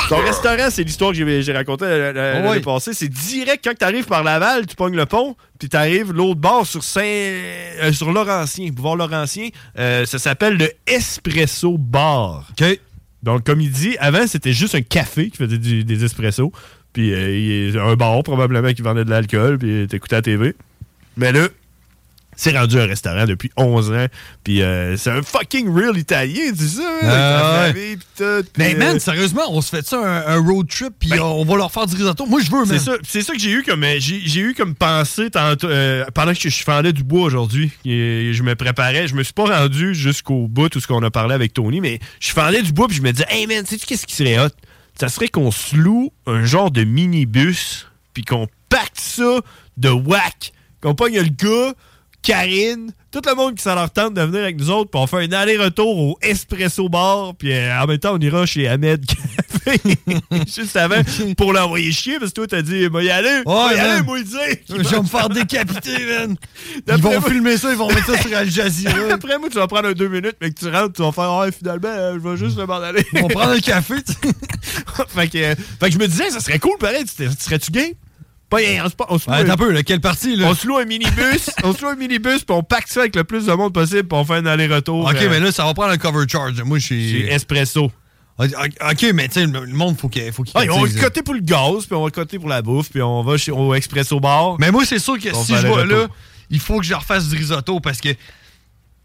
Ton restaurant, c'est l'histoire que j'ai- j'ai racontée la- la- l'année Oh oui. passée. C'est direct quand tu arrives par Laval, tu pognes le pont, puis tu arrives l'autre bord sur Saint, euh, sur Laurentien, boulevard Laurentien. Euh, ça s'appelle le Espresso Bar. Donc, comme il dit, avant, c'était juste un café qui faisait du- des espressos, puis euh, il- un bar probablement qui vendait de l'alcool, puis t'écoutais la TV. Mais là, c'est rendu un restaurant depuis 11 ans, puis euh, c'est un fucking real italien, dis ça, hein, Ah, avec la ouais. famille, puis tout, puis, Mais euh, man, sérieusement, on se fait ça un, un road trip, puis Ben. on va leur faire du risotto. Moi, je veux, man. C'est ça, c'est ça que j'ai eu comme euh, j'ai j'ai eu comme pensée tantôt, euh, pendant que je je fendais du bois aujourd'hui. et Je me préparais, je me suis pas rendu jusqu'au bout tout ce qu'on a parlé avec Tony, mais je fendais du bois puis je me disais, hey man, sais tu qu'est-ce qui serait hot Ça serait qu'on se loue un genre de minibus puis qu'on pacte ça de whack, qu'on pogne le gars, Karine, tout le monde qui ça leur tente de venir Ah, avec nous autres, puis on fait un aller-retour au espresso bar, puis euh, en même temps on ira chez Ahmed. arrivé juste avant pour l'envoyer chier parce que toi, t'as dit, moi y aller, Oh, moi y hein? man. aller, moi y dire. Je vais me faire décapiter, man. Ils D'après vont moi- filmer ça, ils vont mettre ça sur Al Jazeera. Après moi, tu vas prendre un deux minutes, mais que tu rentres, tu vas faire, ah, finalement, euh, je vais juste m'en aller. On va prendre un café, tu sais. fait, que, euh, fait que je me disais, ça serait cool, pareil. Tu t'es- tu Serais-tu gay? Pas, hein, on se, on se loue Attends un- un peu, là, quelle partie, là? On se loue un minibus, on se loue un minibus, puis on pack ça avec le plus de monde possible, puis on fait un aller-retour. Ok, euh, mais là, ça va prendre un cover charge. Moi, je suis. Chez Espresso. Ok, ok, mais tu sais, le le monde, faut qu'il faut qu'il Ah, on va cotise, là. coter pour le gaz, puis on va coter pour la bouffe, puis on va chez, au Expresso Bar. Mais moi, c'est sûr que On si fait je vois là, aller-retour. il faut que je refasse du risotto parce que.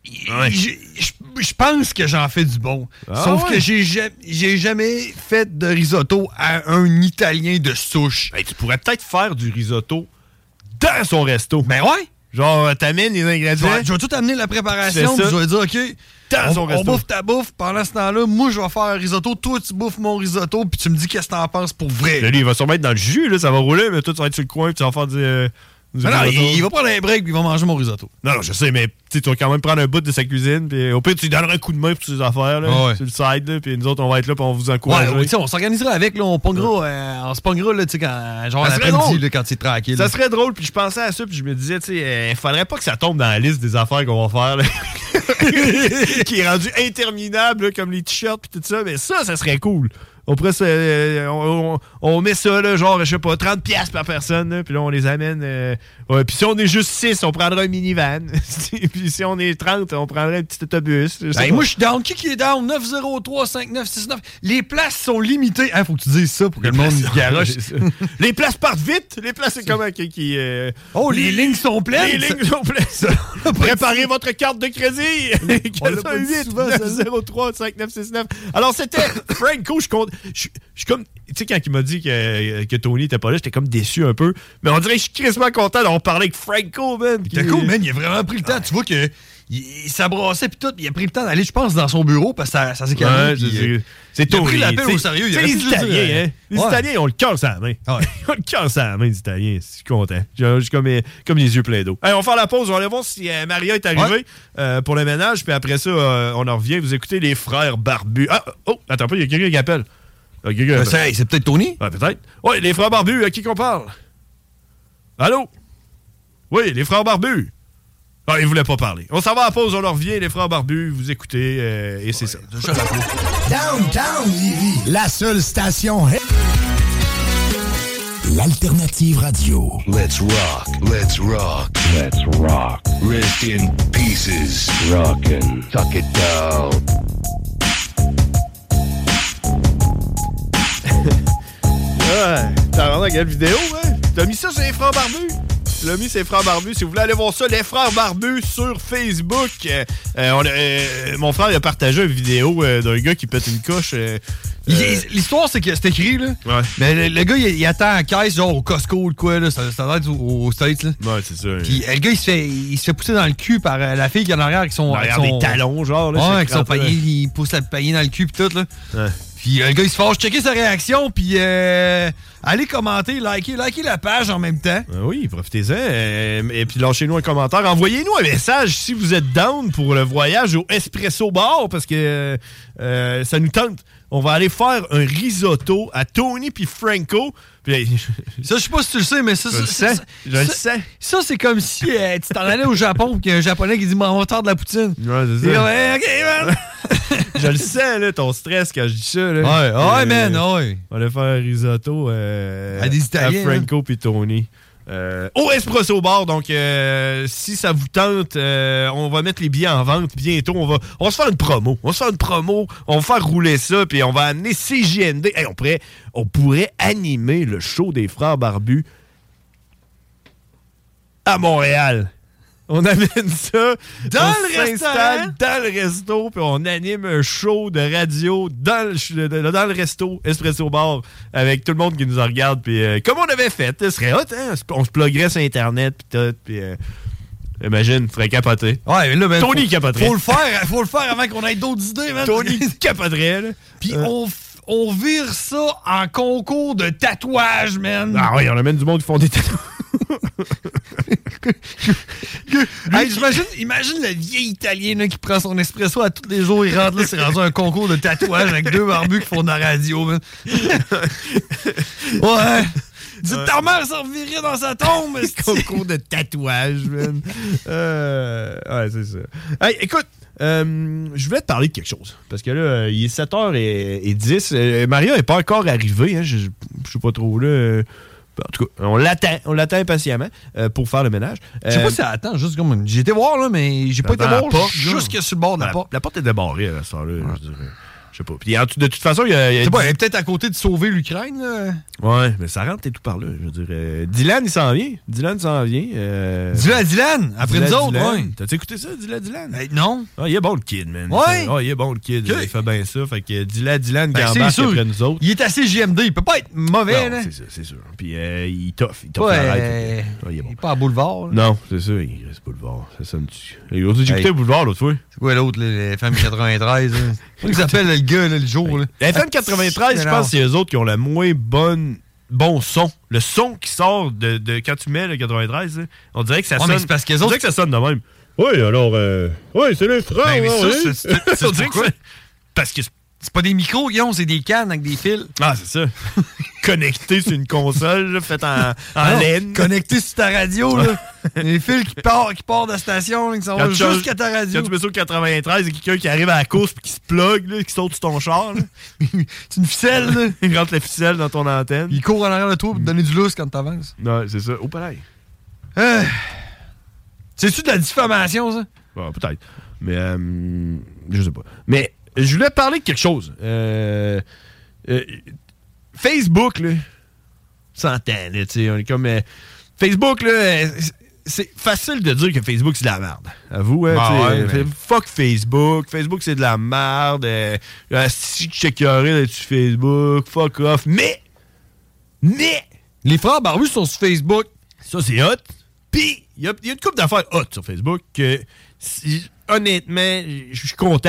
Je je- je pense que j'en fais du bon. Ah Sauf ouais? que j'ai ja- j'ai jamais fait de risotto à un Italien de souche. tu pourrais peut-être faire du risotto dans son resto. Ben ouais! Genre, euh, t'amènes les ingrédients. Je vais- je vais tout amener la préparation, C'est ça. puis je vais dire, OK, Dans on, son on resto. bouffe ta bouffe, pendant ce temps-là, moi, je vais faire un risotto, toi, tu bouffes mon risotto, puis tu me dis qu'est-ce que t'en penses pour vrai. Là, lui, il va sûrement être dans le jus, là, ça va rouler, mais toi, tu vas être sur le coin, puis tu vas faire du. euh, du Mais non, risotto. il, il va prendre un break, puis il va manger mon risotto. Non, non, je sais, mais tu sais, tu vas quand même prendre un bout de sa cuisine, puis au pire, tu lui donneras un coup de main pour ses affaires, là, Ah ouais. sur le side, là, puis nous autres, on va être là, puis on va vous Ouais, encourage. ouais, tu sais, on s'organisera avec, là, on pongera, euh, on se pongera, là, tu sais, quand, euh, genre, Ça serait l'après-midi, drôle. là, quand c'est tranquille. Ça serait drôle, puis je pensais à ça, puis je me disais, tu sais, euh, faudrait pas que ça tombe dans la liste des affaires qu'on va faire, là. qui est rendu interminable, là, comme les t-shirts, puis tout ça, mais ça, ça serait cool. On, pourrait se- euh, on, on- on met ça, là, genre, je sais pas, 30 piastres par personne, là, puis là, on les amène. euh, ouais, puis si on est juste 6, on prendra un minivan. puis si on est 30, on prendra un petit autobus. Je sais Ben, pas. moi, je suis down. Qui qui est down? 903-5969. Les places sont limitées. Hein, faut que tu dises ça pour que le monde places se sont- garoche. les places partent vite. Les places, c'est comment qui. qui, euh, Oh, les lignes sont pleines. Les lignes sont pleines. Préparez votre carte de crédit. On l'a pas dit 418 souvent, ça. 903 5969. Alors, c'était Franco. Je compte. Je je suis comme. Tu sais, quand il m'a dit que, que Tony était pas là, j'étais comme déçu un peu. Mais on dirait que je suis crissement content d'avoir parlé avec Franco, man. Ah. T'es cool, man. Il a vraiment pris le temps. Tu vois que. Il, il s'abrassait pis tout, il a pris le temps d'aller, je pense, dans son bureau parce que ça, ça s'est calmé. Ouais, puis, c'est- euh, c'est Il a Tony, pris l'appel tu sais. au sérieux. Il Tu sais, les aurait pu le dire, Italiens, hein. Les Ouais. Ah Italiens, ils ont le cœur sur la main. Ils ont le cœur sur la main, les Italiens. Je suis content. Je suis comme, comme les yeux pleins d'eau. Hey, on va faire la pause. On va aller voir si euh, Maria est arrivée euh, pour le ménage. Puis après ça, euh, on en revient. Vous écoutez les frères barbus. Ah, oh, attends pas, il y a quelqu'un qui appelle. Ah, quelqu'un appelle. Ben, c'est- c'est peut-être Tony? Ouais, peut-être. Oui, les frères barbus, à qui qu'on parle? Allô? Oui, les frères barbus. Ah, ils voulaient pas parler. On s'en va à la pause, on en revient, les frères barbus, vous écoutez, euh, et c'est ça. Downtown Livy, la seule station hip. L'alternative radio. Let's rock. Let's rock. Let's rock. Rest in pieces. Rockin'. Tuck it down. Ouais, t'as vraiment quelle vidéo, ouais? T'as mis ça sur les frères barbus? Tu l'as mis sur les frères barbus. Si vous voulez aller voir ça, les frères barbus sur Facebook. Euh, euh, on a- euh, mon frère il a partagé une vidéo euh, d'un gars qui pète une coche. euh, Il- euh, L'histoire, c'est que c'est écrit, là. Mais le, le gars, il, il attend en caisse, genre au Costco ou de quoi, là. Ça, ça doit être au, au States, là. Ouais, c'est ça. Puis euh, le gars, il se, fait, il se fait pousser dans le cul par euh, la fille qui est en arrière avec son. Derrière avec son- des talons, genre, là, Ouais, c'est avec son crampé, panier, là. il pousse le panier dans le cul, puis tout, là. Ouais. Puis euh, le gars, il se fâche. Checkez sa réaction, puis euh, allez commenter, liker, liker la page en même temps. Ben oui, profitez-en. euh, et puis lâchez-nous un commentaire. Envoyez-nous un message si vous êtes down pour le voyage au Espresso Bar parce que euh, ça nous tente. On va aller faire un risotto à Tony puis Franco. ça, je sais pas si tu le sais, mais ça, je le ça- sais. ça- Je le ça- sais. Ça, c'est comme si euh, tu t'en allais au Japon, qu'il y a un Japonais qui dit M'en va faire de la poutine. Ouais, c'est Il est ça. comme, Hey, ok, man. je le sais, là, ton stress quand je dis ça. Là. Euh, Ouais, ouais, man, ouais. On allait faire un risotto euh, À des Italiens, hein. Franco puis Tony. Euh, au Espresso Bar, donc euh, si ça vous tente, euh, on va mettre les billets en vente bientôt. On va, on va se faire une promo. On va se faire une promo. On va faire rouler ça, puis on va amener CJND. Hey, on, pourrait, on pourrait animer le show des frères barbus à Montréal. On amène ça Dans on le restaurant. s'installe dans le resto, puis on anime un show de radio dans le, ch- de- dans le resto Espresso Bar avec tout le monde qui nous en regarde. Puis euh, comme on avait fait, ce serait hot, hein? On se- On se pluguerait sur Internet, puis tout, puis euh, imagine, ferait capoter. Ouais, mais là, ben, Tony faut- capoterait. Faut le faire, faut le faire avant qu'on ait d'autres idées, man. Tony capoterait, là. Puis on, f- on vire ça en concours de tatouage, man. Ah oui, on amène du monde qui font des tatouages. Hey, j'imagine, imagine le vieil Italien là, qui prend son espresso à tous les jours, il rentre là, c'est rendu un concours de tatouage avec deux barbus qui font de la radio. man. ouais. Dites ta mère s'en revirait dans sa tombe. Concours de tatouage, man. Euh, ouais, c'est ça. Hey, écoute, euh, je voulais te parler de quelque chose. Parce que là, euh, il est 7h10. Euh, Maria n'est pas encore arrivée. hein, je ne sais pas trop là. euh, en tout cas, on l'attend. On l'attend impatiemment euh, pour faire le ménage. Euh, Je sais pas si elle attend, juste comme. J'ai été voir, là, mais j'ai pas été voir. Jusqu'à sur le bord de la, porte. La porte est débarrée à ce là je dirais. Je sais pas. Puis en tout- de toute façon, il y a. il y a Euh, C'est pas, elle est peut-être à côté de sauver l'Ukraine, là. Ouais, mais ça rentre et tout par là. Je dirais. Dylan, il s'en vient. Dylan s'en vient. euh, Dylan, Dylan, après Dylan, nous autres, Dylan. ouais. Ben, T'as-tu écouté ça, Dylan, Dylan? non. Ah, il est bon le kid, man. Ouais. Ah, il est bon le kid. Il fait bien ça. Fait que Dylan, Dylan, Ben, qui c'est embarque sûr. après nous autres. Il est assez JMD, il peut pas être mauvais, Non, là. c'est ça, c'est sûr. Puis euh, il est tough. Il est tough Ouais, euh, la raide. Ah, il est Il bon. est pas à boulevard, là. Non, c'est ça, il reste boulevard. Ça sonne dessus. Aujourd'hui, j'écoutais boulevard l'autre fois. C'est quoi l'autre, là, le FM 93? là? Comment il s'appelle, là, le gars, là, le jour? Là? La FM 93, je pense que c'est eux autres qui ont la moins bonne bon son. Le son qui sort de, de- quand tu mets le 93, là, on dirait que ça Ouais, mais sonne. c'est parce qu'eux on dirait autres- que ça sonne de même. Oui, alors euh, Oui, c'est les frères. hein, Ben, mais ça, ouais, c'est- ouais. c'est- c'est On dirait que pourquoi? ça- Parce que C'est pas des micros, Guillaume, c'est des cannes avec des fils. Ah, c'est ça. connecté sur une console là, faite en, en Ah non, laine. Ah. Connecté sur ta radio, là. Les fils qui partent, qui partent de la station, là, qui s'en vont tu changes- jusqu'à ta radio. quand tu mets ça au 93, il y a quelqu'un qui arrive à la course puis qui se plug, là, qui saute sur ton char. c'est une ficelle. il rentre la ficelle dans ton antenne. Il court en arrière de toi pour te donner du lousse quand t'avances. Non, c'est ça. Oh, Au palais. Euh, C'est-tu de la diffamation, ça? Ouais, peut-être. Mais euh, je sais pas. Mais je voulais parler de quelque chose. Euh, euh, Facebook, là. S'entend, là, tu sais. On est comme. euh, Facebook, là. euh, C'est facile de dire que Facebook, c'est de la merde. Avoue, hein, Ben tu sais, ouais, fait- mais- Fuck Facebook. Facebook, c'est de la merde. euh, euh, si tu checkerais là, sur Facebook, fuck off. Mais. Mais. Les frères barbus sont sur Facebook. Ça, c'est hot. Puis, il y a, il y a une couple d'affaires hot sur Facebook que, si- honnêtement, je suis content.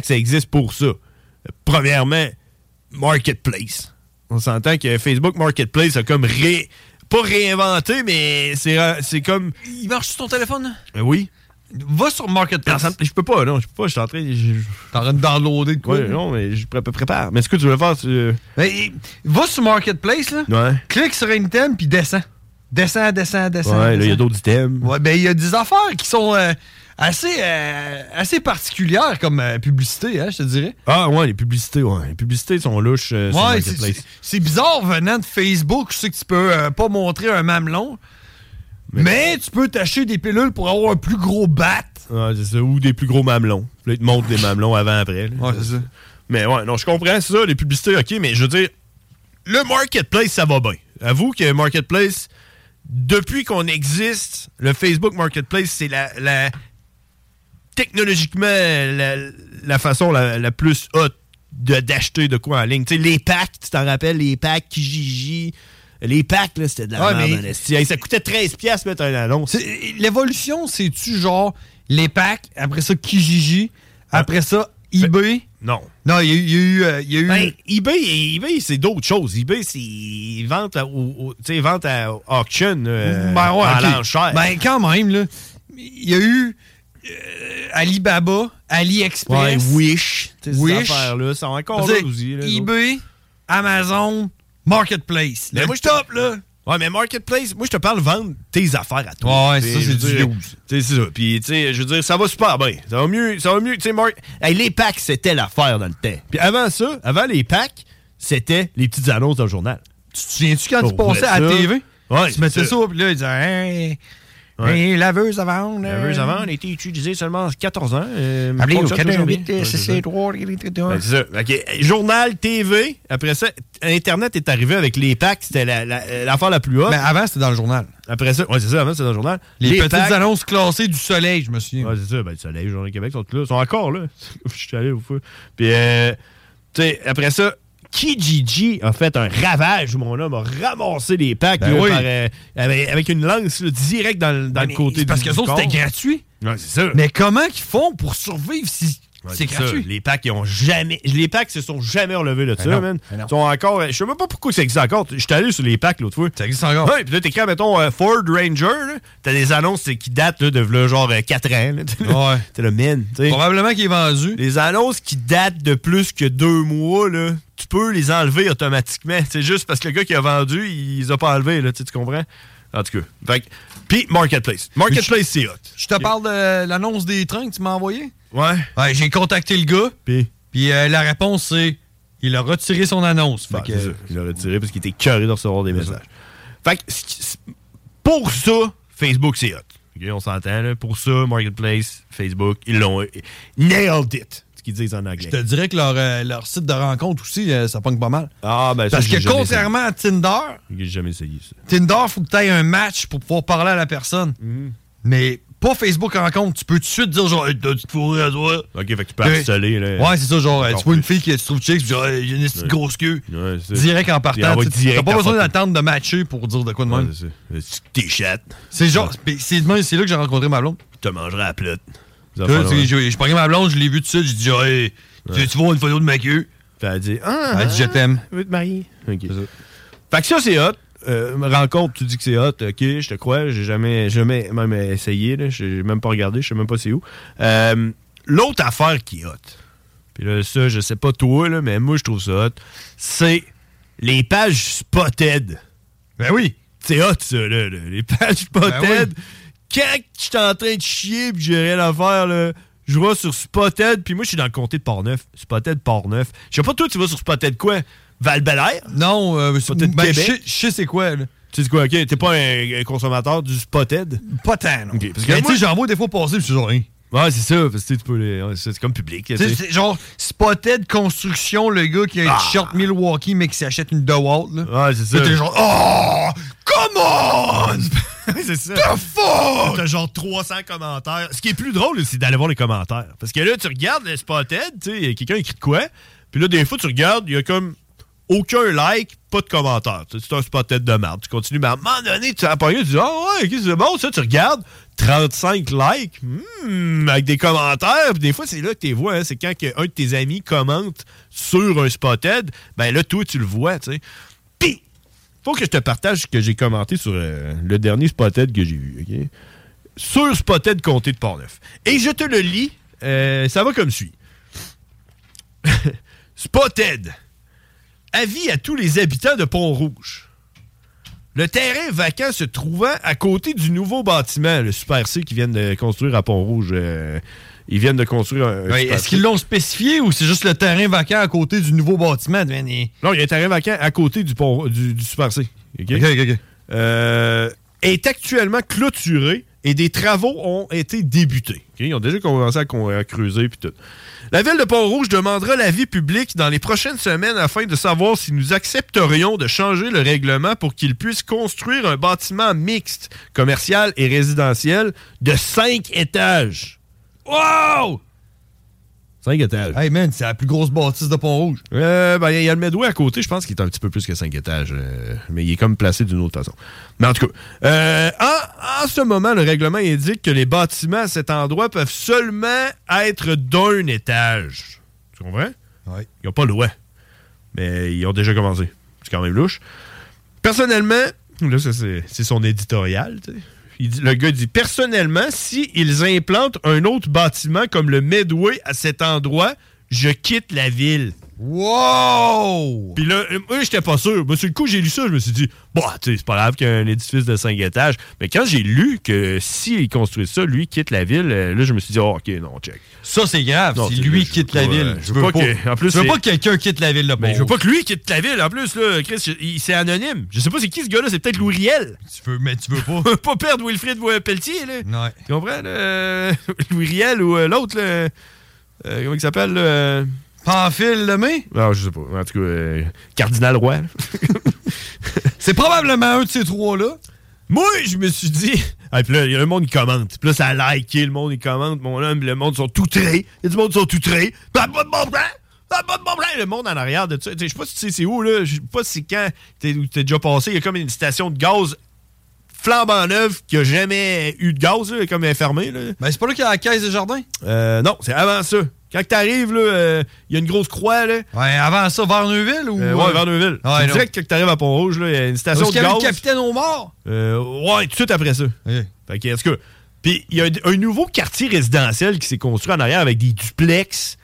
que ça existe pour ça. Premièrement, Marketplace. On s'entend que Facebook Marketplace a comme ré... Pas réinventé, mais c'est euh, c'est comme... Il marche sur ton téléphone, Euh, Oui. Va sur Marketplace. Je peux pas, non, je peux pas. Je suis en train... Je... T'es en train de downloader de quoi? Ouais, non, mais je pré- prépare. Mais est-ce que tu veux le faire? tu- Mais, va sur Marketplace, là. Ouais. Clique sur un item, puis descends. Descends, descends, descends. ouais, là, il y a descends. d'autres items. Ouais, ben il y a des affaires qui sont euh, assez, euh, assez particulières comme euh, publicité, hein, je te dirais. Ah, ouais, les publicités, ouais. Les publicités sont louches euh, sur ouais, c'est- Marketplace. c'est- c'est bizarre venant de Facebook, je sais que tu peux euh, pas montrer un mamelon, mais, tu peux t'acheter des pilules pour avoir un plus gros bat. Ouais, c'est ça. Ou des plus gros mamelons. Puis là, ils te montrent des mamelons avant, après. Ouais, c'est ça. Mais ouais, non, je comprends ça, les publicités, ok, mais je veux dire, le marketplace, ça va bien. Avoue que marketplace, depuis qu'on existe, le Facebook Marketplace, c'est la, la- technologiquement la, la façon la, la plus haute de- d'acheter de quoi en ligne. Tu sais, les packs, tu t'en rappelles, les packs Kijiji. Les packs, là, c'était de la Ouais, merde, mais- en esti. Hey, Ça coûtait 13$ mettre un annonce. L'évolution, c'est-tu genre les packs, après ça Kijiji, après ça eBay? Ah. Ben, Non. Non, il y a eu- il y a eu... euh, il y a eu... Ben, eBay, eBay, c'est d'autres choses. eBay, c'est vente à, au- au- tu sais, vente à auction, euh, Ben ouais, à ok. l'enchère. Ben quand même, là. Il y a eu euh, Alibaba, AliExpress. Ouais, Wish, tu sais, ces Wish. affaires-là, sont encore Je veux là dire, aussi, là, les eBay, Amazon, Marketplace. Mais Le moi, je top, là. Ouais, mais Marketplace, moi, je te parle vendre tes affaires à toi. Ouais, ouais, T'sais, ça, c'est je veux du dire, loose. t'sais, c'est ça. Puis, tu sais, je veux dire, ça va super bien. Ça va mieux. Ça va mieux. Tu sais, Mark. Hey, les packs, c'était l'affaire dans le temps. Puis avant ça, avant les packs, c'était les petites annonces dans le journal. Tu te souviens-tu quand tu passais à la TV? Ouais. tu mettais c'est ça, puis là, ils disaient hey, Ouais. hey, laveuse à vendre. euh, Laveuse à vendre a été utilisée seulement à 14 ans. euh, Appelez au fonctionne toujours bien. 418 Ouais, c'est ça. 663 Ah. Ben, c'est ça. Ok, Journal, TV. Après ça, Internet est arrivé avec les packs. C'était la- la- euh, l'affaire la, plus haute. Mais Ben, avant, c'était dans le journal. Après ça, ouais, c'est ça. Avant, c'était dans le journal. Les petites annonces classées du soleil, je me suis Ouais, c'est ça. Ben, le soleil, le Journal du Québec, sont tous là. Ils sont encore là. je suis allé au feu. Puis, euh, tu sais, après ça. Kijiji a fait un ravage où mon homme a ramassé les packs Ben là, oui. par, euh, avec, avec une lance là, direct dans, le- dans le côté Ben, c'est parce du que ça, corps. c'était gratuit. Ouais, c'est ça. Mais comment ils font pour survivre si Ouais, c'est ça. gratuit? Les packs, ils ont jamais. Les packs se sont jamais relevés de Ben ça, non, man. ben non. Ils sont encore. Je sais même pas pourquoi ça existe encore. J'étais allé sur les packs l'autre fois. Ça existe encore. Ouais, puis là, t'écris, mettons, euh, Ford Ranger, là. T'as des annonces euh, qui datent, là, de là, genre euh, 4 ans, là. Ouais. T'es le mine, Probablement qu'il est vendu. Les annonces qui datent de plus que 2 mois, là. Tu peux les enlever automatiquement. C'est juste parce que le gars qui a vendu, il les a pas enlevés, là. Tu sais, tu comprends? En tout cas. Fait que- Puis, Marketplace. Marketplace, c'est hot. Je te parle de l'annonce des trains que tu m'as envoyé? Ouais. Ouais, j'ai contacté le gars. Puis, euh, la réponse, c'est il a retiré son annonce. Fait Bah, que- c'est ça. Il l'a retiré parce qu'il était curé de recevoir des messages. Fait que ce qui- c'est- pour ça, Facebook, c'est hot. Ok, on s'entend, là. Pour ça, Marketplace, Facebook, ils l'ont. euh, Nailed it, ce qu'ils disent en anglais. Je te dirais que leur, euh, leur site de rencontre aussi, euh, ça pogne pas mal. Ah, ben, ça, Parce j'ai que jamais contrairement à Tinder, essayé. J'ai jamais essayé ça. Tinder, faut que tu aies un match pour pouvoir parler à la personne. Mm. Mais pas Facebook rencontre. Tu peux tout de suite dire genre, Hey, t'as-tu de fourré à toi? Ok, fait que tu peux harceler, là. Ouais, c'est ça, genre, euh, Encore tu vois une fille qui se trouve chic, tu dis, Ah, il y a une petite Ouais. grosse queue. Ouais, c'est ça. Direct en Il partant. envoie tu sais, T'as direct pas la besoin photo. d'attendre de matcher pour dire de quoi de même. Ouais, c'est ça. T'es chatte. C'est genre, pis c'est demain, c'est là que j'ai rencontré ma blonde. Tu te mangerais à plate. Là, tu sais, Je je prenais ma blonde, je l'ai vue tout de suite, j'ai dit, hey, tu- tu vois une photo de ma queue? T'as dit, ah! Elle a dit, je t'aime. Je veux te marier. Ok. Fait que ça, c'est hot. Euh, rencontre, tu dis que c'est hot, ok, je te crois, j'ai jamais, jamais même essayé, là. j'ai même pas regardé, je sais même pas c'est où. Euh, L'autre affaire qui est hot, puis là, ça, je sais pas toi, là, mais moi, je trouve ça hot, c'est les pages spotted. Ben oui! Ben C'est hot, ça, là, là, les pages spotted. Quand je suis en train de chier, puis j'ai rien à faire, là, je vais sur Spotted, puis moi, je suis dans le comté de Portneuf. Spotted, Portneuf. Je sais pas, toi, tu vas sur Spotted quoi? val Non, euh, Spotted ben, Québec? je sais- je sais c'est quoi, là. Tu sais quoi, ok, t'es pas un, un consommateur du Spotted? Pas tant, non. parce que Mais tu moi- sais, j'en vois des fois passer, puis je suis genre, hein. Ouais, c'est ça, parce que tu sais, tu peux les- ouais, c'est c'est comme public. Tu sais, c'est genre Spotted Construction, le gars qui a un t-shirt Milwaukee, mais qui s'achète une DeWalt. Là. Ah. Ouais, c'est ça. T'es genre, oh, come on! c'est ça. The fuck! T'as genre 300 commentaires. Ce qui est plus drôle, c'est d'aller voir les commentaires. Parce que là, tu regardes le Spotted, tu sais, quelqu'un écrit de quoi. Puis là, des fois, tu regardes, il y a comme aucun like, pas de commentaire. Tu sais, C'est un Spotted de merde. Tu continues, mais à un moment donné, tu as pogné, tu dis, ah ouais, ok, c'est bon, ça, tu regardes. 35 likes, hmm, avec des commentaires. Puis des fois, c'est là que tu les vois. hein. C'est quand que un de tes amis commente sur un Spotted, ben là, toi, tu le vois, tu sais. Puis, faut que je te partage ce que j'ai commenté sur euh, le dernier Spotted que j'ai vu, OK? Sur Spotted Comté de Portneuf. Et je te le lis, euh, ça va comme suit. Spotted. Avis à tous les habitants de Pont-Rouge. Le terrain vacant se trouvant à côté du nouveau bâtiment, le Super C qu'ils viennent de construire à Pont-Rouge. euh, ils viennent de construire un. un Ouais, Super Est-ce C. qu'ils l'ont spécifié ou c'est juste le terrain vacant à côté du nouveau bâtiment? man, il- Non, il y a un terrain vacant à côté du, pont- du, du Super C. OK? Euh, est actuellement clôturé et des travaux ont été débutés. OK? Ils ont déjà commencé à, con- à creuser puis tout. La ville de Pont-Rouge demandera l'avis public dans les prochaines semaines afin de savoir si nous accepterions de changer le règlement pour qu'il puisse construire un bâtiment mixte, commercial et résidentiel de cinq étages. Wow! Cinq étages. Hey man, c'est la plus grosse bâtisse de Pont-Rouge. Euh, ben, il y a le Medway à côté, je pense qu'il est un petit peu plus que 5 étages, euh, mais il est comme placé d'une autre façon. Mais en tout cas, euh, en, en ce moment, le règlement indique que les bâtiments à cet endroit peuvent seulement être d'un étage. Tu comprends? Oui. Ils n'ont pas le droit. Mais ils ont déjà commencé. C'est quand même louche. Personnellement, là, ça, c'est c'est son éditorial. tu sais. Il dit- le gars dit Personnellement, s'ils implantent un autre bâtiment comme le Medway à cet endroit, je quitte la ville. Wow! Puis là, euh, moi, j'étais pas sûr. Moi, sur le coup, j'ai lu ça, je me suis dit, bah, tu sais, c'est pas grave qu'il y ait un édifice de cinq étages. Mais quand j'ai lu que s'il construit ça, lui quitte la ville, euh, là, je me suis dit, oh, OK, non, check. Ça, c'est grave. Non, si c'est- lui je quitte veux la pas, ville, euh, je tu veux veux pas que- en plus, tu veux c'est- pas que quelqu'un quitte la ville, là. Mais je veux pas que lui quitte la ville. En plus, là, Chris, il, c'est anonyme. Je sais pas c'est qui ce gars-là, c'est peut-être Louis Riel. Tu veux, mais tu veux pas. pas perdre Wilfrid Pelletier, là. Tu comprends, là? Euh, Louis Riel ou euh, l'autre, là, euh, comment il s'appelle, là? euh, Pamphile Lemay? Ah, je sais pas. En tout cas, euh, Cardinal Roy. là. C'est probablement un de ces trois-là. Moi, je me suis dit. Ah, puis là, il y a le monde qui commente. Puis là, ça a liké, le monde, il commente. Mon homme, le monde, ils sont outrés. Il y a du monde, ils sont outrés. Pas de bon plan! Pas de bon plan! Le monde en arrière de ça. Tu sais, Je sais pas si tu sais c'est où, là. Je sais pas si quand t'es où t'es déjà passé, il y a comme une station de gaz flambant neuve qui a jamais eu de gaz, là, comme elle est fermée, là. Ben, c'est pas là qu'il y a la caisse des jardins? Euh, non, c'est avant ça. Quand t'arrives, là, euh, il y a une grosse croix, là. Ouais, avant ça, vers Neuville ou. Euh, ouais, vers Neuville. Ouais, C'est non. direct quand t'arrives à Pont-Rouge, là, il y a une Parce station de qu'il y avait gaz. le capitaine au mort. Euh, ouais, tout de suite après ça. Fait que, est-ce que. Puis, il y a un, un nouveau quartier résidentiel qui s'est construit en arrière avec des duplex,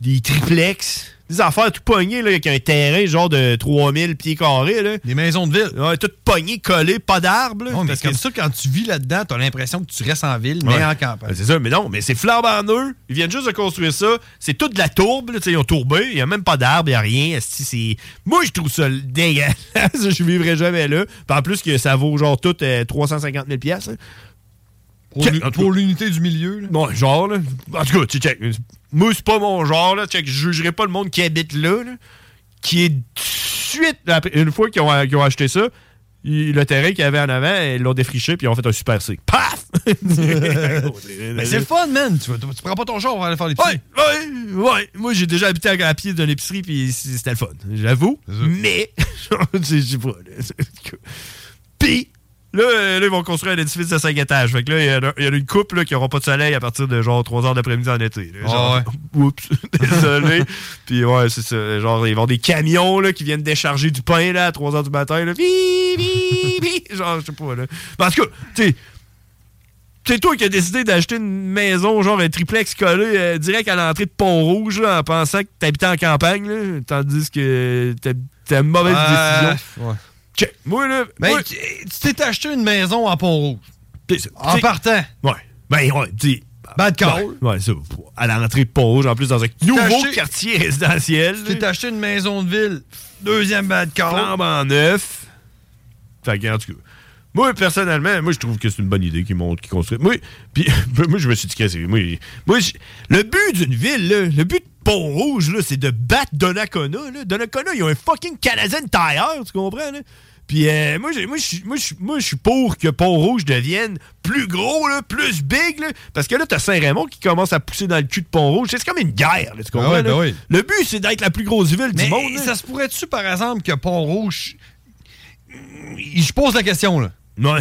puis des triplex, des affaires tout pognées, là, avec un terrain genre de 3000 pieds carrés, là. Des maisons de ville. Ouais, tout pogné, collé, pas d'arbres, là. Non, mais Parce comme que- ça, quand tu vis là-dedans, t'as l'impression que tu restes en ville, mais Ouais. en campagne. Ouais, C'est ça, mais non, mais c'est flambant neuf. Ils viennent juste de construire ça. C'est toute de la tourbe, là, tu sais, ils ont tourbé. Il n'y a même pas d'arbre, il n'y a rien. Esti, c'est- Moi, je trouve ça dégueulasse. je vivrai jamais là. Puis en plus, que ça vaut genre tout euh, 350 000 piastres, hein. Pour l'u- pour l'unité du milieu. Là. Bon, genre, là. En tout cas, tu check. Moi, c'est pas mon genre, là. Check, je jugerai pas le monde qui habite là, là, qui est tout de suite, après- une fois qu'ils ont, qu'ils ont acheté ça, ils- le terrain qu'il y avait en avant, ils l'ont défriché, puis ils ont fait un super C. Paf! Mais c'est le fun, man. Tu, vas- tu prends pas ton char, on va aller faire les petits. Ouais, ouais. Moi, j'ai déjà habité à, à pied d'une épicerie, puis c- c'était le fun, j'avoue. Mais, je sais pas. là. Puis, là, euh, là, ils vont construire un édifice de 5 étages. Fait que là, il y en a- il y, en a une couple là, qui n'aura pas de soleil à partir de genre 3 heures d'après-midi en été. là. Genre, Oups, désolé. Puis, ouais, c'est ça. Genre, ils vont des camions là, qui viennent décharger du pain là, à 3 heures du matin. Là. Bi, bi, bi. Genre, je sais pas. Là. Mais en tout cas, tu sais, c'est toi qui as décidé d'acheter une maison, genre un triplex collé euh, direct à l'entrée de Pont-Rouge, là, en pensant que t'habitais en campagne, là, tandis que t'as- t'as une mauvaise Euh, décision. ouais. Check. Moi, là. Ben, moi- tu tu t'es acheté une maison à Pont-Rouge. En t'sais- partant. Ouais. Ben, ouais, tu sais, Bad call. Ouais, ouais, ça, à l'entrée de Pont-Rouge, en plus, dans un nouveau quartier résidentiel. Tu t'es acheté une maison de ville. Deuxième bad call. flambant neuf. Fait que, en tout cas, moi, personnellement, moi, je trouve que c'est une bonne idée qu'ils montent, qu'ils construisent. Moi, puis, moi, je me suis dit, qu'est-ce que- moi, moi, je- le but d'une ville, là, le but de Pont-Rouge, là, c'est de battre Donnacona. Là. Donnacona, ils ont un fucking Canadian Tire, tu comprends? Là? Puis, euh, moi, j'ai- moi, je suis- moi, je suis- moi, je suis pour que Pont-Rouge devienne plus gros, là, plus big, là, parce que là, t'as Saint-Raymond qui commence à pousser dans le cul de Pont-Rouge. C'est comme une guerre, là, tu comprends? ouais, là? ben oui. Le but, c'est d'être la plus grosse ville Mais du monde. là. ça se pourrait-tu, par exemple, que Pont-Rouge. Je pose la question, là.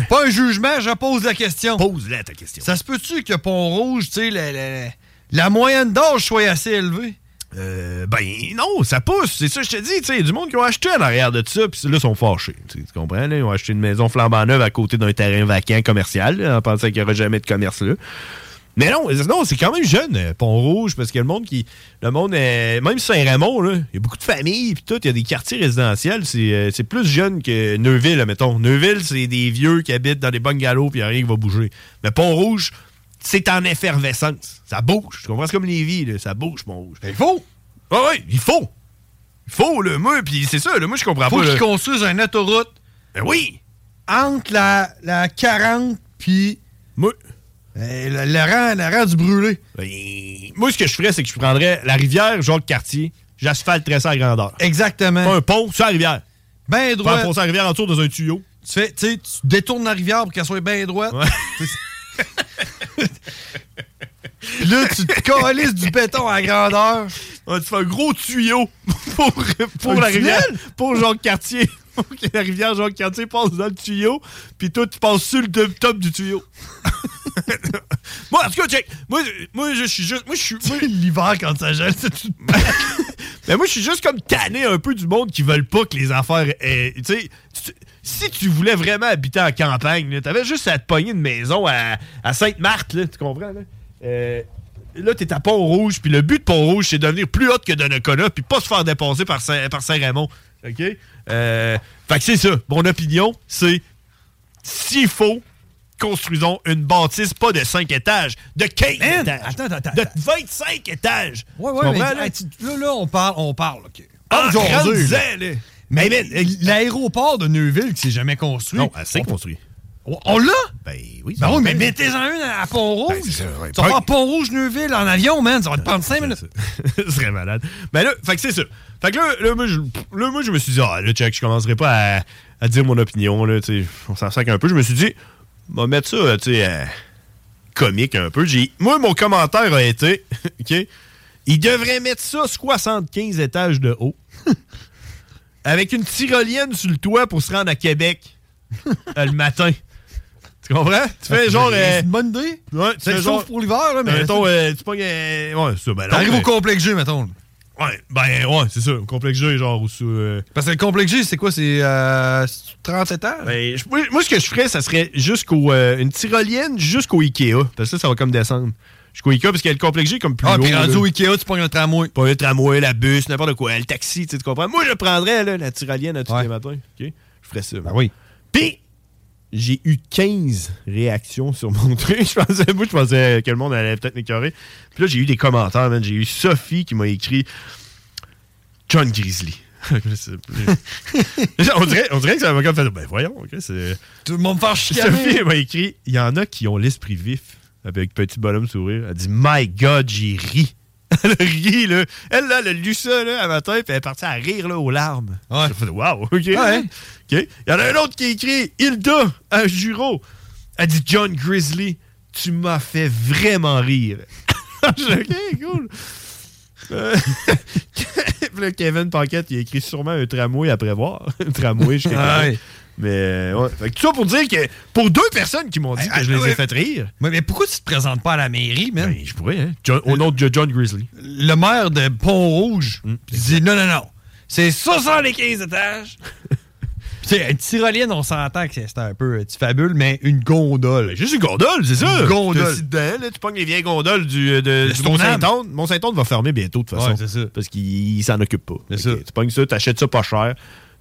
Pas un jugement, je pose la question. Pose-la ta question. Ça se peut-tu que Pont-Rouge, tu sais, la, la- la- la moyenne d'âge soit assez élevée? Euh, ben non, ça pousse. C'est ça que je te dis. tu sais, Il y a du monde qui ont acheté en arrière de ça. Puis là, ils sont fâchés. tu sais, Tu comprends? Là? Ils ont acheté une maison flambant neuve à côté d'un terrain vacant commercial là, en pensant qu'il n'y aurait jamais de commerce là. Mais non, c'est- non c'est quand même jeune, euh, Pont-Rouge, parce que le monde qui. Le monde, euh, même Saint-Raymond, là, il y a beaucoup de familles, puis tout, il y a des quartiers résidentiels, c'est euh, c'est plus jeune que Neuville, admettons. Neuville, c'est des vieux qui habitent dans des bungalows, puis il n'y a rien qui va bouger. Mais Pont-Rouge, c'est en effervescence. Ça bouge. Tu comprends? C'est comme Lévis, là, ça bouge, Pont-Rouge. Il faut! Ah oui, il faut! Il faut, le moi, puis c'est ça, là, moi, je comprends Faut pas. qu'ils là. construisent une autoroute. Ben oui! Entre la, la 40 puis. Moi. Euh, Le, le rang, le rang du brûlé. Moi, ce que je ferais, c'est que je prendrais la rivière, genre le quartier, j'asphalterais ça à grandeur. Exactement. Pas un pont, sur la rivière. Ben droit. Faire foncer la rivière en dessous dans un tuyau. Tu fais, tu sais, tu détournes la rivière pour qu'elle soit bien droite. Puis là, tu te calisses du béton à grandeur. tu fais un gros tuyau pour, pour Un la tunnel? rivière. Pour genre quartier. Pour que la rivière genre quartier passe dans le tuyau. Puis toi, tu passes sur le top- top du tuyau. moi, en tout cas, check. Moi, je- moi je suis juste. Moi, je suis. moi- L'hiver, quand ça gèle, c'est tout. Mais moi, je suis juste comme tanné un peu du monde qui veulent pas que les affaires. aient- tu sais, tu- si tu voulais vraiment habiter en campagne, là, t'avais juste à te pogner une maison à, à Sainte-Marthe, là, tu comprends? Là? Euh, Là, t'es à Pont-Rouge, puis le but de Pont-Rouge, c'est de devenir plus haute que Donnacona, puis pas se faire dépasser par, Saint- par Saint-Raymond. OK? Euh, fait que c'est ça. Mon opinion, c'est s'il faut, construisons une bâtisse pas de 5 étages, de 15 étages. de 25 étages. Ouais, Tu ouais, mais comprends, là? hey, tu- là, là, on parle, on parle, OK. Ah, Aujourd'hui, grande-en, là. là. Mais, mais, l'aéroport de Neuville qui s'est jamais construit. Non, elle s'est construite. On, on l'a? Ben oui. Ben c'est oui, mais vrai. mettez-en une à à Pont-Rouge. Ben, ouais. tu vas faire Pont-Rouge-Neuville en avion, man. Ça va te prendre 5 minutes. Ce serait malade. Mais là, fait que c'est ça. Fait que là, là, moi, je, là, moi, je me suis dit, ah, là, check, je commencerai pas à, à dire mon opinion, là, tu sais, on s'en sac un peu. Je me suis dit, on va mettre ça, euh, tu sais, euh, comique un peu. J'ai, moi, mon commentaire a été, OK, il devrait mettre ça 75 étages de haut, avec une tyrolienne sur le toit pour se rendre à Québec euh, le matin. Tu comprends? Tu fais genre. euh, C'est une bonne idée. Ouais, tu euh, C'est fais genre. sauf pour l'hiver, là, mais. Mettons, euh, tu pognes. euh, ouais, c'est ça, ben non, T'arrives mais- au complexe G, mettons. Ouais, ben ouais, c'est ça. Le complexe G, genre, euh, ou sous. Parce que le complexe G, c'est quoi? C'est euh, 30 étages? Ben, je- moi, moi, ce que je ferais, ça serait jusqu'au. euh, une tyrolienne jusqu'au Ikea. Parce que ça, ça va comme descendre. Jusqu'au Ikea, parce qu'il y a le complexe G comme plus Ah, haut. puis rendu là. au Ikea, tu prends un tramway. Pas le tramway, la bus, n'importe quoi, le taxi, tu sais, tu comprends? Moi, je prendrais là, la tyrolienne à tous les matins. OK? Je ferais Ben ça. oui. Puis, j'ai eu 15 réactions sur mon truc. Je pensais, moi, je pensais que le monde allait peut-être m'écœurer. Puis là, j'ai eu des commentaires, man. J'ai eu Sophie qui m'a écrit John Grizzly. on, dirait, on dirait que ça m'a comme fait. Ben voyons, ok, c'est. Tout le monde part chicaner. Sophie elle m'a écrit Il y en a qui ont l'esprit vif, avec petit bonhomme sourire. Elle dit My God, j'ai ri. Elle a ri, là. Elle, là, elle a lu ça, là, à matin, puis elle est partie à rire, là, aux larmes. J'ai fait Wow, ok. Ouais. OK. Il y en a un autre qui écrit Hilda, un juro. Elle dit John Grizzly, tu m'as fait vraiment rire. J'ai dit, OK, cool. Euh, Puis là, Kevin Paquette, il a écrit sûrement un tramway à prévoir. un tramway jusqu'à Ouais. Québec. Mais euh, ouais. Fait que tout ça pour dire que pour deux personnes qui m'ont dit que Ah, je les ai fait rire. Mais, Ah, mais pourquoi tu te présentes pas à la mairie, man? je pourrais, hein. au nom de John Grizzly. Le maire de Pont-Rouge, Hum, pis il dit non, non, non. C'est 75 étages. Tu sais, une tyrolienne, on s'entend que c'est c'est un peu, euh, tu fabules, mais une gondole. Juste une gondole, c'est ça. Une Tu gondole. t'assis dedans, là, tu pognes les vieilles gondoles du, euh, de, Le du Stoneham. Mont-Saint-Anne. Mont-Saint-Anne va fermer bientôt, de toute façon. Ouais, Parce qu'il il s'en occupe pas. Fait que Tu pognes ça, t'achètes ça pas cher.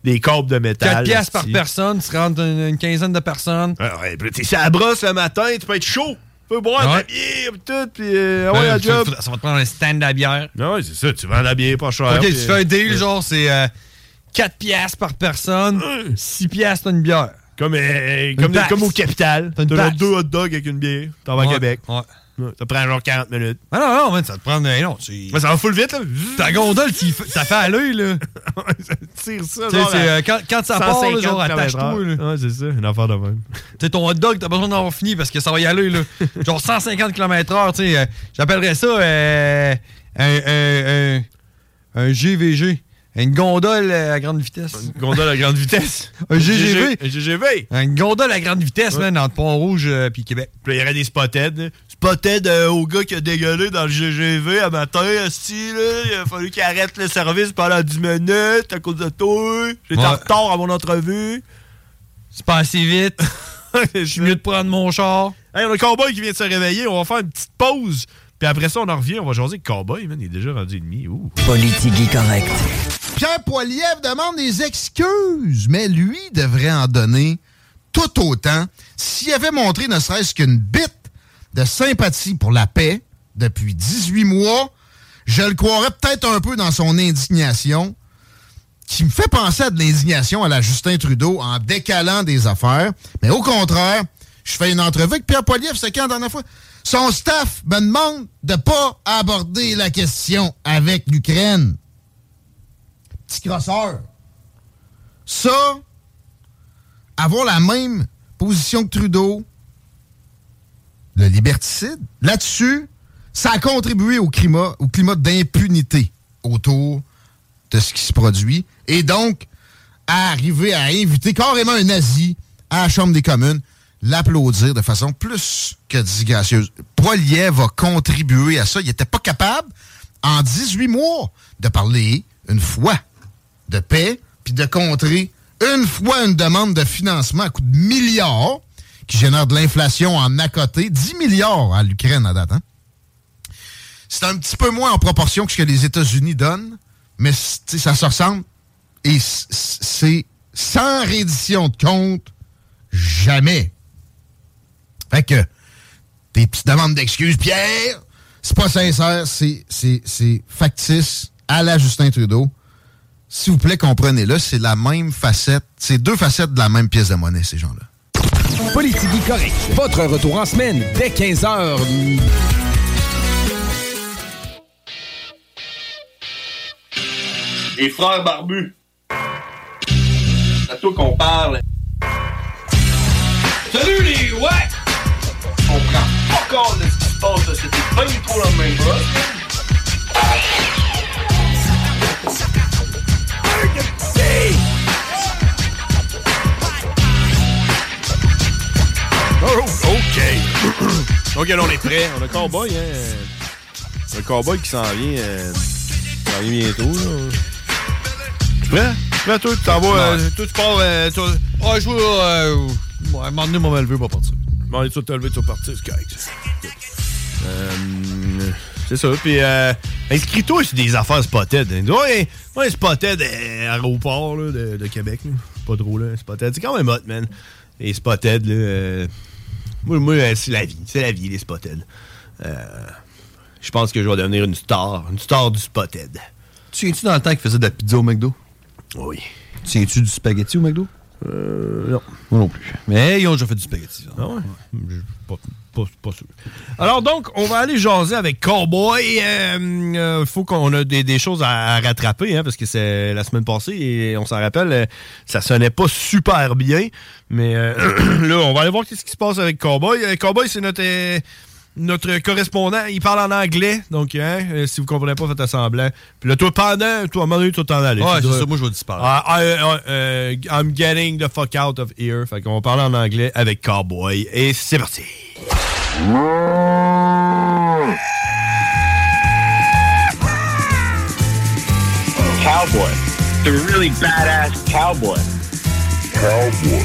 Des corbes de métal. 4 piastres par asti. personne, tu rentres une, une quinzaine de personnes. Ah ouais, puis là, t'es sur la brosse le matin, tu peux être chaud. Tu peux boire de la Ouais. bière, puis tout, puis euh, ouais, Ben, la ça- job. ça- ça va te prendre un stand à bière. Non, c'est ça, tu vends la bière pas cher. Ok, puis, tu fais un deal, euh, genre, c'est 4 piastres par personne, 6 piastres, t'as une bière. Comme, euh, comme, Une comme au Pax. Capital. T'as une T'as Pax. deux hot dogs avec une bière. T'en vas à Ouais, Québec. ouais. Ça prend genre 40 minutes. Ah non, non, man, ça te prend. eh non, tu- Ouais, ça va full vite, là. Ta gondole, tu y fais- ça fait à l'œil, là. Tire ça, Tu sais, genre, c'est, à euh, quand- quand ça part, là, 150 genre, km/h. attache-toi, Ouais, c'est ça, une affaire de même. Tu sais, ton hot dog, t'as besoin d'en avoir fini parce que ça va y aller, là. Genre 150 km/h, tu sais. euh, J'appellerais ça euh, un, un- un- un GVG. Une gondole euh, à grande vitesse. Une gondole à grande vitesse. un GGV. Un GGV. Une gondole à grande vitesse, man, entre Pont-Rouge et Québec. Puis là, il y aurait des spotheads. là. Spothead euh, au gars qui a dégueulé dans le GGV à matin, hostie, là. Il a fallu qu'il arrête le service pendant 10 minutes à cause de toi. J'étais Ouais. en retard à mon entrevue. C'est pas assez vite. Je suis mieux de prendre mon char. Hey, on a le cowboy qui vient de se réveiller. On va faire une petite pause. Puis après ça, on en revient. On va jaser avec le cowboy, man. Il est déjà rendu ennemi. Ouh. Politique correct. Pierre Poilievre demande des excuses, mais lui devrait en donner tout autant. S'il avait montré ne serait-ce qu'une bite de sympathie pour la paix depuis 18 mois, je le croirais peut-être un peu dans son indignation, qui me fait penser à de l'indignation à la Justin Trudeau en décalant des affaires. Mais au contraire, je fais une entrevue avec Pierre Poilievre, c'est quand la dernière fois? Son staff me demande de pas aborder la question avec l'Ukraine petit crosseur. Ça, avoir la même position que Trudeau, le liberticide, là-dessus, ça a contribué au climat, au climat d'impunité autour de ce qui se produit. Et donc, à arriver à inviter carrément un nazi à la Chambre des communes, l'applaudir de façon plus que disgracieuse. Poilievre a contribué à ça. Il n'était pas capable, en 18 mois, de parler une fois de paix, puis de contrer une fois une demande de financement à coût de milliards, qui génère de l'inflation en à côté, 10 milliards à l'Ukraine à date. hein. C'est un petit peu moins en proportion que ce que les États-Unis donnent, mais c- tu sais, ça se ressemble. Et c- c- c'est sans reddition de compte, jamais. Fait que tes petites demandes d'excuses, Pierre, c'est pas sincère, c'est- c'est c'est factice à la Justin Trudeau. S'il vous plaît, comprenez-le, c'est la même facette, c'est deux facettes de la même pièce de monnaie, ces gens-là. Politique correct. Votre retour en semaine dès 15h. Les frères barbus. C'est à toi qu'on parle. Salut les ouais! On prend pas compte de ce qui se passe, là. c'était pas du tout dans le même bras. Oh, OK. OK, là, on est prêt. On a Cowboy, hein. Le Cowboy qui s'en vient, euh, qui s'en vient bientôt, là. Tu prêt? Tu prêt, toi? Tu t'en vas, euh, toi, tu pars, euh, toi... Ah, je veux, euh... Ouais, m'emmener mon lever pour partir. M'emmener, tu vas te lever, tu vas partir, c'est correct. Euh, c'est ça. Puis, euh, inscris-toi sur des affaires Spotted. Hein. Ouais, ouais Spotted, euh, aéroport là, de, de Québec. là. Pas trop, là. Spotted, c'est quand même hot, man. Les Spotted, là. euh, moi, moi, euh, c'est la vie. C'est la vie, les Spotted. Euh, je pense que je vais devenir une star. Une star du Spotted. Tu es-tu dans le temps qu'ils faisaient de la pizza au McDo? Oui. Tu es-tu du spaghetti au McDo? Euh, non. Moi non plus. Mais ils ont déjà fait du spaghetti. hein. Ah ouais? Je- Pas, pas- pas sûr. Alors donc, on va aller jaser avec Cowboy. Il faut qu'on a des, des choses à, à rattraper, hein, parce que c'est la semaine passée, et on s'en rappelle, euh, ça sonnait pas super bien. Mais euh, là, on va aller voir ce qui se passe avec Cowboy. Euh, Cowboy, c'est notre, euh, notre correspondant. Il parle en anglais, donc hein, euh, si vous comprenez pas, faites semblant. Puis là, toi, pendant, toi, à un moment donné, toi, t'en allais. Ouais, Tu c'est dois- ça, moi, je vais disparaître. Ah, I- I- uh, I'm getting the fuck out of here. Fait qu'on va parler en anglais avec Cowboy. Et c'est parti. Cowboy. The really badass cowboy. Cowboy.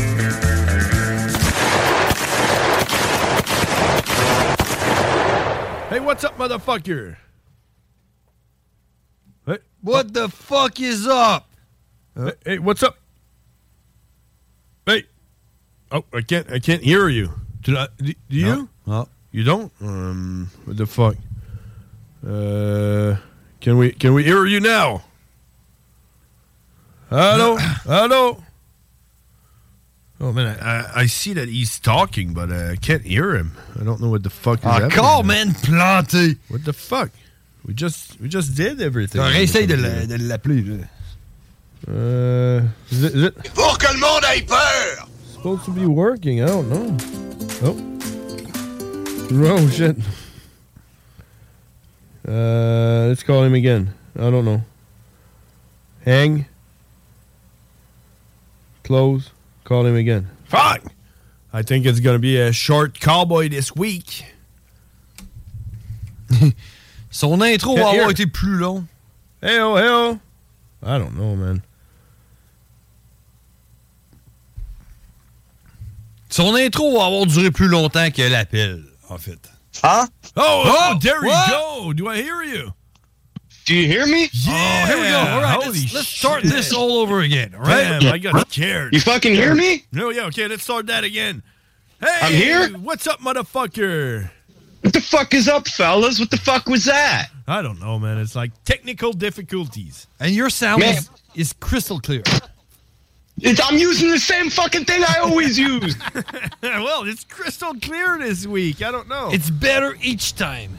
Hey, what's up, motherfucker? What the fuck is up? Hey, what's up? Hey. Oh, I can't. I can't hear you. Do, I, do, do you? No. You don't? Um, what the fuck? Uh, can we can we hear you now? Hello, hello. Oh man, I, I I see that he's talking, but uh, I can't hear him. I don't know what the fuck is happening. Encore, Ah, man, planté! What the fuck? We just we just did everything. Réessaye de la- de l'appeler. là. Uh, is it- is it- Pour que le monde ait peur! supposed to be working. I don't know. Oh. Oh, shit. Uh, let's call him again. I don't know. Hang. Close. Call him again. Fuck! I think it's going to be a short cowboy this week. Son intro Can't va hear. avoir été plus long. Hey, oh, hey, oh. I don't know, man. Son intro va avoir duré plus longtemps que l'appel, en fait. Hein? Oh, Oh, oh, there what? you go. Do I hear you? Do you hear me? Yeah. Oh, here we go. All right, Holy let's, let's start this all over again. All right? Damn, I got scared. You fucking hear me? No, yeah, okay, let's start that again. Hey, I'm here? What's up, motherfucker? What the fuck is up, fellas? What the fuck was that? I don't know, man. It's like technical difficulties. And your sound Man. is, is crystal clear. It's, I'm using the same fucking thing I always use. well, it's crystal clear this week. I don't know. It's better each time.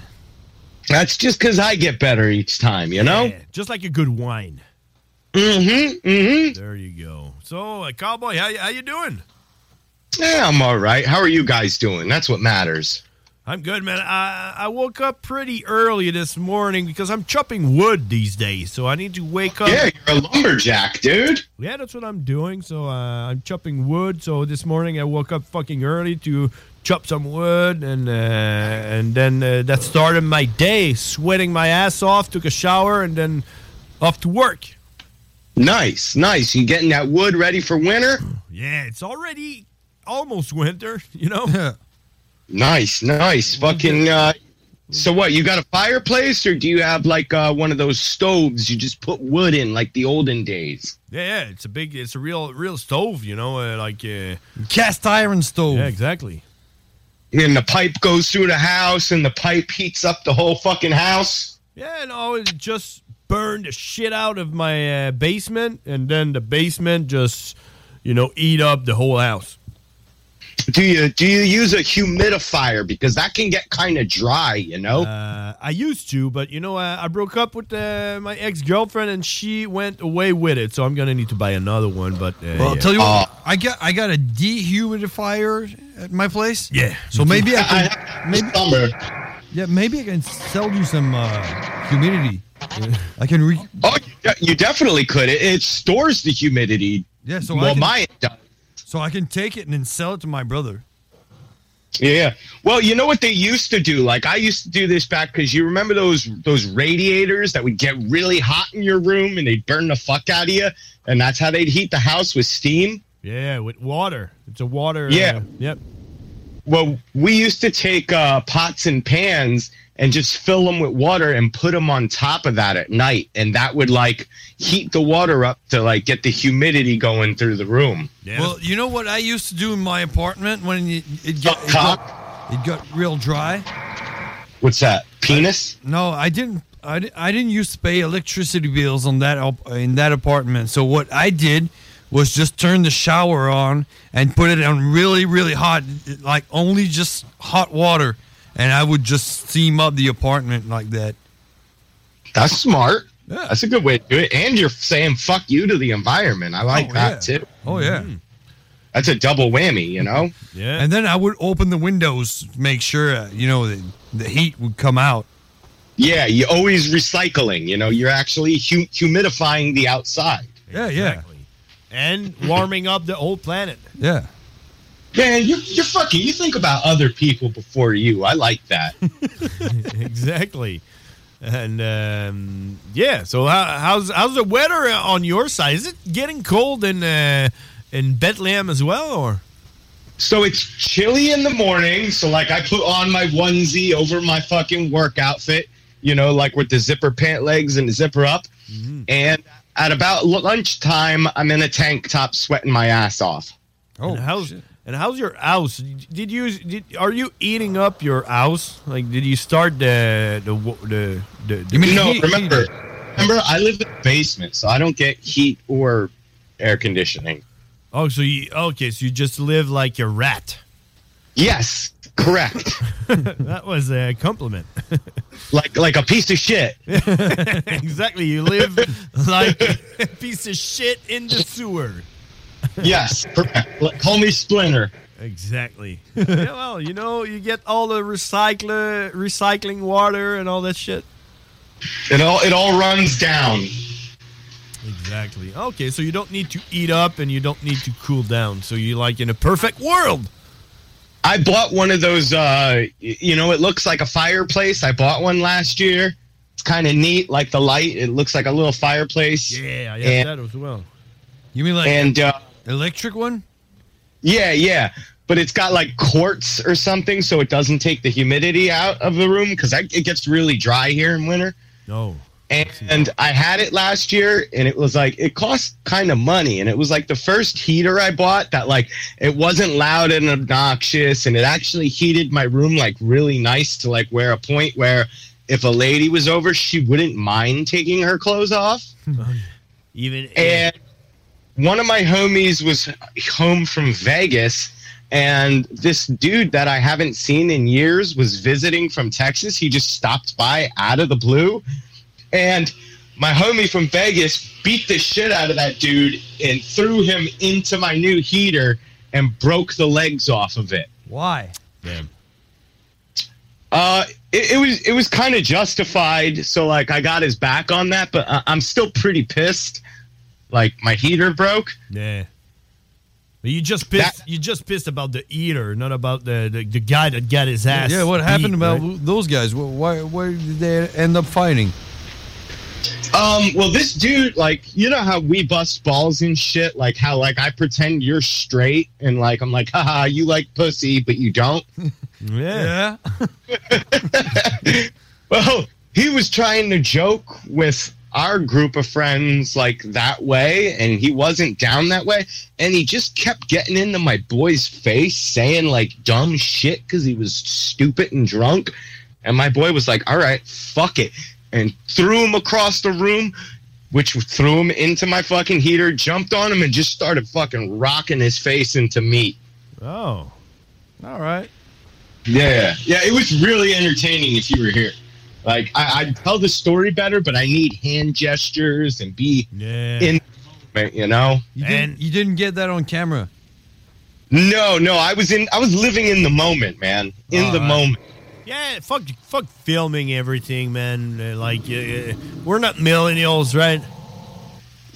That's just because I get better each time, you know? Yeah, just like a good wine. Mm-hmm. Mm-hmm. There you go. So, uh, cowboy, how, y- how you doing? Yeah, I'm all right. How are you guys doing? That's what matters. I'm good, man. I, I woke up pretty early this morning because I'm chopping wood these days, so I need to wake up. Yeah, you're a lumberjack, dude. Yeah, that's what I'm doing. So uh, I'm chopping wood. So this morning I woke up fucking early to chop some wood, and uh, and then uh, that started my day. Sweating my ass off, took a shower, and then off to work. Nice, nice. You getting that wood ready for winter? Yeah, it's already almost winter. You know. Nice, nice. Fucking. Uh, so what? You got a fireplace, or do you have like uh, one of those stoves you just put wood in, like the olden days? Yeah, yeah, it's a big, it's a real, real stove, you know, uh, like uh, Cast iron stove. Yeah, exactly. And the pipe goes through the house, and the pipe heats up the whole fucking house. Yeah, no, it just burned the shit out of my uh, basement, and then the basement just, you know, eat up the whole house. Do you do you use a humidifier because that can get kind of dry, you know? Uh, I used to, but you know, uh, I broke up with uh, my ex girlfriend, and she went away with it, so I'm gonna need to buy another one. But uh, Well, I'll yeah. tell you what, I got I got a dehumidifier at my place. Yeah. So maybe I I can maybe Yeah, maybe I can sell you some uh, humidity. I can re- Oh, you de- you definitely could. It, it stores the humidity. Yeah, so I well, can- mine does. so I can take it and then sell it to my brother. Yeah. Well, you know what they used to do? Like I used to do this back because you remember those those radiators that would get really hot in your room and they'd burn the fuck out of you, and that's how they'd heat the house with steam. yeah, with water. It's a water. Yeah. uh, yep. Well, we used to take uh, pots and pans and just fill them with water and put them on top of that at night, and that would like heat the water up to like get the humidity going through the room. Well, you know what I used to do in my apartment when it, it, got, it got it got real dry. What's that? Penis? no, I didn't. I, di- I didn't used to pay electricity bills on that op- in that apartment. So what I did was just turn the shower on and put it on really really hot, like only just hot water, and I would just steam up the apartment like that. That's smart. That's a good way to do it. And you're saying fuck you to the environment. I like that too. Oh yeah. That's a double whammy, you know? Yeah. And then I would open the windows, to make sure uh, you know the, the heat would come out. Yeah, you're always recycling, you know? You're actually hu- humidifying the outside. Yeah, yeah. And warming up the whole planet. Yeah. Man, you're, you're fucking, you think about other people before you. I like that. exactly. And um, yeah, so how, how's how's the weather uh, on your side? Is it getting cold in uh, in Bethlehem as well, or? So it's chilly in the morning. So like I put on my onesie over my fucking work outfit, you know, like with the zipper pant legs and the zipper up. Mm-hmm. And at about lunchtime, I'm in a tank top sweating my ass off. Oh, and how's and how's your house? Did you did, are you eating up your house? Like, did you start the the wo- the the? the no, remember, remember, I live in the basement, so I don't get heat or air conditioning. Oh, so you okay? So you just live like a rat. Yes, correct. that was a compliment. Like like a piece of shit. exactly, you live like a piece of shit in the sewer. Yes, correct. Like, call me Splinter. Exactly. yeah, well, you know, you get all the recycler recycling water and all that shit. It all it all runs down. Exactly. Okay, so you don't need to eat up and you don't need to cool down. So you like in a perfect world. I bought one of those. Uh, y- you know, it looks like a fireplace. I bought one last year. It's kind of neat, like the light. It looks like a little fireplace. Yeah, yeah, And- that as well. You mean like And uh, electric one? Yeah, yeah. But it's got like quartz or something, so it doesn't take the humidity out of the room because it gets really dry here in winter. No. And, I had it last year, and it was like it cost kind of money, and it was like the first heater I bought that like it wasn't loud and obnoxious, and it actually heated my room like really nice to like where a point where if a lady was over, she wouldn't mind taking her clothes off. Even and one of my homies was home from Vegas, and this dude that I haven't seen in years was visiting from Texas. He just stopped by out of the blue, and my homie from Vegas beat the shit out of that dude and threw him into my new heater and broke the legs off of it. Why? Damn. Uh, it, it was it was kind of justified. So like I got his back on that, but I, I'm still pretty pissed. Like my heater broke. Yeah. But You just pissed. you just pissed about the eater, not about the, the, the guy that got his ass. Yeah, what happened beat, about right? those guys? Wh- Why, why did they end up fighting? Um, well, this dude, like, you know how we bust balls and shit? Like, how, like, I pretend you're straight and, like, I'm like, haha, you like pussy, but you don't? Yeah. well, he was trying to joke with our group of friends, like, that way, and he wasn't down that way. And he just kept getting into my boy's face, saying, like, dumb shit because he was stupid and drunk. And my boy was like, all right, fuck it. And threw him across the room, which threw him into my fucking heater, jumped on him, and just started fucking rocking his face into meat. Oh. All right. Yeah, yeah, it was really entertaining if you were here. Like I, I'd tell the story better, but I need hand gestures and be in, you know. You didn't, you didn't get that on camera. No, no, I was in, I was living in the moment, man, in All the right. moment. Yeah, fuck, fuck filming everything, man. Uh, Like, uh, uh, we're not millennials, right?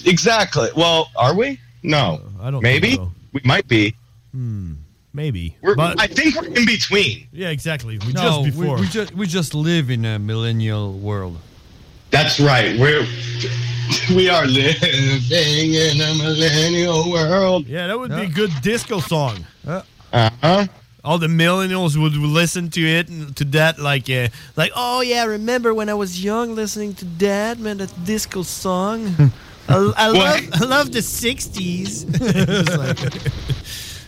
Exactly. Well, Oh, are we? No, I don't. Maybe think so. Hmm. we might be. Maybe. We're, But- I think we're in between. Yeah, exactly. no, We, we just we just live in a millennial world. That's right. We're we are living in a millennial world. Yeah, that would be a good disco song. Uh huh. All the millennials would listen to it, and to that, like, uh, like, oh yeah, remember when I was young listening to that man, that disco song. I, I love, I love the '60s. Just like-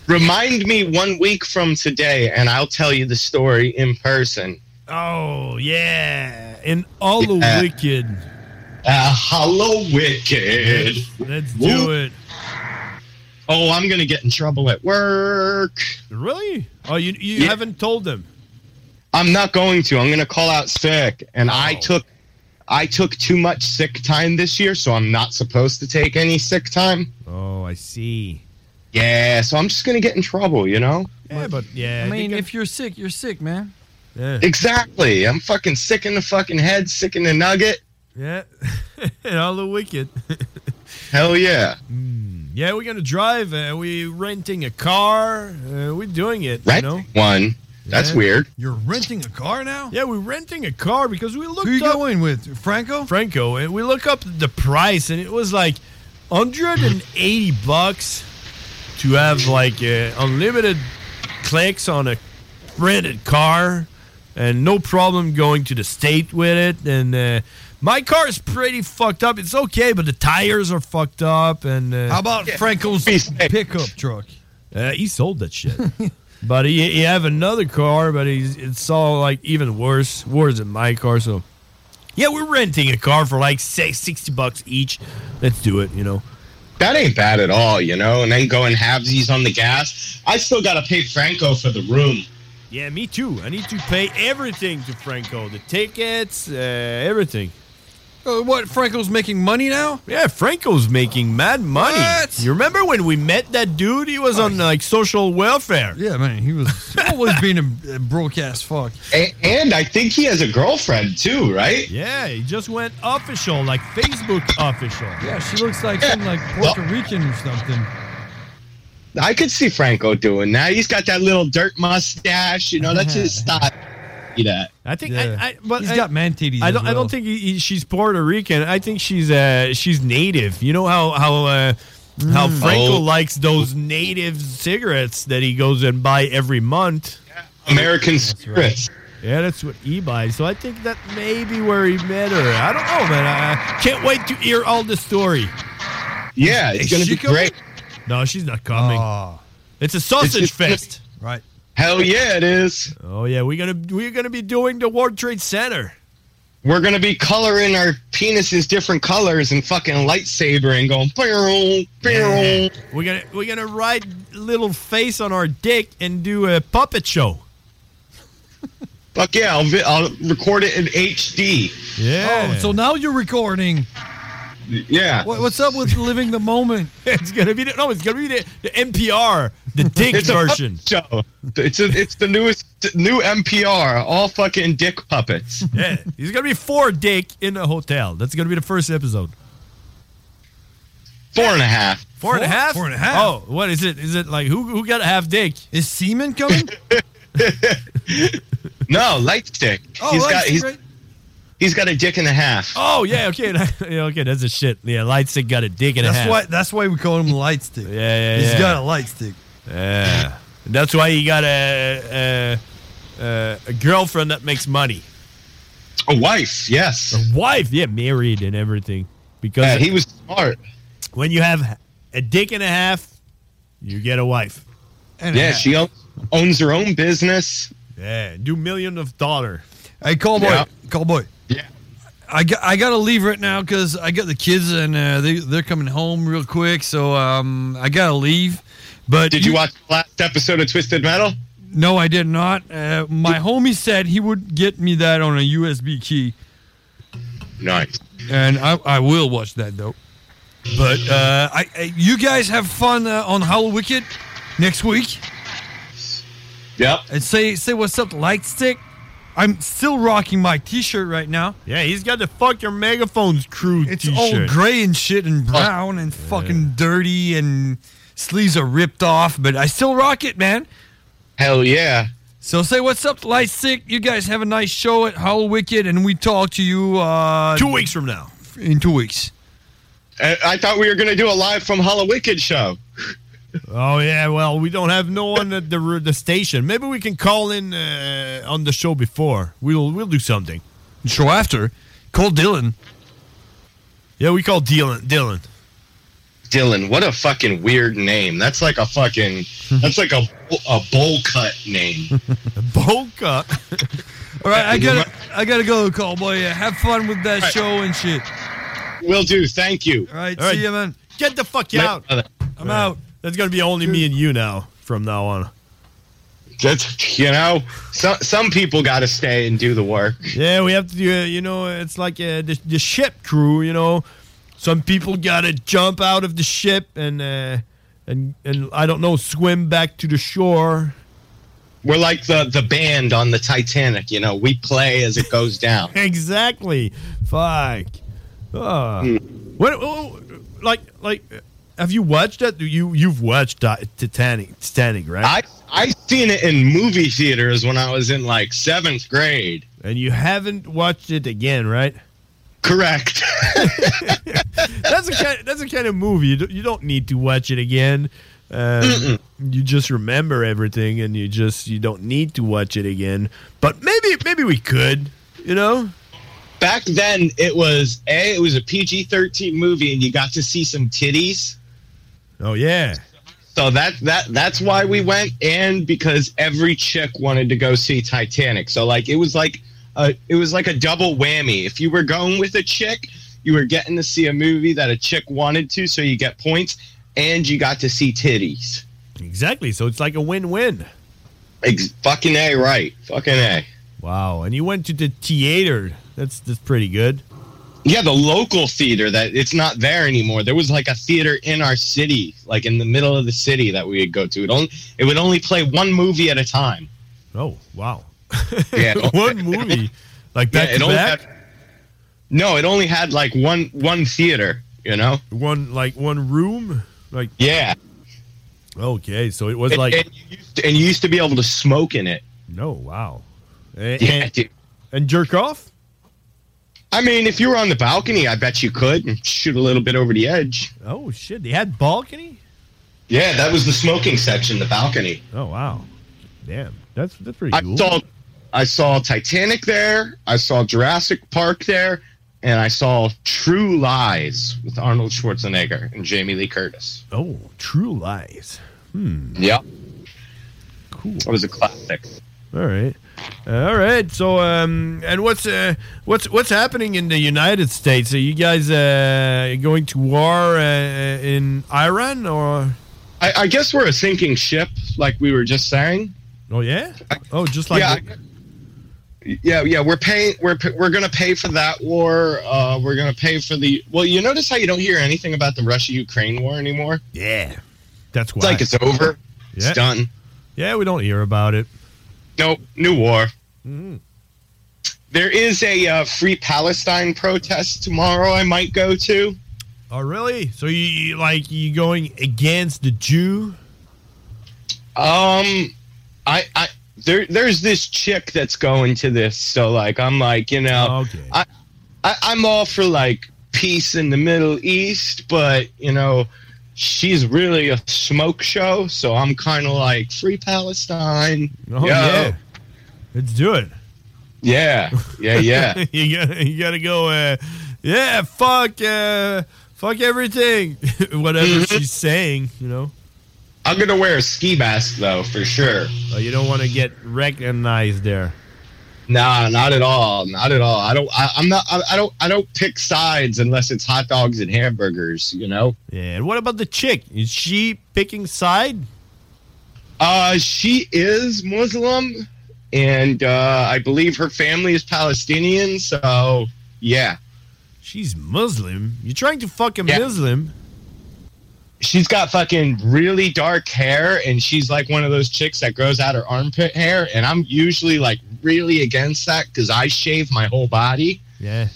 Remind me one week from today, and I'll tell you the story in person. oh yeah, and all Yeah. the wicked. Uh, hello, wicked. Let's Woo. do it. Oh, I'm gonna get in trouble at work. Really? Oh, you you Yeah. haven't told them. I'm not going to. I'm gonna call out sick, and I took, I took too much sick time this year, so I'm not supposed to take any sick time. Oh, I see. Yeah, so I'm just gonna get in trouble, you know. Yeah, but yeah. I mean, if you're sick, you're sick, man. Exactly. I'm fucking sick in the fucking head, sick in the nugget. Yeah, and all the wicked. Hell yeah. Yeah, we're gonna drive. Uh, we renting a car. Uh, we're doing it. Rent You know? one. That's Yeah. weird. You're renting a car now? Yeah, we're renting a car because we looked. Who you up, going with? Franco? Franco, and we look up the price, and it was like 180 bucks to have like uh, unlimited clicks on a rented car, and no problem going to the state with it. And uh, my car is pretty fucked up. It's okay, but the tires are fucked up. And uh, How about Franco's pickup truck? Uh, he sold that shit. but he, he have another car, but he's it's all like even worse, worse than my car. So yeah, we're renting a car for like say sixty bucks each. Let's do it. You know. That ain't bad at all, you know. And then going halvesies on the gas. I still gotta pay Franco for the room. Yeah, me too. I need to pay everything to Franco, the tickets, uh, everything. Uh, what? Franco's making money now? Yeah, Franco's making mad money. You remember when we met that dude? He Oh, was on like social welfare. Yeah, man, he was always being a, a broke ass fuck. And, and I think he has a girlfriend too, right? Yeah, he just went official, like Facebook official. Yeah, she looks like some like Puerto Rican or something. I could see Franco doing that. He's got that little dirt mustache, you know. That's his style. You that. I think Yeah. I, I but He's I- got man titties I as don't. I well. don't think he, he- she's Puerto Rican. I think she's uh she's native. You know how how uh, how Mm. Franco Oh. likes those native cigarettes that he goes and buy every month. American cigarettes. Yeah, that's what he buys. So I think that may be where he met her. I don't know, man. I, I can't wait to hear all the story. Yeah, it's gonna be great. No, she's not coming. Ah. It's a sausage It's just- fest. Right. Hell yeah, it is. Oh yeah, we're gonna we're gonna be doing the World Trade Center. We're gonna be coloring our penises different colors and fucking lightsaber and going. "Pew, pew." We're gonna we're gonna write little face on our dick and do a puppet show. Fuck yeah, I'll, vi- I'll record it in HD. Yeah. Oh, so now you're recording. Yeah. What, what's up with living the moment? it's gonna be the, no, it's gonna be the, the NPR, The dick it's a version. puppet show. It's a, it's the newest new NPR. All fucking dick puppets. Yeah, he's gonna be four dick in a hotel. That's gonna be the first episode. Four and a half. Four and a Four? half. Four and a half. Oh, what is it? Is it like who who got a half dick? Is semen coming? No, light stick. Oh, he's light got stick, he's, right. he's got a dick and a half. oh yeah, okay, yeah, okay. That's a shit. Yeah, light stick got a dick and that's a half. why. That's why we call him light stick. Yeah, yeah, He's yeah. got a light stick. Yeah. That's why he got a a, a a girlfriend that makes money. A wife, yes. A wife, yeah, married and everything. Because Yeah, he was smart. When you have a dick and a half, you get a wife. yeah, she owns, owns her own business. Yeah, do million of dollar. Hey, Cowboy. Yeah. Cowboy. Yeah. I got, I gotta leave right now because I got the kids and uh, they they're coming home real quick, so um I gotta leave. But Did you watch the last episode of Twisted Metal? No, I did not. Uh, my homie said he would get me that on a USB key, Nice. and I, I will watch that though. But uh, I, I you guys have fun uh, on Howl Wicked next week. Yep. And say say what's up, to Lightstick. I'm still rocking my T-shirt right now. Yeah, he's got the fuck your megaphones crew It's all t-shirt. gray and shit and brown and fucking dirty and sleeves are ripped off, but I still rock it, man. Hell yeah. So say what's up, Light Sick. You guys have a nice show at Howl Wicked, and we talk to you uh, two weeks from now. In two weeks. I, I thought we were going to do a live from Hollow Wicked show. Oh yeah, well we don't have no one at the r- the station. Maybe we can call in uh, on the show before. We'll we'll do something. Show after. Call Dylan. Yeah, we call Dylan. Dylan. Dylan, what a fucking weird name. That's like a fucking that's like a a bowl cut name. bowl cut. all right, I gotta I gotta go, Cowboy. Uh, Have fun with that show and shit. Will do. Thank you. All right, All right. see ya, man. Get the fuck Later, out. brother. I'm out. That's gonna be only me and you now from now on. That's you know, some some people got to stay and do the work. Yeah, we have to do. Uh, you know, it's like uh, the the ship crew. You know, some people gotta jump out of the ship and uh, and and I don't know, swim back to the shore. We're like the the band on the Titanic. You know, we play as it goes down. exactly. Fuck. Ah. Hmm. What? oh, like like. uh, Have you watched that? You you've watched Ti- Titanic, Titanic, right? I I seen it in movie theaters when I was in like seventh grade. And you haven't watched it again, right? Correct. that's a kind. That's a kind of movie. You don't, you don't need to watch it again. Uh, you just remember everything, and you just you don't need to watch it again. But maybe maybe we could. You know. Back then, it was a it was a PG thirteen movie, and you got to see some titties. Oh yeah. So that that that's why we went, and because every chick wanted to go see Titanic. So like it was like a it was like a double whammy. If you were going with a chick, you were getting to see a movie that a chick wanted to, so you get points, and you got to see titties. Exactly. So it's like a win-win. Ex- fucking a right. Fucking a. Wow. And you went to the theater. That's that's pretty good. Yeah, the local theater that it's not there anymore. There was like a theater in our city, like in the middle of the city that we would go to. It only it would only play one movie at a time. Oh wow. Yeah. One movie. Like back to only back. had- no, it only had like one one theater, you know. One like one room. Like yeah. Okay, so it was And- like and you, used to, and you used to be able to smoke in it. no. Wow. And, Yeah, and, and jerk off. I mean, if you were on the balcony, I bet you could and shoot a little bit over the edge. Oh shit! They had balcony. Yeah, that was the smoking section, the balcony. Oh wow, damn, that's that's pretty I saw, I saw Titanic there. I saw Jurassic Park there, and I saw True Lies with Arnold Schwarzenegger and Jamie Lee Curtis. Oh, True Lies. Hmm. Yep, Cool. that was a classic. All right. All right. So, um, and what's uh, what's what's happening in the United States? Are you guys uh, going to war uh, in Iran or? I, I guess we're a sinking ship, like we were just saying. Oh yeah. Oh, just like Yeah, Yeah, yeah, we're paying. We're p- we're gonna pay for that war. Uh, we're gonna pay for the. Well, you notice how you don't hear anything about the Russia Ukraine war anymore. Yeah, that's It's like it's over. It's done. Yeah, we don't hear about it. Nope, new war. There is a uh, free Palestine protest tomorrow. I might go to. Oh, really? So you like you going against the Jew? Um, I, I, there, there's this chick that's going to this. So like, I'm like, you know, I, I, I'm all for like peace in the Middle East, but you know, she's really a smoke show. So I'm kind of like free Palestine. Oh, Yo. yeah. Let's do it. Yeah, yeah, yeah. you gotta, you gotta go. Uh, yeah, fuck, uh, fuck everything. Whatever Mm-hmm. she's saying, you know. I'm gonna wear a ski mask though, for sure. Uh, you don't want to get recognized there. Nah, not at all. Not at all. I don't. I, I'm not. I, I don't. I don't pick sides unless it's hot dogs and hamburgers. You know. Yeah. And what about the chick? Is she picking side? Uh, she is Muslim, and uh, I believe her family is Palestinian. So yeah, she's Muslim. You're trying to fuck a Muslim. She's got fucking really dark hair, and she's like one of those chicks that grows out her armpit hair. And I'm usually like really against that because I shave my whole body. Yeah.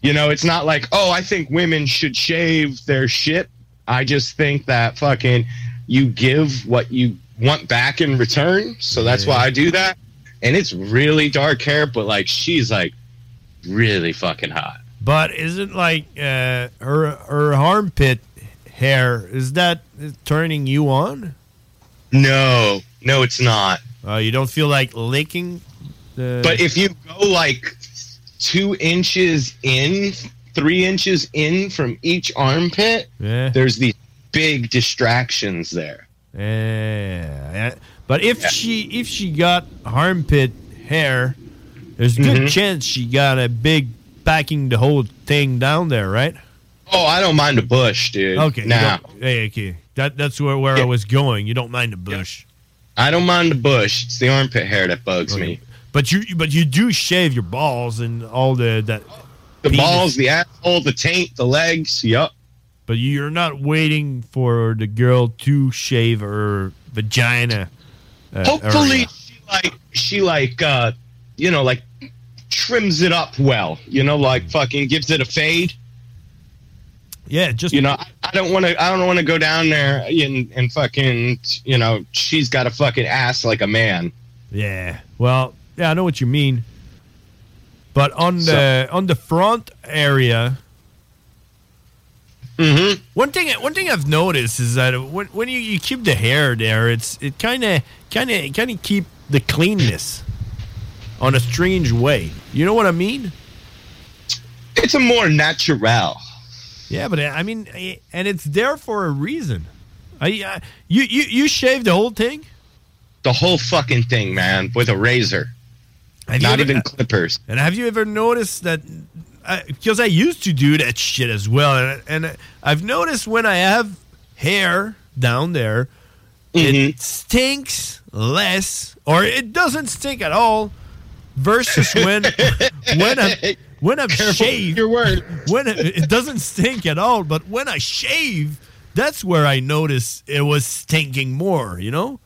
You know, it's not like, oh, I think women should shave their shit. I just think that fucking you give what you want back in return. So that's why I do that. And it's really dark hair, but like she's like really fucking hot. But isn't like uh, her her armpit hair is that turning you on? No, no, it's not. Uh, you don't feel like licking. The... But if you go like two inches in, three inches in from each armpit, Yeah. there's these big distractions there. Yeah. But if she if she got armpit hair, there's a good Mhm. chance she got a big packing the whole thing down there, right? Oh, I don't mind a bush, dude. Okay. you Nah. don't- Hey, okay. That that's where, where I was going. You don't mind the bush. I don't mind the bush. It's the armpit hair that bugs me. But you but you do shave your balls and all the that The balls, the asshole, the taint, the legs, yup. But you're not waiting for the girl to shave her vagina. uh, Hopefully area. she like she like uh you know like trims it up well, you know, like fucking gives it a fade. Yeah, just you know, I, I don't want to. I don't want to go down there and, and fucking. You know, she's got a fucking ass like a man. Yeah. Well, yeah, I know what you mean. But on the on the front area, one thing one thing I've noticed is that when, when you, you keep the hair there, it's it kind of kind of kind of keep the cleanness on a strange way. You know what I mean? It's a more natural. Yeah, but I I mean, eh, and it's there for a reason. I, I you you you shave the whole thing. The whole fucking thing, man, with a razor. Have you Not ever- even clippers. And have you ever noticed that? Because I used to do that shit as well, and, and I've noticed when I have hair down there, it stinks less, or it doesn't stink at all, versus when when I when I'm shaved. Your word. When it, it doesn't stink at all, but when I shave, that's where I notice it was stinking more. You know.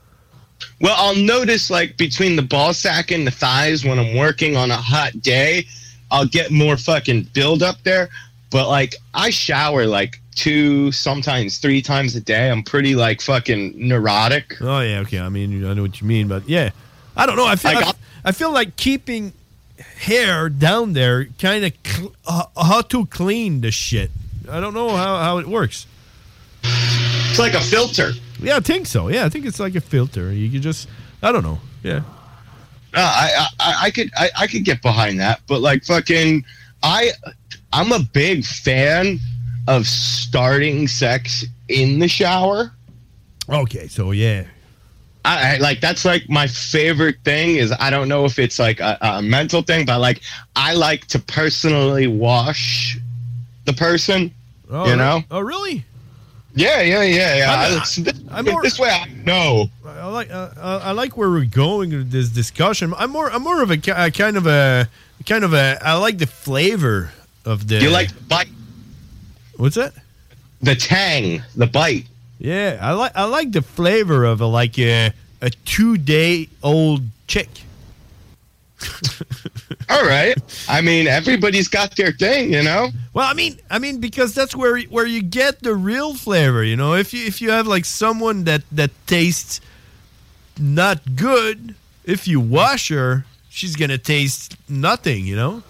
Well, I'll notice like between the ball sack and the thighs when I'm working on a hot day, I'll get more fucking build up there. But like I shower like two, sometimes three times a day. I'm pretty like fucking neurotic. Oh yeah, okay. I mean, I know what you mean, but yeah, I don't know. I feel I, I feel like keeping hair down there kind of cl- uh, how to clean the shit. I don't know how how it works. It's like a filter. Yeah, I think so. Yeah, I think it's like a filter. You can just I don't know. Yeah. Uh, I, I I- I could I, I could get behind that, but like fucking I I'm a big fan of starting sex in the shower. Okay, so yeah. I, I- like that's like my favorite thing is I don't know if it's like a, a mental thing, but like I like to personally wash the person. Oh, you know? Oh, really? Yeah, yeah, yeah, yeah. I'm- I- it's- this, I'm more- this way I know. I like uh, uh, I like where we're going with this discussion. I'm more I'm more of a ki- uh, kind of a kind of a I like the flavor of the You like the bite. What's that? The tang, the bite. Yeah, I like I like the flavor of a like a, a two day old chick. All right. I mean, everybody's got their thing, you know. Well, I mean, I mean because that's where where you get the real flavor, you know. If you if you have like someone that that tastes not good, if you wash her, she's gonna taste nothing, you know.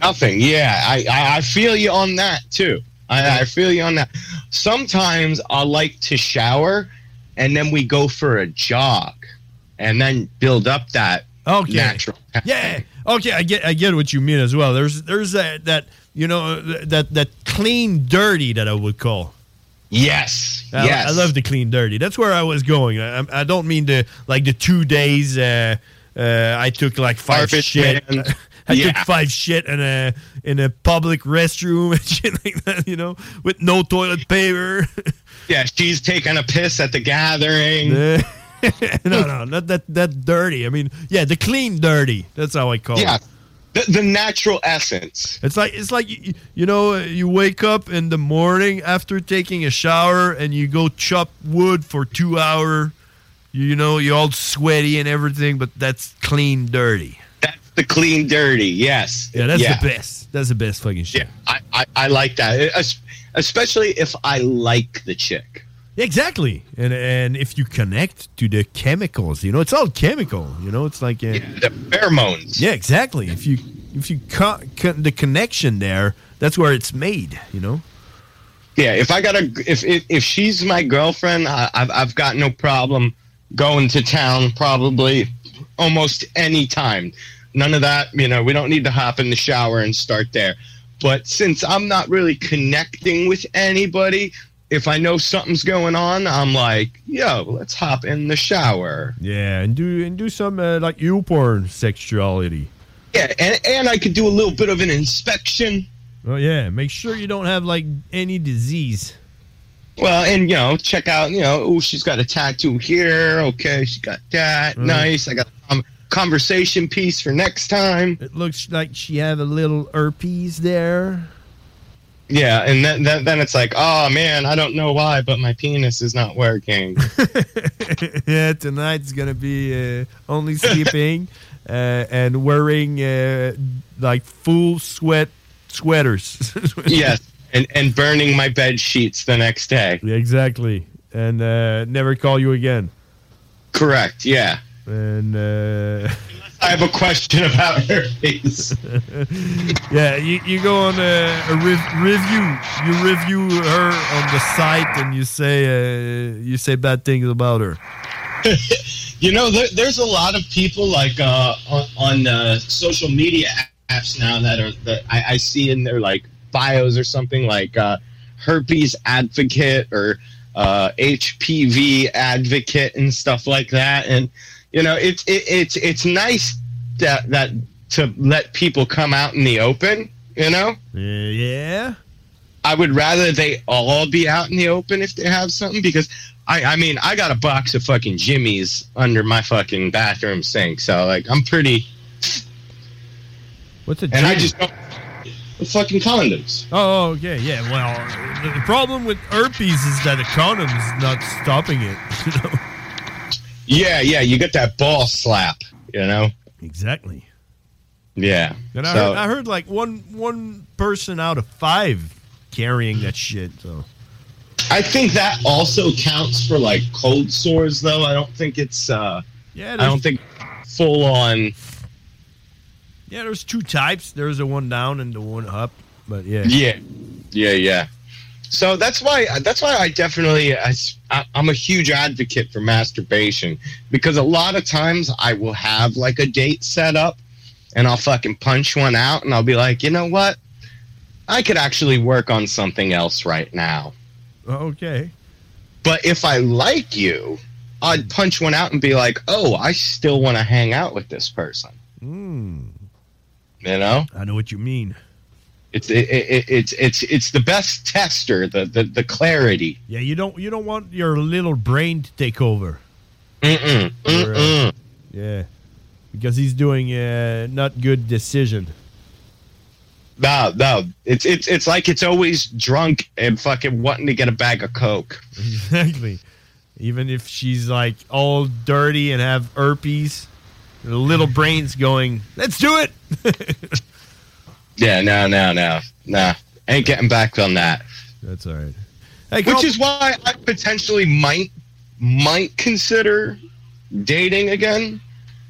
Nothing. Yeah, I, I, I feel you on that too. I, I feel you on that. Sometimes I like to shower, and then we go for a jog, and then build up that Okay. natural. Yeah. Okay, I get I get what you mean as well. There's there's that that you know that that clean dirty that I would call. Yes. I, yes. I love the clean dirty. That's where I was going. I, I- I don't mean the like the two days uh, uh, I took like five Garbage shit. man. I Yeah. took five shit uh, in a in a public restroom and shit like that. You know, with no toilet paper. Yeah, she's taking a piss at the gathering. no, no, not that that dirty. I mean, yeah, the clean dirty. That's how I call Yeah. it. The, the natural essence. It's like it's like you, you know you wake up in the morning after taking a shower and you go chop wood for two hour. You know you're all sweaty and everything, but that's clean dirty. That's the clean dirty. Yes. Yeah, that's the best. That's the best fucking shit. I, I, I like that, Es- especially if I like the chick. Exactly, and and if you connect to the chemicals, you know it's all chemical. You know it's like uh the pheromones. Yeah, exactly. If you if you con- con- the connection there, that's where it's made. You know. Yeah, if I got a if if, if she's my girlfriend, I, I've I've got no problem going to town probably almost any time. None of that, you know. We don't need to hop in the shower and start there. But since I'm not really connecting with anybody, if I know something's going on, I'm like, yo, let's hop in the shower. Yeah, and do and do some uh, like you porn sexuality. Yeah, and, and I could do a little bit of an inspection. Oh yeah, make sure you don't have like any disease. Well, and you know, check out, you know, oh, she's got a tattoo here. Okay, she got that. Mm-hmm. Nice. I got a um, conversation piece for next time. It looks like she have a little herpes there. Yeah, and then, then then it's like, oh man, I don't know why, but my penis is not working. yeah, tonight's gonna be uh, only sleeping uh, and wearing uh, like full sweat sweaters. yes, and and burning my bed sheets the next day. exactly, and uh, never call you again. Correct. Yeah. And uh, I have a question about her face. yeah, you, you go on a, a rev- review. You review her on the site, and you say uh, you say bad things about her. you know, there, there's a lot of people like uh, on, on uh, social media apps now that are that I, I see in their like bios or something like uh, herpes advocate or uh, HPV advocate and stuff like that. And you know, it's it, it's it's nice that that to let people come out in the open. You know. yeah. I would rather they all be out in the open if they have something because I, I mean I got a box of fucking jimmies under my fucking bathroom sink, so like I'm pretty. What's a and I Jimmy? just don't, the fucking condoms. Oh, okay, yeah. Well, the- the problem with herpes is that a condom is not stopping it. You know? Yeah, yeah, you get that ball slap, you know. Exactly. Yeah. And I, so- heard, I heard like one one person out of five carrying that shit. So I think that also counts for like cold sores, though. I don't think it's. uh Yeah, I there's- don't think full on. yeah, there's two types. There's the one down and the one up. But yeah, Yeah, yeah, yeah. So that's why that's why I definitely I, am a huge advocate for masturbation because a lot of times I will have like a date set up and I'll fucking punch one out and I'll be like, you know what, I could actually work on something else right now. Okay. But if I like you, I'd punch one out and be like, oh, I still want to hang out with this person. Mm, You know. I know what you mean. It's it, it, it's it's it's the best tester the the, the clarity. Yeah, you don't you don't want your little brain to take over. Mm-mm, mm-mm. Yeah, because he's doing a not good decision. No, no. It's it's it's like it's always drunk and fucking wanting to get a bag of coke. Exactly. Even if she's like all dirty and have herpes, the little brain's going, let's do it. Yeah, no, no, no, no. Ain't getting back on that. That's all right. Which is why I potentially might might consider dating again.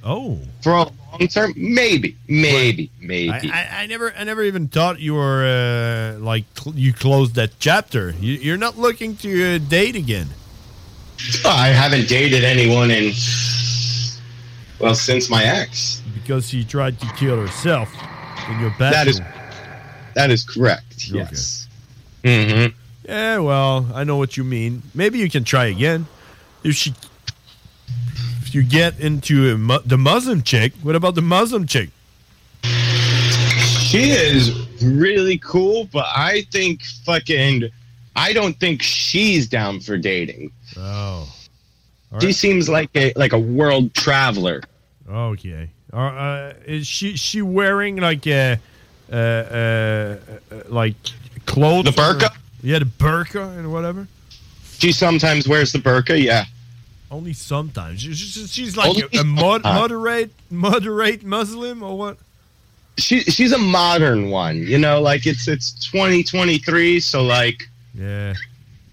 Oh, for a long term, maybe, maybe, maybe. I, I, I never, I never even thought you were uh, like cl- you closed that chapter. You, you're not looking to uh, date again. I haven't dated anyone in well since my ex. because she tried to kill herself in your bathroom. That is that is correct. Yes. Mm-hmm. Yeah, well, I know what you mean. Maybe you can try again. If she, if you get into a, mu- the Muslim chick, what about the Muslim chick? She is really cool, but I think fucking I don't think she's down for dating. Oh. All She right. seems like a like a world traveler. Okay. Or, uh, is she she wearing like a, uh, uh, uh, like clothes? The burqa? or- yeah, the burqa and whatever. She sometimes wears the burqa, yeah. Only sometimes. She- she- she- She's like Only a, a mod- sometimes. moderate moderate Muslim or what? She she's a modern one, you know, like it's it's 2023, so like Yeah.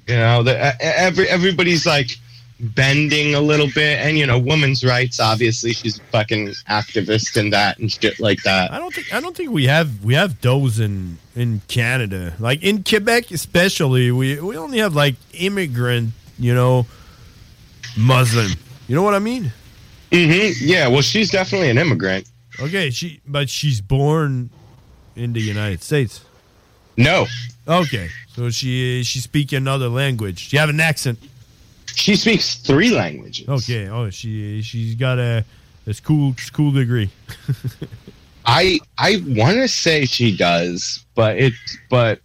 you know, the, e- every everybody's like bending a little bit and you know, women's rights obviously she's a fucking activist and that and shit like that. I don't think I don't think we have we have those in in Canada. Like in Quebec especially, we we only have like immigrant, you know, Muslim. You know what I mean? Mhm. Yeah, well she's definitely an immigrant. Okay, she but she's born in the United States. No. Okay. So she she speak another language. She have an accent. She speaks three languages. Okay. Oh, she she's got a a school school degree. I I want to say she does, but it but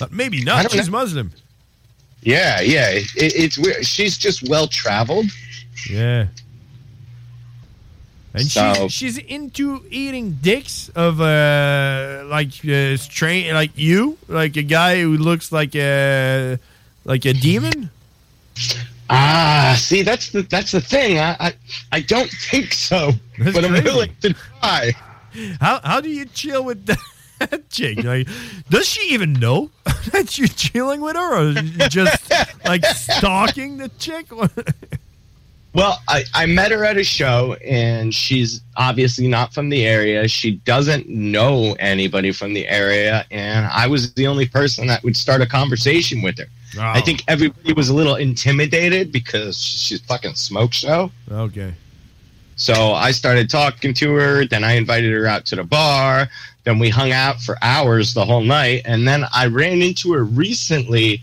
Uh, maybe I not. don't She's know. Muslim. yeah yeah it, it's weird. She's just well traveled. Yeah. And So- she's she's into eating dicks of uh like uh, strain like you like a guy who looks like a like a demon. Ah, see that's the that's the thing. I I, I don't think so, but I'm crazy. willing to try. How how do you chill with that chick? Like, does she even know that you're chilling with her, or is it just like stalking the chick? Well, I, I met her at a show, and she's obviously not from the area. She doesn't know anybody from the area, and I was the only person that would start a conversation with her. I think everybody was a little intimidated because she's fucking smoke show. Okay. So I started talking to her. Then I invited her out to the bar. Then we hung out for hours the whole night. And then I ran into her recently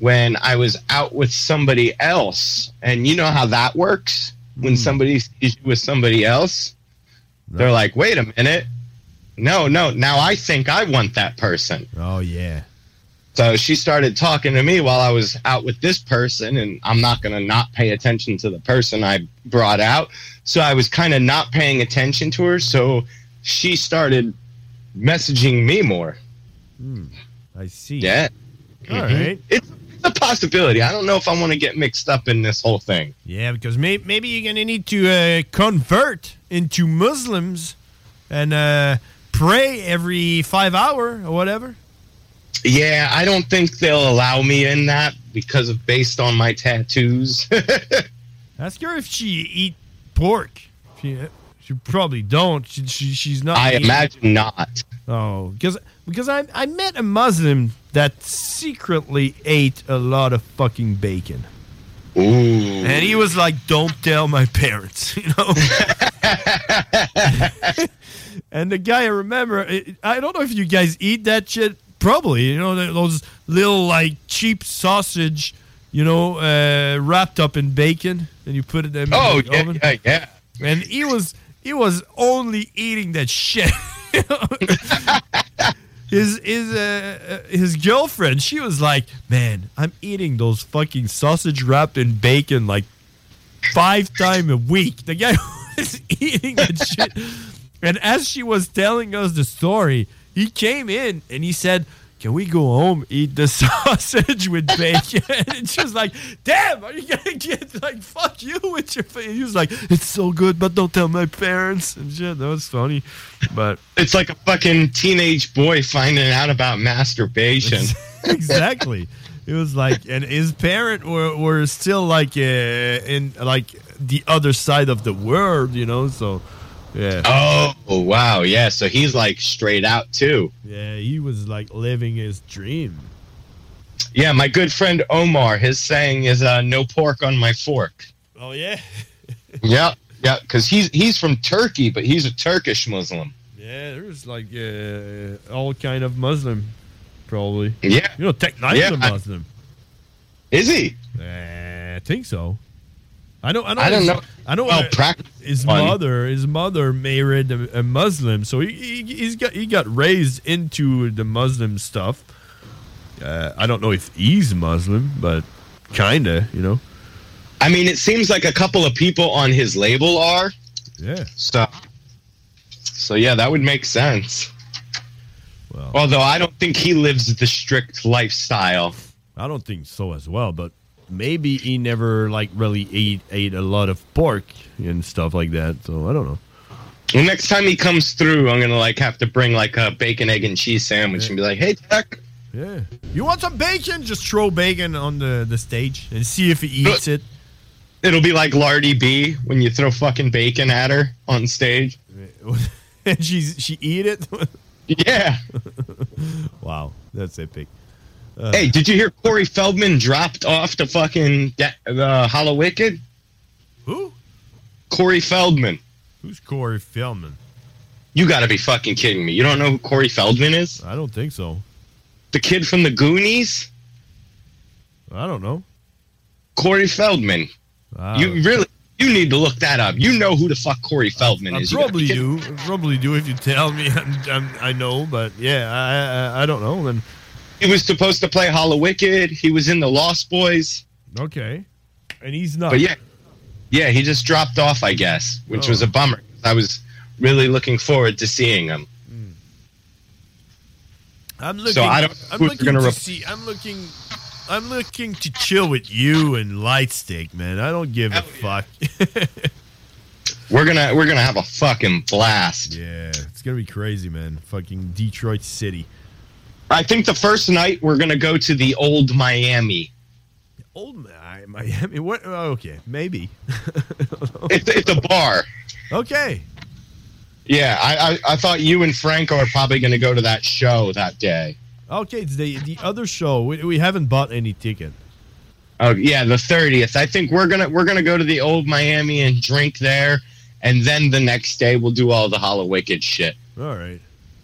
when I was out with somebody else. And you know how that works Hmm. when somebody sees you with somebody else? They're like, wait a minute. No, no. Now I think I want that person. Oh yeah. So she started talking to me while I was out with this person, and I'm not going to not pay attention to the person I brought out. So I was kind of not paying attention to her. So she started messaging me more. Hmm. I see. Yeah. All Mhm. right. It's a possibility. I don't know if I want to get mixed up in this whole thing. Yeah, because may- maybe you're gonna need to uh, convert into Muslims and uh, pray every five hour or whatever. Yeah, I don't think they'll allow me in that because of based on my tattoos. Ask her if she eat pork. She, she probably don't. She, she, she's not. I eating- imagine not. Oh, because because I I met a Muslim that secretly ate a lot of fucking bacon. Ooh. And he was like, "Don't tell my parents," you know. and the guy, I remember, I- I don't know if you guys eat that shit. Probably, you know, th- those little like cheap sausage, you know, uh, wrapped up in bacon, and you put it in Oh, the yeah, oven. yeah, yeah. And he was he was only eating that shit. his his uh, uh, his girlfriend, she was like, "Man, I'm eating those fucking sausage wrapped in bacon like five time a week." The guy was eating that shit. And as she was telling us the story, He came in and he said, Can we go home, eat the sausage with bacon? and she was like, Damn, are you going to get, like, fuck you with your face? He was like, It's so good, but don't tell my parents. And shit, that was funny. But It's like a fucking teenage boy finding out about masturbation. exactly. It was like, and his parent were, were still like uh, in like the other side of the world, you know. So, yeah. Oh wow, yeah. So he's like straight out too. yeah, he was like living his dream. Yeah, my good friend Omar, his saying is uh, "no pork on my fork." Oh yeah, yep, yep. Because he's he's from Turkey, but he's a Turkish Muslim. yeah. There was like uh, all kind of Muslim, probably. Yeah. you know, Tech Nine's Yeah, a I- Muslim. Is he? Eh, I think so. I know. I know. I don't his- know. I know. Well, uh, practice his one. mother. His mother married a, a Muslim, so he, he he's got he got raised into the Muslim stuff. Uh, I don't know if he's Muslim, but kinda, you know. I mean, it seems like a couple of people on his label are. Yeah. So, so yeah, that would make sense. Although I don't think he lives the strict lifestyle. I don't think so as well, but maybe he never like really ate ate a lot of pork and stuff like that. So I don't know. Well, next time he comes through, I'm gonna like have to bring like a bacon, egg, and cheese sandwich and be like, "Hey, Tech, Yeah. You want some bacon? Just throw bacon on the, the stage and see if he eats it. It'll be like Lardy B when you throw fucking bacon at her on stage. and she she eat it. yeah. wow, that's epic. Uh, hey, did you hear Corey Feldman dropped off to fucking de- uh, Hollow Wicked? Who? Corey Feldman. Who's Corey Feldman? You gotta be fucking kidding me. You don't know who Corey Feldman is? I don't think so. The kid from the Goonies? I don't know. Ah. Corey Feldman. you really you need to look that up. You know who the fuck Corey Feldman I is. You Uh, gotta probably be kidding- do. I probably do if you tell me. I'm, I'm, I know, but yeah, I I, I don't know. And He was supposed to play Hollow Wicked. He was in the Lost Boys. okay, and he's not. But yeah, yeah, he just dropped off, I guess, which Oh. was a bummer. I was really looking forward to seeing him. I'm looking. So I don't know I'm who looking they're to gonna rep- see. I'm looking. I'm looking to chill with you and Lightstick, man. I don't give a fuck. We're gonna we're gonna have a fucking blast. Yeah, it's gonna be crazy, man. Fucking Detroit City, I think the first night we're gonna go to the old Miami. old Mi- Miami. What? oh, okay, maybe. It's it's a bar. Okay. Yeah, I, I I thought you and Franco are probably gonna go to that show that day. Okay, it's the the other show. We, we haven't bought any ticket. Oh yeah, the thirtieth. I think we're gonna we're gonna go to the old Miami and drink there, and then the next day we'll do all the Hollow Wicked shit. All right,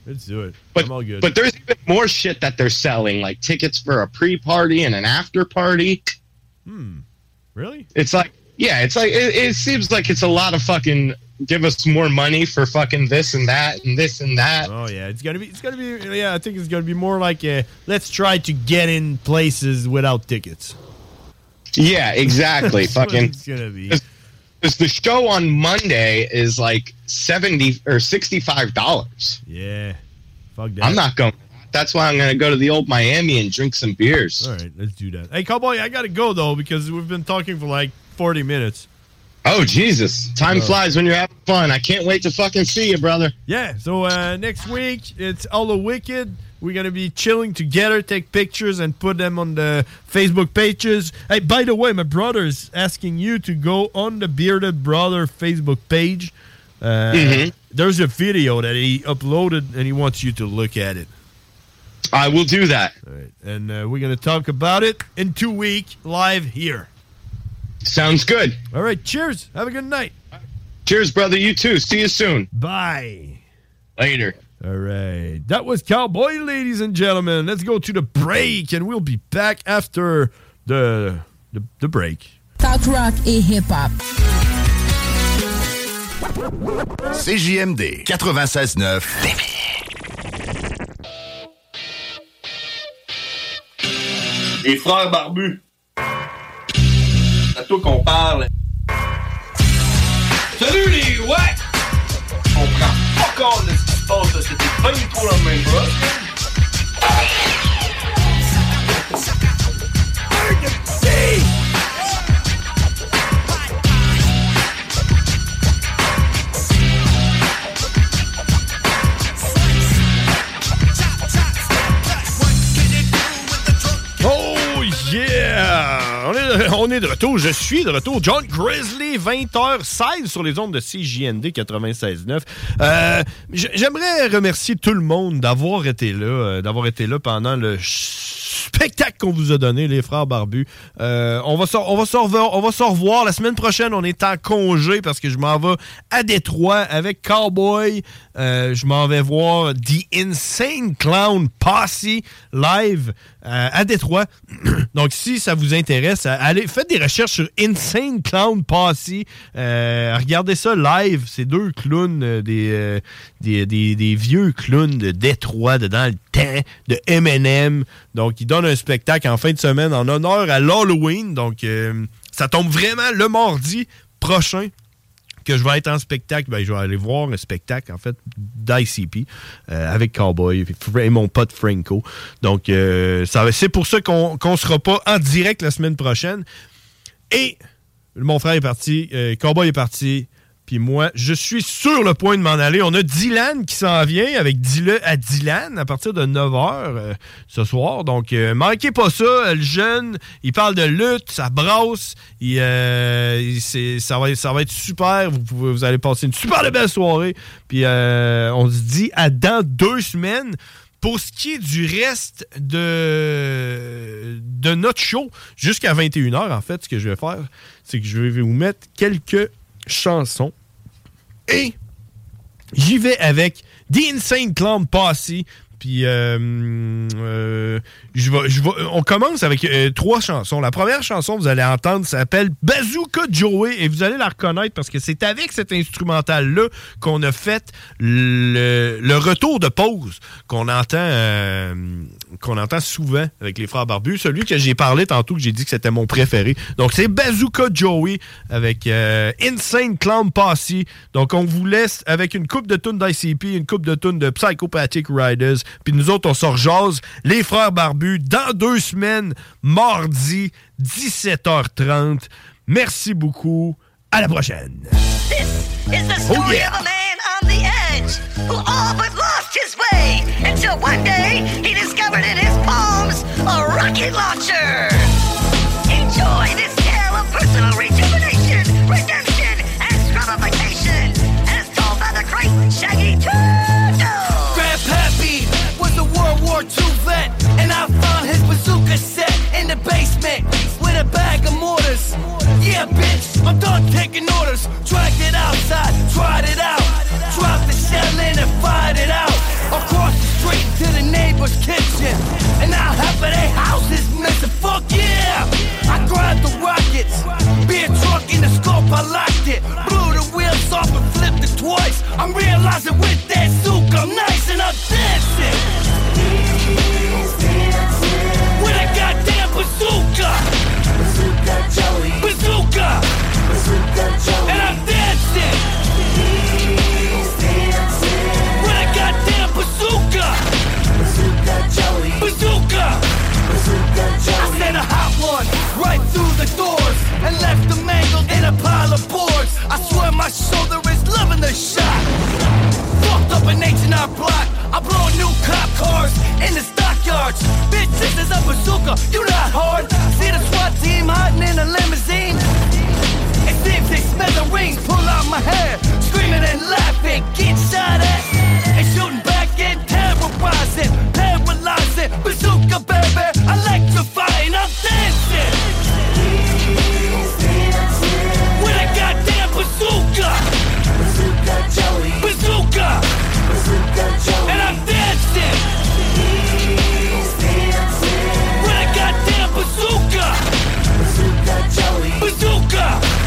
let's do it. But- I'm all good. But there's even more shit that they're selling, like tickets for a pre-party and an after-party. hmm, really? It's like, yeah, it's like it, it seems like it's a lot of fucking give us more money for fucking this and that and this and that. Oh yeah, it's gonna be it's gonna be yeah. I think it's gonna be more like a let's try to get in places without tickets. Yeah, exactly. That's what fucking it's gonna be. because the show on Monday is like seventy or sixty-five dollars. Yeah, fuck that. I'm not going. That's why I'm going to go to the old Miami and drink some beers. All right, let's do that. Hey, cowboy, Oh, I gotta go though because we've been talking for like forty minutes. Oh Jesus, time Oh. flies when you're having fun. I can't wait to fucking see you, brother. Yeah. So uh, next week it's all the wicked. We're gonna be chilling together, take pictures, and put them on the Facebook pages. Hey, by the way, my brother is asking you to go on the Bearded Brother Facebook page. Uh, Mhm. There's a video that he uploaded, and he wants you to look at it. I will do that. All right, and uh, we're gonna talk about it in two weeks live here. Sounds good. All right. Cheers. Have a good night. Cheers, brother. You too. See you soon. Bye. Later. All right. That was Cowboy, ladies and gentlemen. Let's go to the break, and we'll be back after the the, the break. Talk rock et hip-hop. CJMD 96.9. Les frères barbus. C'est à toi qu'on parle. Salut les ouais! On prend fuck all de ce qui se passe, là? C'était pas du tout la même brosse. Oh yeah! On est, on est de retour, je suis de retour. John Grizzly, 20h16 sur les ondes de CJND 96.9. Euh, j- J'aimerais remercier tout le monde d'avoir été là, euh, d'avoir été là pendant le ch- spectacle qu'on vous a donné, les frères barbus. Euh, on va se on va se revoir, on va se revoir la semaine prochaine. On est en congé parce que je m'en vais à Détroit avec Cowboy. Euh, je m'en vais voir The Insane Clown Posse live euh, à Détroit. Donc, si ça vous intéresse, euh, allez, faites des recherches sur Insane Clown Posse. Euh, regardez ça live. C'est deux clowns, euh, des, euh, des, des- des vieux clowns de Détroit, de dans le temps, de M&M. Donc, ils donnent un spectacle en fin de semaine en honneur à l'Halloween. Donc, euh, ça tombe vraiment le mardi prochain que je vais être en spectacle, ben, je vais aller voir un spectacle, en fait, d'ICP euh, avec Cowboy et Fra- et mon pote Franco. Donc, euh, ça va- c'est pour ça qu'on ne sera pas en direct la semaine prochaine. Et mon frère est parti, euh, Cowboy est parti, puis moi, je suis sur le point de m'en aller. On a Dylan qui s'en vient avec Dis-le à Dylan à partir de 9h ce soir. Donc, euh, manquez pas ça. Euh, Le jeune, il parle de lutte, ça brasse. Il, euh, il- c'est- ça, va, ça va être super. Vous, pouvez, vous allez passer une super de belle soirée. Puis, euh, on se dit à dans deux semaines. Pour ce qui est du reste de, de notre show, jusqu'à 21h, en fait, ce que je vais faire, c'est que je vais vous mettre quelques chansons. Et j'y vais avec The Insane Clown Posse. Puis, euh, euh, je vais- je vais- on commence avec euh, trois chansons. La première chanson que vous allez entendre s'appelle Bazooka Joey et vous allez la reconnaître parce que c'est avec cet instrumental-là qu'on a fait le, le retour de pause qu'on entend, euh, qu'on entend souvent avec les frères barbus. Celui que j'ai parlé tantôt, que j'ai dit que c'était mon préféré. Donc, c'est Bazooka Joey avec euh, Insane Clown Posse. Donc, on vous laisse avec une coupe de tunes d'ICP, une coupe de tunes de Psychopathic Riders. Puis nous autres, on sort jase les frères barbus dans deux semaines, mardi, 17h30. Merci beaucoup. À la prochaine. This is the story Oh, yeah. of a man on the edge who all but lost his way until one day he discovered in his palms a rocket launcher. Enjoy this tale of personal rejuvenation, redemption, and scrubification as told by the great Shaggy Turtle. Grandpappy was a World War II vet, and I found his bazooka set in the basement with a bag of mortars. Yeah, bitch, I'm done taking orders. Dragged it outside, tried it out, dropped the shell in and fired it out across the street to the neighbor's kitchen, and now half of their house is missing. Fuck yeah! I grabbed the rockets, beer truck in the scope, I locked it, blew the wheels off and flipped it twice. I'm realizing with that zook, I'm nice and I'm dancing. With a goddamn bazooka. Bazooka Joey. Bazooka. Bazooka Joey. And I'm dancing. With a goddamn bazooka. Bazooka Joey. Bazooka. Bazooka Joey. I sent a hot one right through the doors and left the mangled in a pile of boards. I swear my shoulder is loving the shot. Fucked up an H&R block. I blow new cop cars in the stockyards. Bitch, this is a bazooka. You not hard. See the SWAT team hiding in a limousine. It seems they smell the rings. Pull out my hair, screaming and laughing. Get shot at and shooting back and terrorizing, paralyzing. Bazooka baby, electrifying. I'm dancing. With a goddamn bazooka. Bazooka Joey. Bazooka. Bazooka Joey. And I'm dancing. With a goddamn bazooka. Bazooka Joey.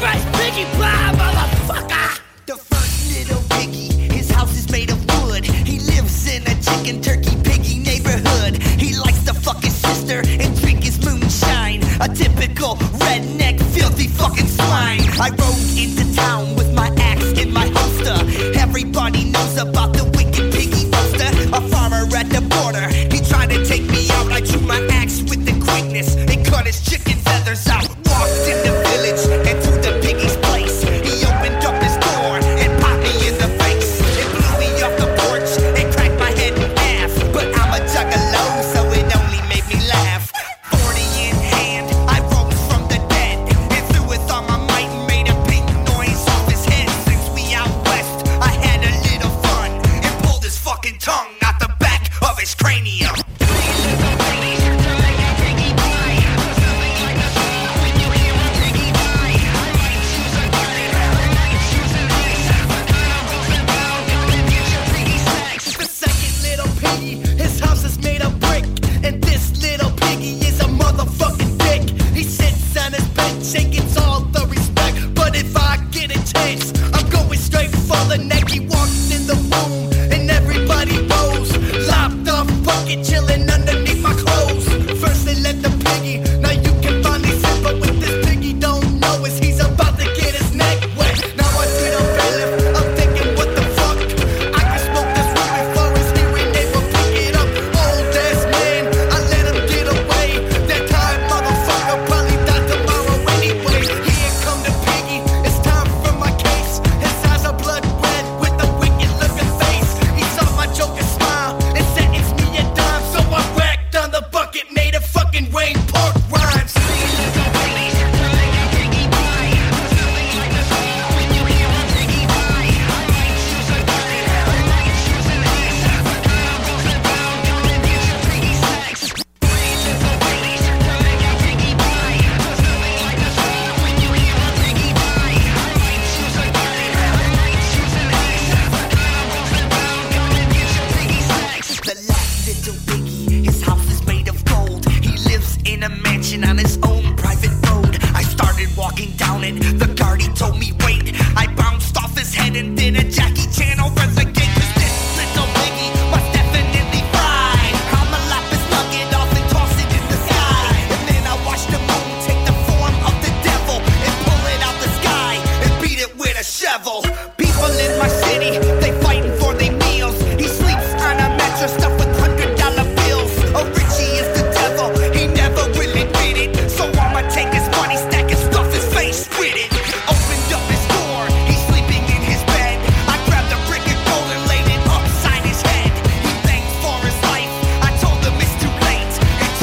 Christ, piggy pie, motherfucker! The first little piggy, his house is made of wood. He lives in a chicken turkey piggy neighborhood. He likes to fuck his sister and drink his moonshine. A typical redneck, filthy fucking swine. I rode into town with my axe in my holster. Everybody knows about the wicked piggy monster. A farmer at the border, he tried to take me out. I drew my axe with the quickness and cut his chicken feathers out. Walked in the village and to the piggy's place. He opened up his door and popped me in the face. It blew me off the porch and cracked my head in half. But I'm a juggalo, so it only made me laugh. 40 in hand, I rose from the dead and threw with all my might and made a big noise off his head. Since we out west, I had a little fun and pulled his fucking tongue out the back of his cranium. The second little piggy, his house is made of brick. And this little piggy is a motherfucking dick. He sits on his bench and gets all the respect. But if I get a chance, I'm going straight for the neck. He walks in the room and everybody bows. Lopped off bucket, chilling underneath my clothes. First they let the piggy, now you can finally sit. But what this piggy don't know is he's about to get his neck wet. Now I see the bailiff, I'm thinking what the fuck. I can smoke this weed before his hearing aid will pick it up. Old ass man, I let him get away. That tired motherfucker probably died tomorrow anyway. Here come the piggy, it's time for my case. His eyes are blood red with a wicked looking face. He saw my joker smile and sentenced me a dime. So I whacked on the bucket, made it fucking rain pork rhymes. The last little piggy, his house is made of gold. He lives in a mansion on his own private road. I started walking down it, the guard he told me wait. I bounced off his head and did a Jackie Chan over the gate. 'Cause this little piggy was definitely fried. I'ma lop his nugget off and toss it in the sky. And then I watched the moon take the form of the devil and pull it out the sky and beat it with a shovel. People in my city, they fighting for their meals. He sleeps on a mattress stuffed with hundred dollar bills. Oh, Richie is the devil. He never will admit it. So I'ma take his money, stack and stuff his face with it. Opened up his door. He's sleeping in his bed. I grabbed a brick and roll and laid it upside his head. He begged for his life. I told him it's too late.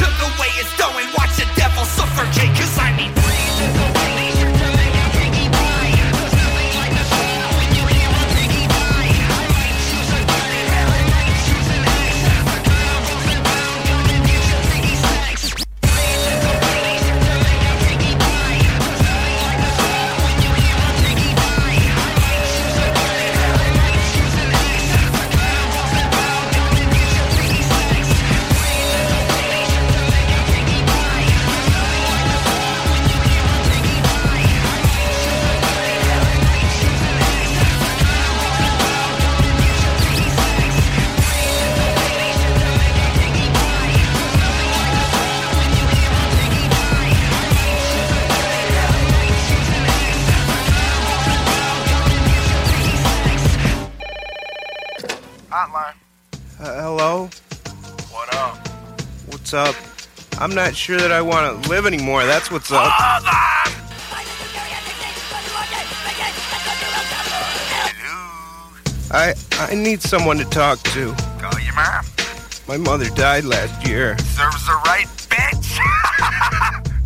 And took away his dough and watched the devil suffocate. Cause I need three little piggies. Hotline. Uh, hello? What up? What's up? I'm not sure that I want to live anymore. That's what's up. I I need someone to talk to. Call your mom. My mother died last year. Serves the right, bitch.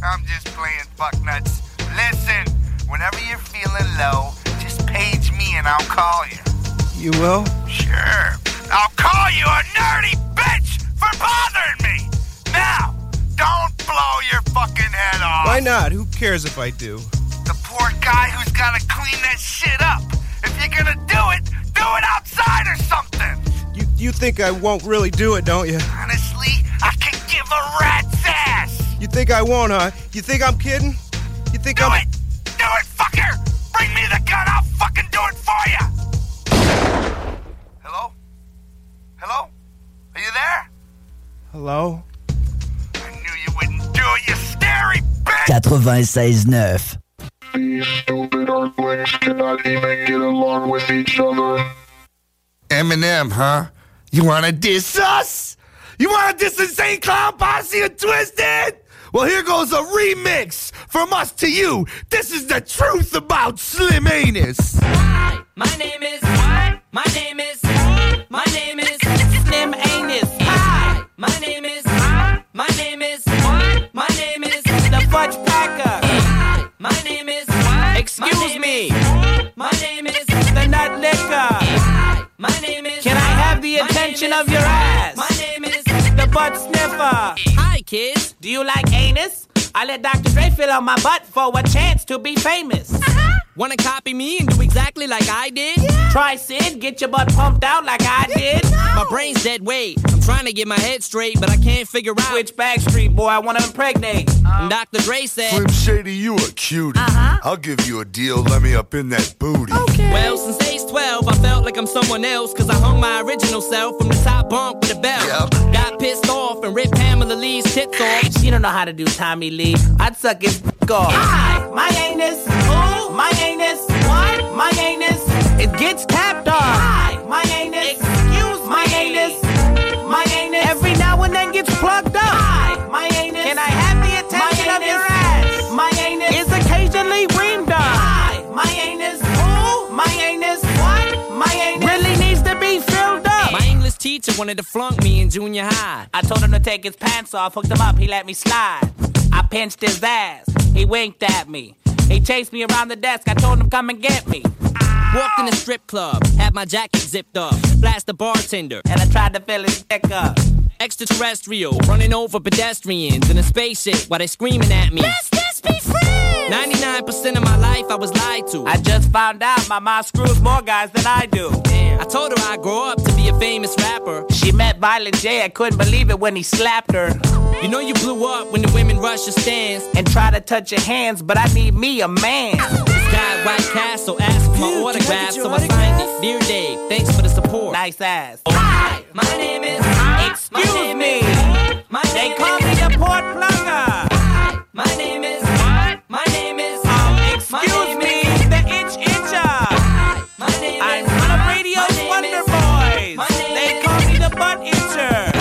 I'm just playing fucknuts. Listen, whenever you're feeling low, just page me and I'll call you. You will? Sure. I'll call you a nerdy bitch for bothering me. Now, don't blow your fucking head off. Why not? Who cares if I do? The poor guy who's gotta clean that shit up. If you're gonna do it, do it outside or something. You you think I won't really do it, don't you? Honestly, I can give a rat's ass. You think I won't, huh? You think I'm kidding? You think I'm Do it, fucker! for you. Hello? Hello? Are you there? Hello? Do it, you scary 96.9. Stupid earthlings cannot even get along with each other. Eminem, huh? You wanna diss us? You wanna diss the St. Cloud Posse and Twisted? Well, here goes a remix from us to you. This is the truth about Slim Anus. My name is what? My name is My name is Slim Anus. Hi. My name is My name is what? My name is the Fudge Packer. My name is Excuse me. My name is the Nut Licker. My name is Can I have the attention of your ass? My name is the Butt Sniffer. Hi kids, do you like anus? I let Dr. Dre fill out my butt for a chance to be famous. Wanna copy me and do exactly like I did? Try Sid, get your butt pumped out like I did. My brain's dead weight. I'm trying to get my head straight, but I can't figure out which back street boy I wanna impregnate. And Dr. Dre said, Slim Shady, you a cutie. I'll give you a deal. Let me up in that booty. Well, since age 12, I felt like I'm someone else, cause I hung my original self from the top bunk with a belt. Got pissed off and ripped Pamela Lee's tits off. She don't know how to do Tommy Lee. I'd suck his dick off. Hi, my anus. Ooh, my anus. What? My anus. It gets tapped on. Hi, my anus. Excuse my anus. My anus. Every now and then gets plugged up. Hi, my anus. Can I have the attention of your ass? My anus is occasionally reamed on. Hi, my anus. Ooh, my anus. What? My anus really needs to be filled up. My English teacher wanted to flunk me in junior high. I told him to take his pants off, hooked him up, he let me slide. I pinched his ass. He winked at me. He chased me around the desk. I told him, come and get me. Walked in the strip club, had my jacket zipped up, flashed the bartender, and I tried to fill his dick up. Extraterrestrial, running over pedestrians in a spaceship while they screaming at me. Let's just be friends! 99% of my life I was lied to. I just found out my mom screws more guys than I do. I told her I grow up to be a famous rapper. She met Violent J, I couldn't believe it when he slapped her. You know you blew up when the women rush your stands and try to touch your hands, but I need me a man. This guy at White Castle asked for my autograph, so I signed it. Dear Dave, thanks for the support. Nice ass. Hi, my name is. Excuse me. they call me the port plugger. My name is. What? My name is. Um, excuse me. The itch itcher. My name I'm is. one of radio's wonder boys. they call me the butt itcher.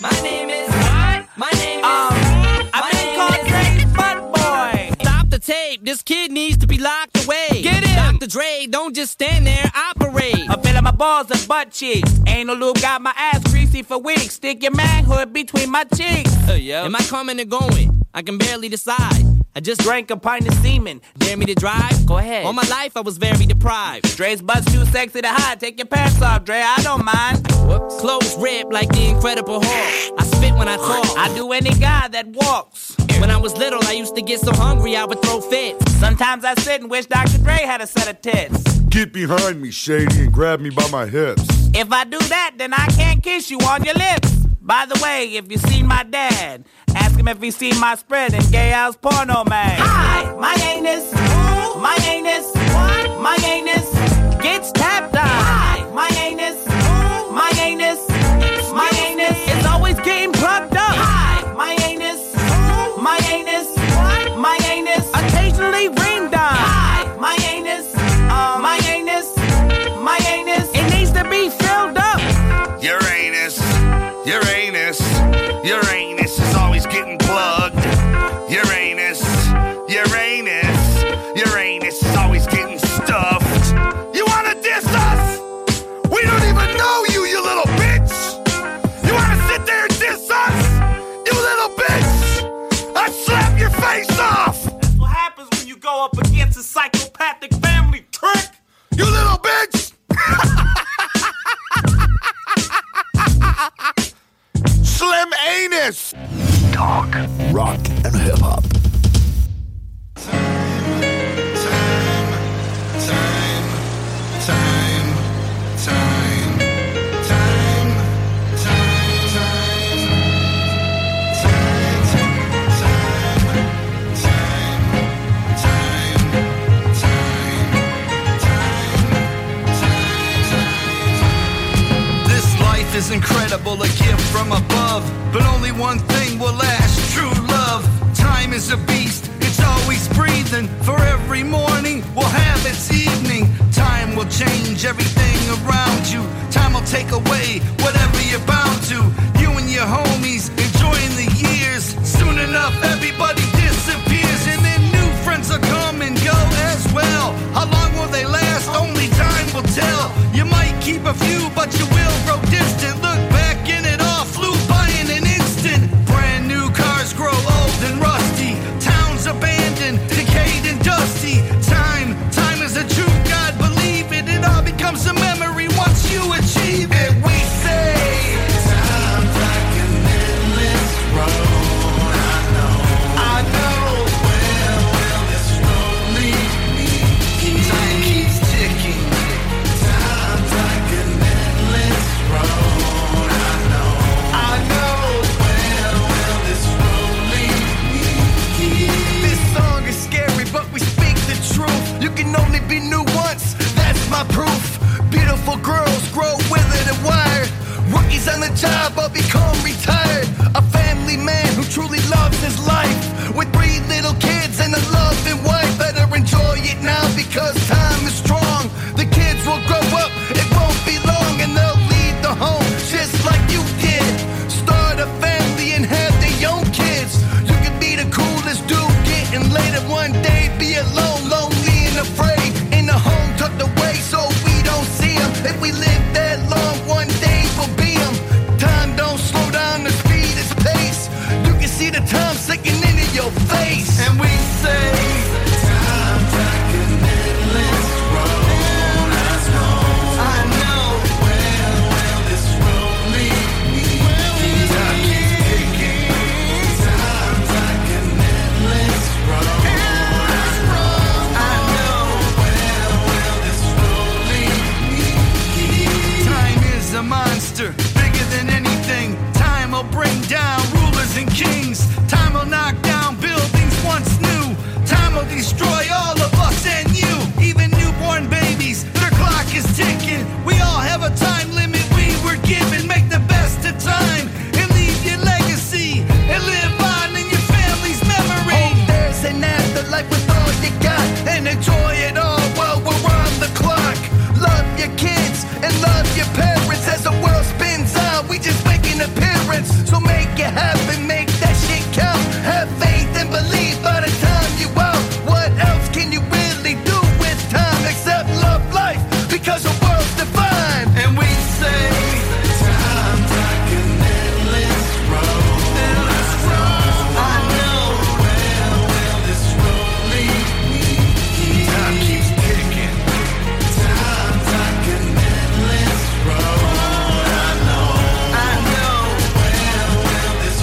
My name is. What? My name um, is. I've been called Dre's butt boy. Stop the tape. This kid needs to be locked away. Get him. Dr. Dre, don't just stand there. Operate. I'm feeling my balls and butt cheeks. Anal lube got my ass greasy for weeks. Stick your manhood between my cheeks. Uh, Am I coming or going? I can barely decide. I just drank a pint of semen. Dare me to drive? Go ahead. All my life I was very deprived. Dre's butt's too sexy to hide. Take your pants off, Dre. I don't mind. Whoops. Clothes ripped like the Incredible Hulk. I spit when I talk. I do any guy that walks. When I was little, I used to get so hungry I would throw fits. Sometimes I sit and wish Dr. Dre had a set of tits. Get behind me, Shady, and grab me by my hips. If I do that, then I can't kiss you on your lips. By the way, if you seen my dad, ask him if he seen my spread in gay house porno mag. Hi, my anus, ooh, my anus, what? My anus gets tapped on. Hi, my anus, ooh, my anus, my anus is always getting plugged up. Hi, my anus, ooh, my anus, what? My anus occasionally ringed on. Hi, my anus, uh, my anus, my anus, it needs to be filled up. Your anus, your anus, your anus is always getting plugged. Your anus, your anus, your anus is always getting stuffed. You wanna diss us? is incredible, a gift from above. But only one thing will last true love. Time is a beast, it's always breathing. For every morning will have its evening. Time will change everything around you. Time will take away whatever you're bound to. You and your homies enjoying the years. Soon enough, everybody disappears, and then new friends will come and go as well. How long will they last? Only time will tell. You might keep a few, but you will grow distant. Look back and it all flew by in an instant. Brand new cars grow old and rusty. Towns abandoned, decayed and dusty. Time, time is a true god. Believe it, it all becomes a memory once you achieve it. We say. Time's like an endless road. I know. I know. Where will this road lead me? Time keeps ticking. Time's like an endless road. I know. I know. Where will this road lead me? This song is scary, but we speak the truth. You can only be new once. That's my proof. Beautiful girls grow withered and wired. Rookies on the job, I'll become retired. A family man who truly loves his life. With three little kids and a loving wife. Better enjoy it now because time is strong. The kids will grow up, it won't be long, and they'll leave the home just like you did. Start a family and have their own kids. You can be the coolest dude getting later one day. Be alone, lonely, and afraid. In a home tucked away so we don't see 'em. If we live that long, one day we'll be 'em. Time don't slow down, the speed is pace. You can see the time sinking into your face. And we say, Time's like an endless road. I know. I know. Where will this road lead me? Time keeps ticking. Time's like an endless road. I know. Where will this road lead me? Time is a monster, bigger than anything. Time will bring down rulers and kings. Time will knock down buildings once new. Time will destroy all of us and you. Even newborn babies, their clock is ticking. We all have a time limit we were given. Make the best of time and leave your legacy and live on in your family's memory. Hope there's an afterlife with all you got and enjoy it all while we're on the clock. Love your kids and love your parents as the world spins out. We just make an appearance, so make it happen, make that shit count. Have faith and believe by the time you out. What else can you really do with time except love life? Because the world's divine, and we say. Time's like an endless road. Endless road. I know. Where will this road lead me? Time keeps ticking. Time's like an endless road. I know. I know. Where will this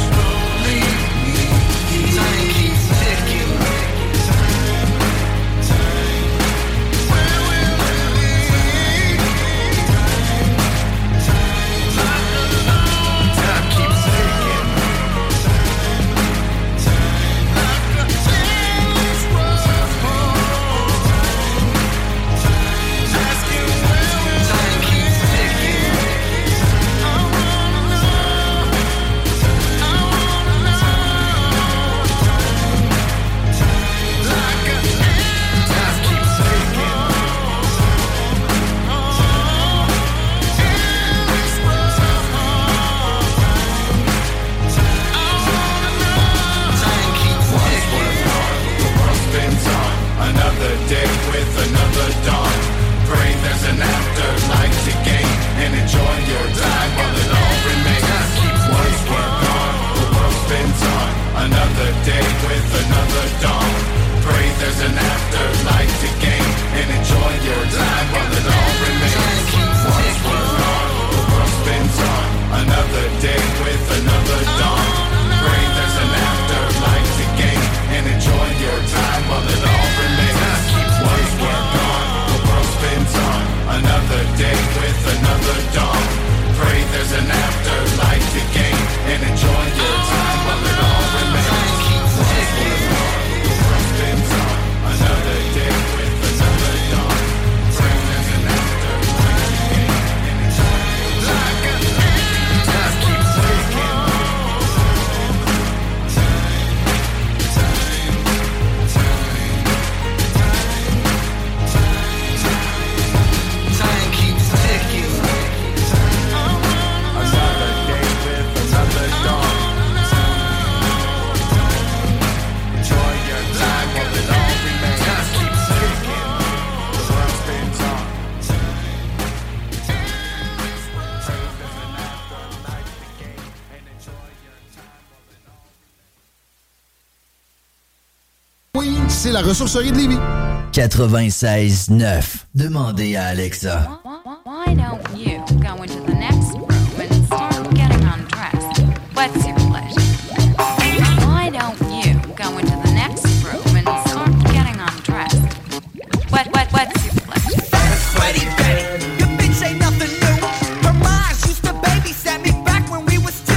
c'est la ressourcerie de Lévis. 96.9. Demandez à Alexa. Why don't you go into the next room and start getting undressed? What's your pleasure? Why don't you go into the next room and start getting undressed? What, what, what's your pleasure? Sweaty Betty, your bitch ain't nothing new. Her mom used to babysat me back when we was two.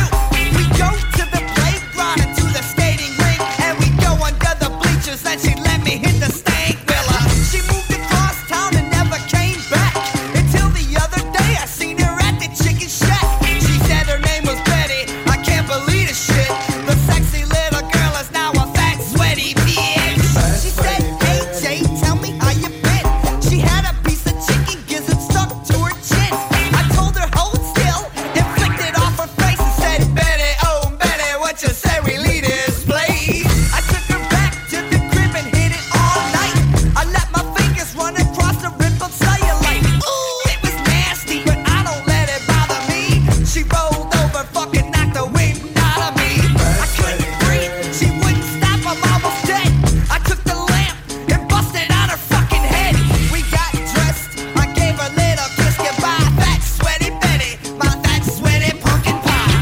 We go to the playground and to the skating rink, and we go under the bleachers and she let me hit the stank villa. She moved across town and never came back until the other day I seen her at the chicken shack. She said her name was Betty. I can't believe the shit. The sexy little girl is now a fat sweaty bitch. She said, Hey Jay, tell me how you been. She had a piece of chicken gizzard stuck to her chin. I told her hold still and flicked it off her face and said, Betty, oh Betty, what you say we leave this place? I took her back to the crib and hit it all night. I let my fingers run across the rip of cellulite. Ooh, it was nasty, but I don't let it bother me. She rolled over, fucking knocked the wind out of me. I couldn't breathe, she wouldn't stop, I'm almost dead. I took the lamp and busted out her fucking head. We got dressed, I gave her little kiss goodbye. Fat sweaty Betty, my fat sweaty pumpkin pie.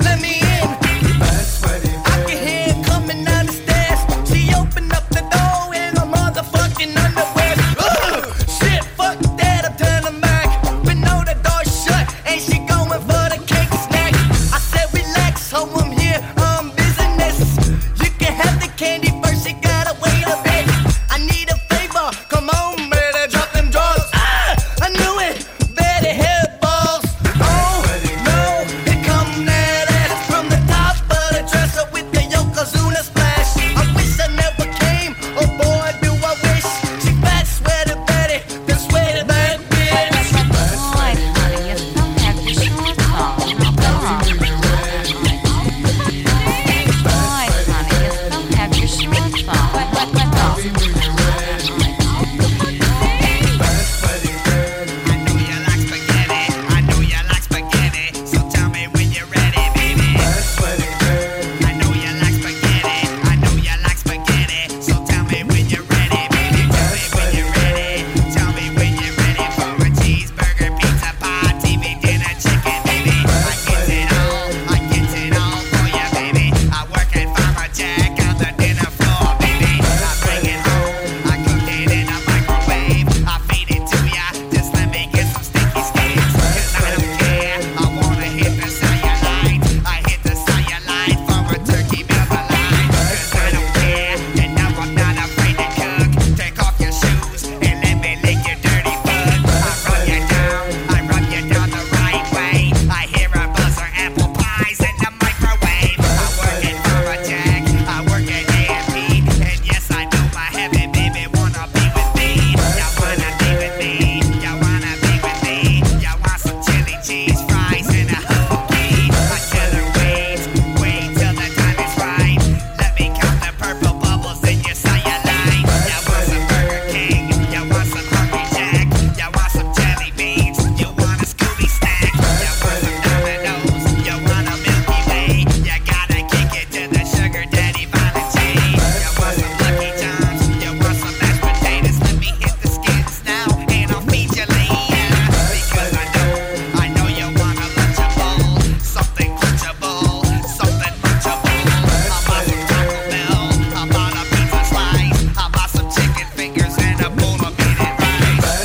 Let me in. I can hear it coming down the stairs. She opened up the door in her motherfucking underwear. Ugh, shit, fuck that, I'm turning back. But no, the door's shut, and she going for the cake snack. I said, relax, ho, I'm here on business. You can have the candy first, you gotta wait a bit. I need a favor, come on, better drop them drawers. Ah, I knew it, better head balls. Oh, no, here come that ass from the top of the dresser with the Yokozuna splash. I wish I never came, oh boy, do I wish. She fat, sweater, Betty, then sweater, that bitch.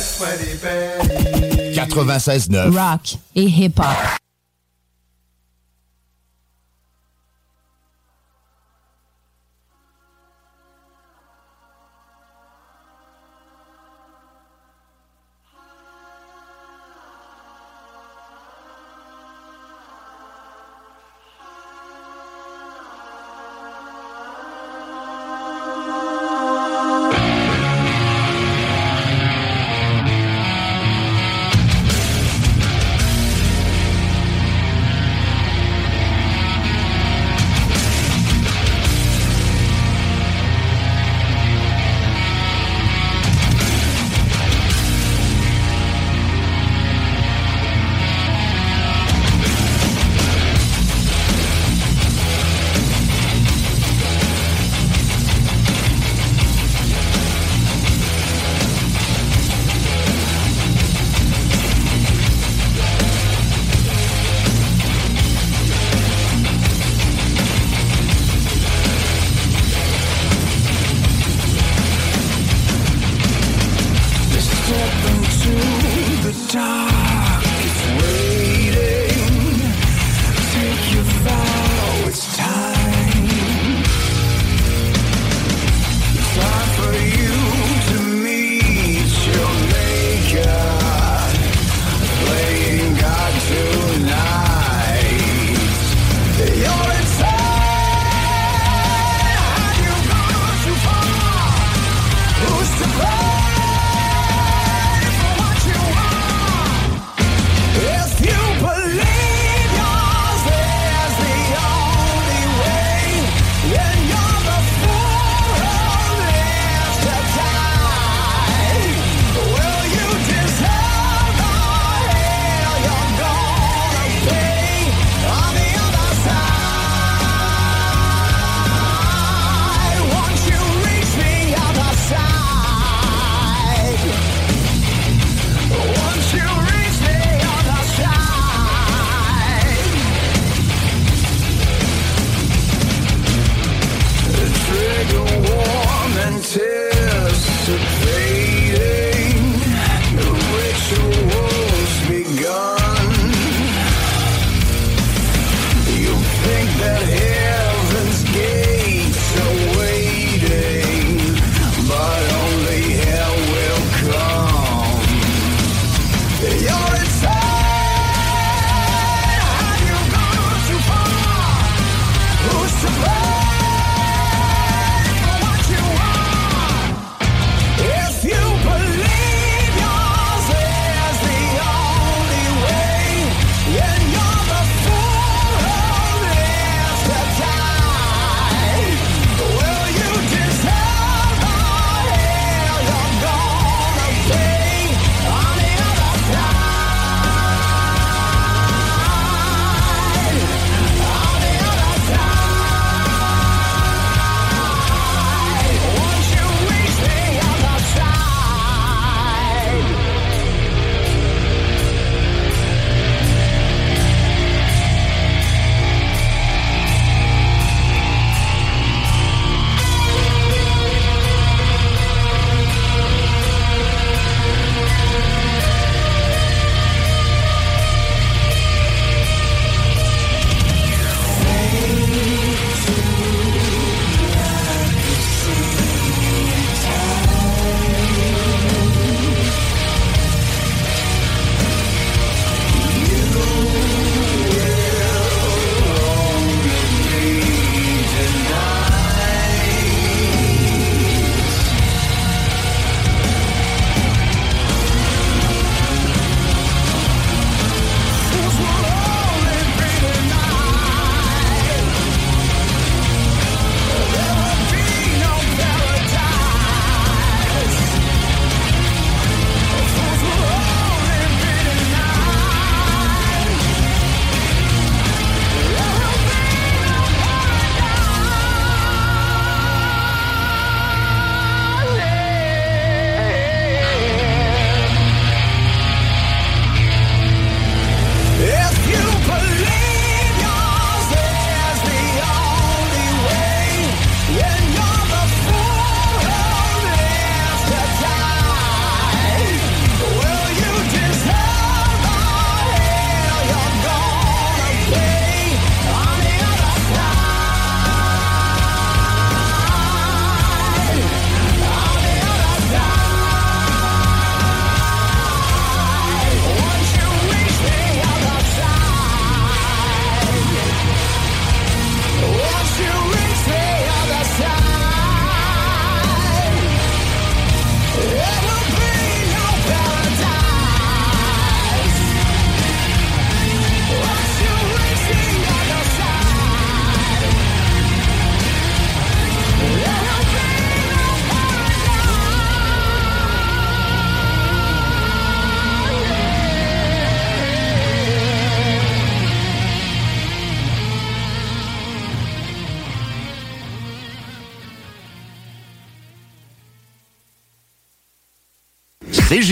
Sweaty Betty. 96.9. Rock et hip-hop.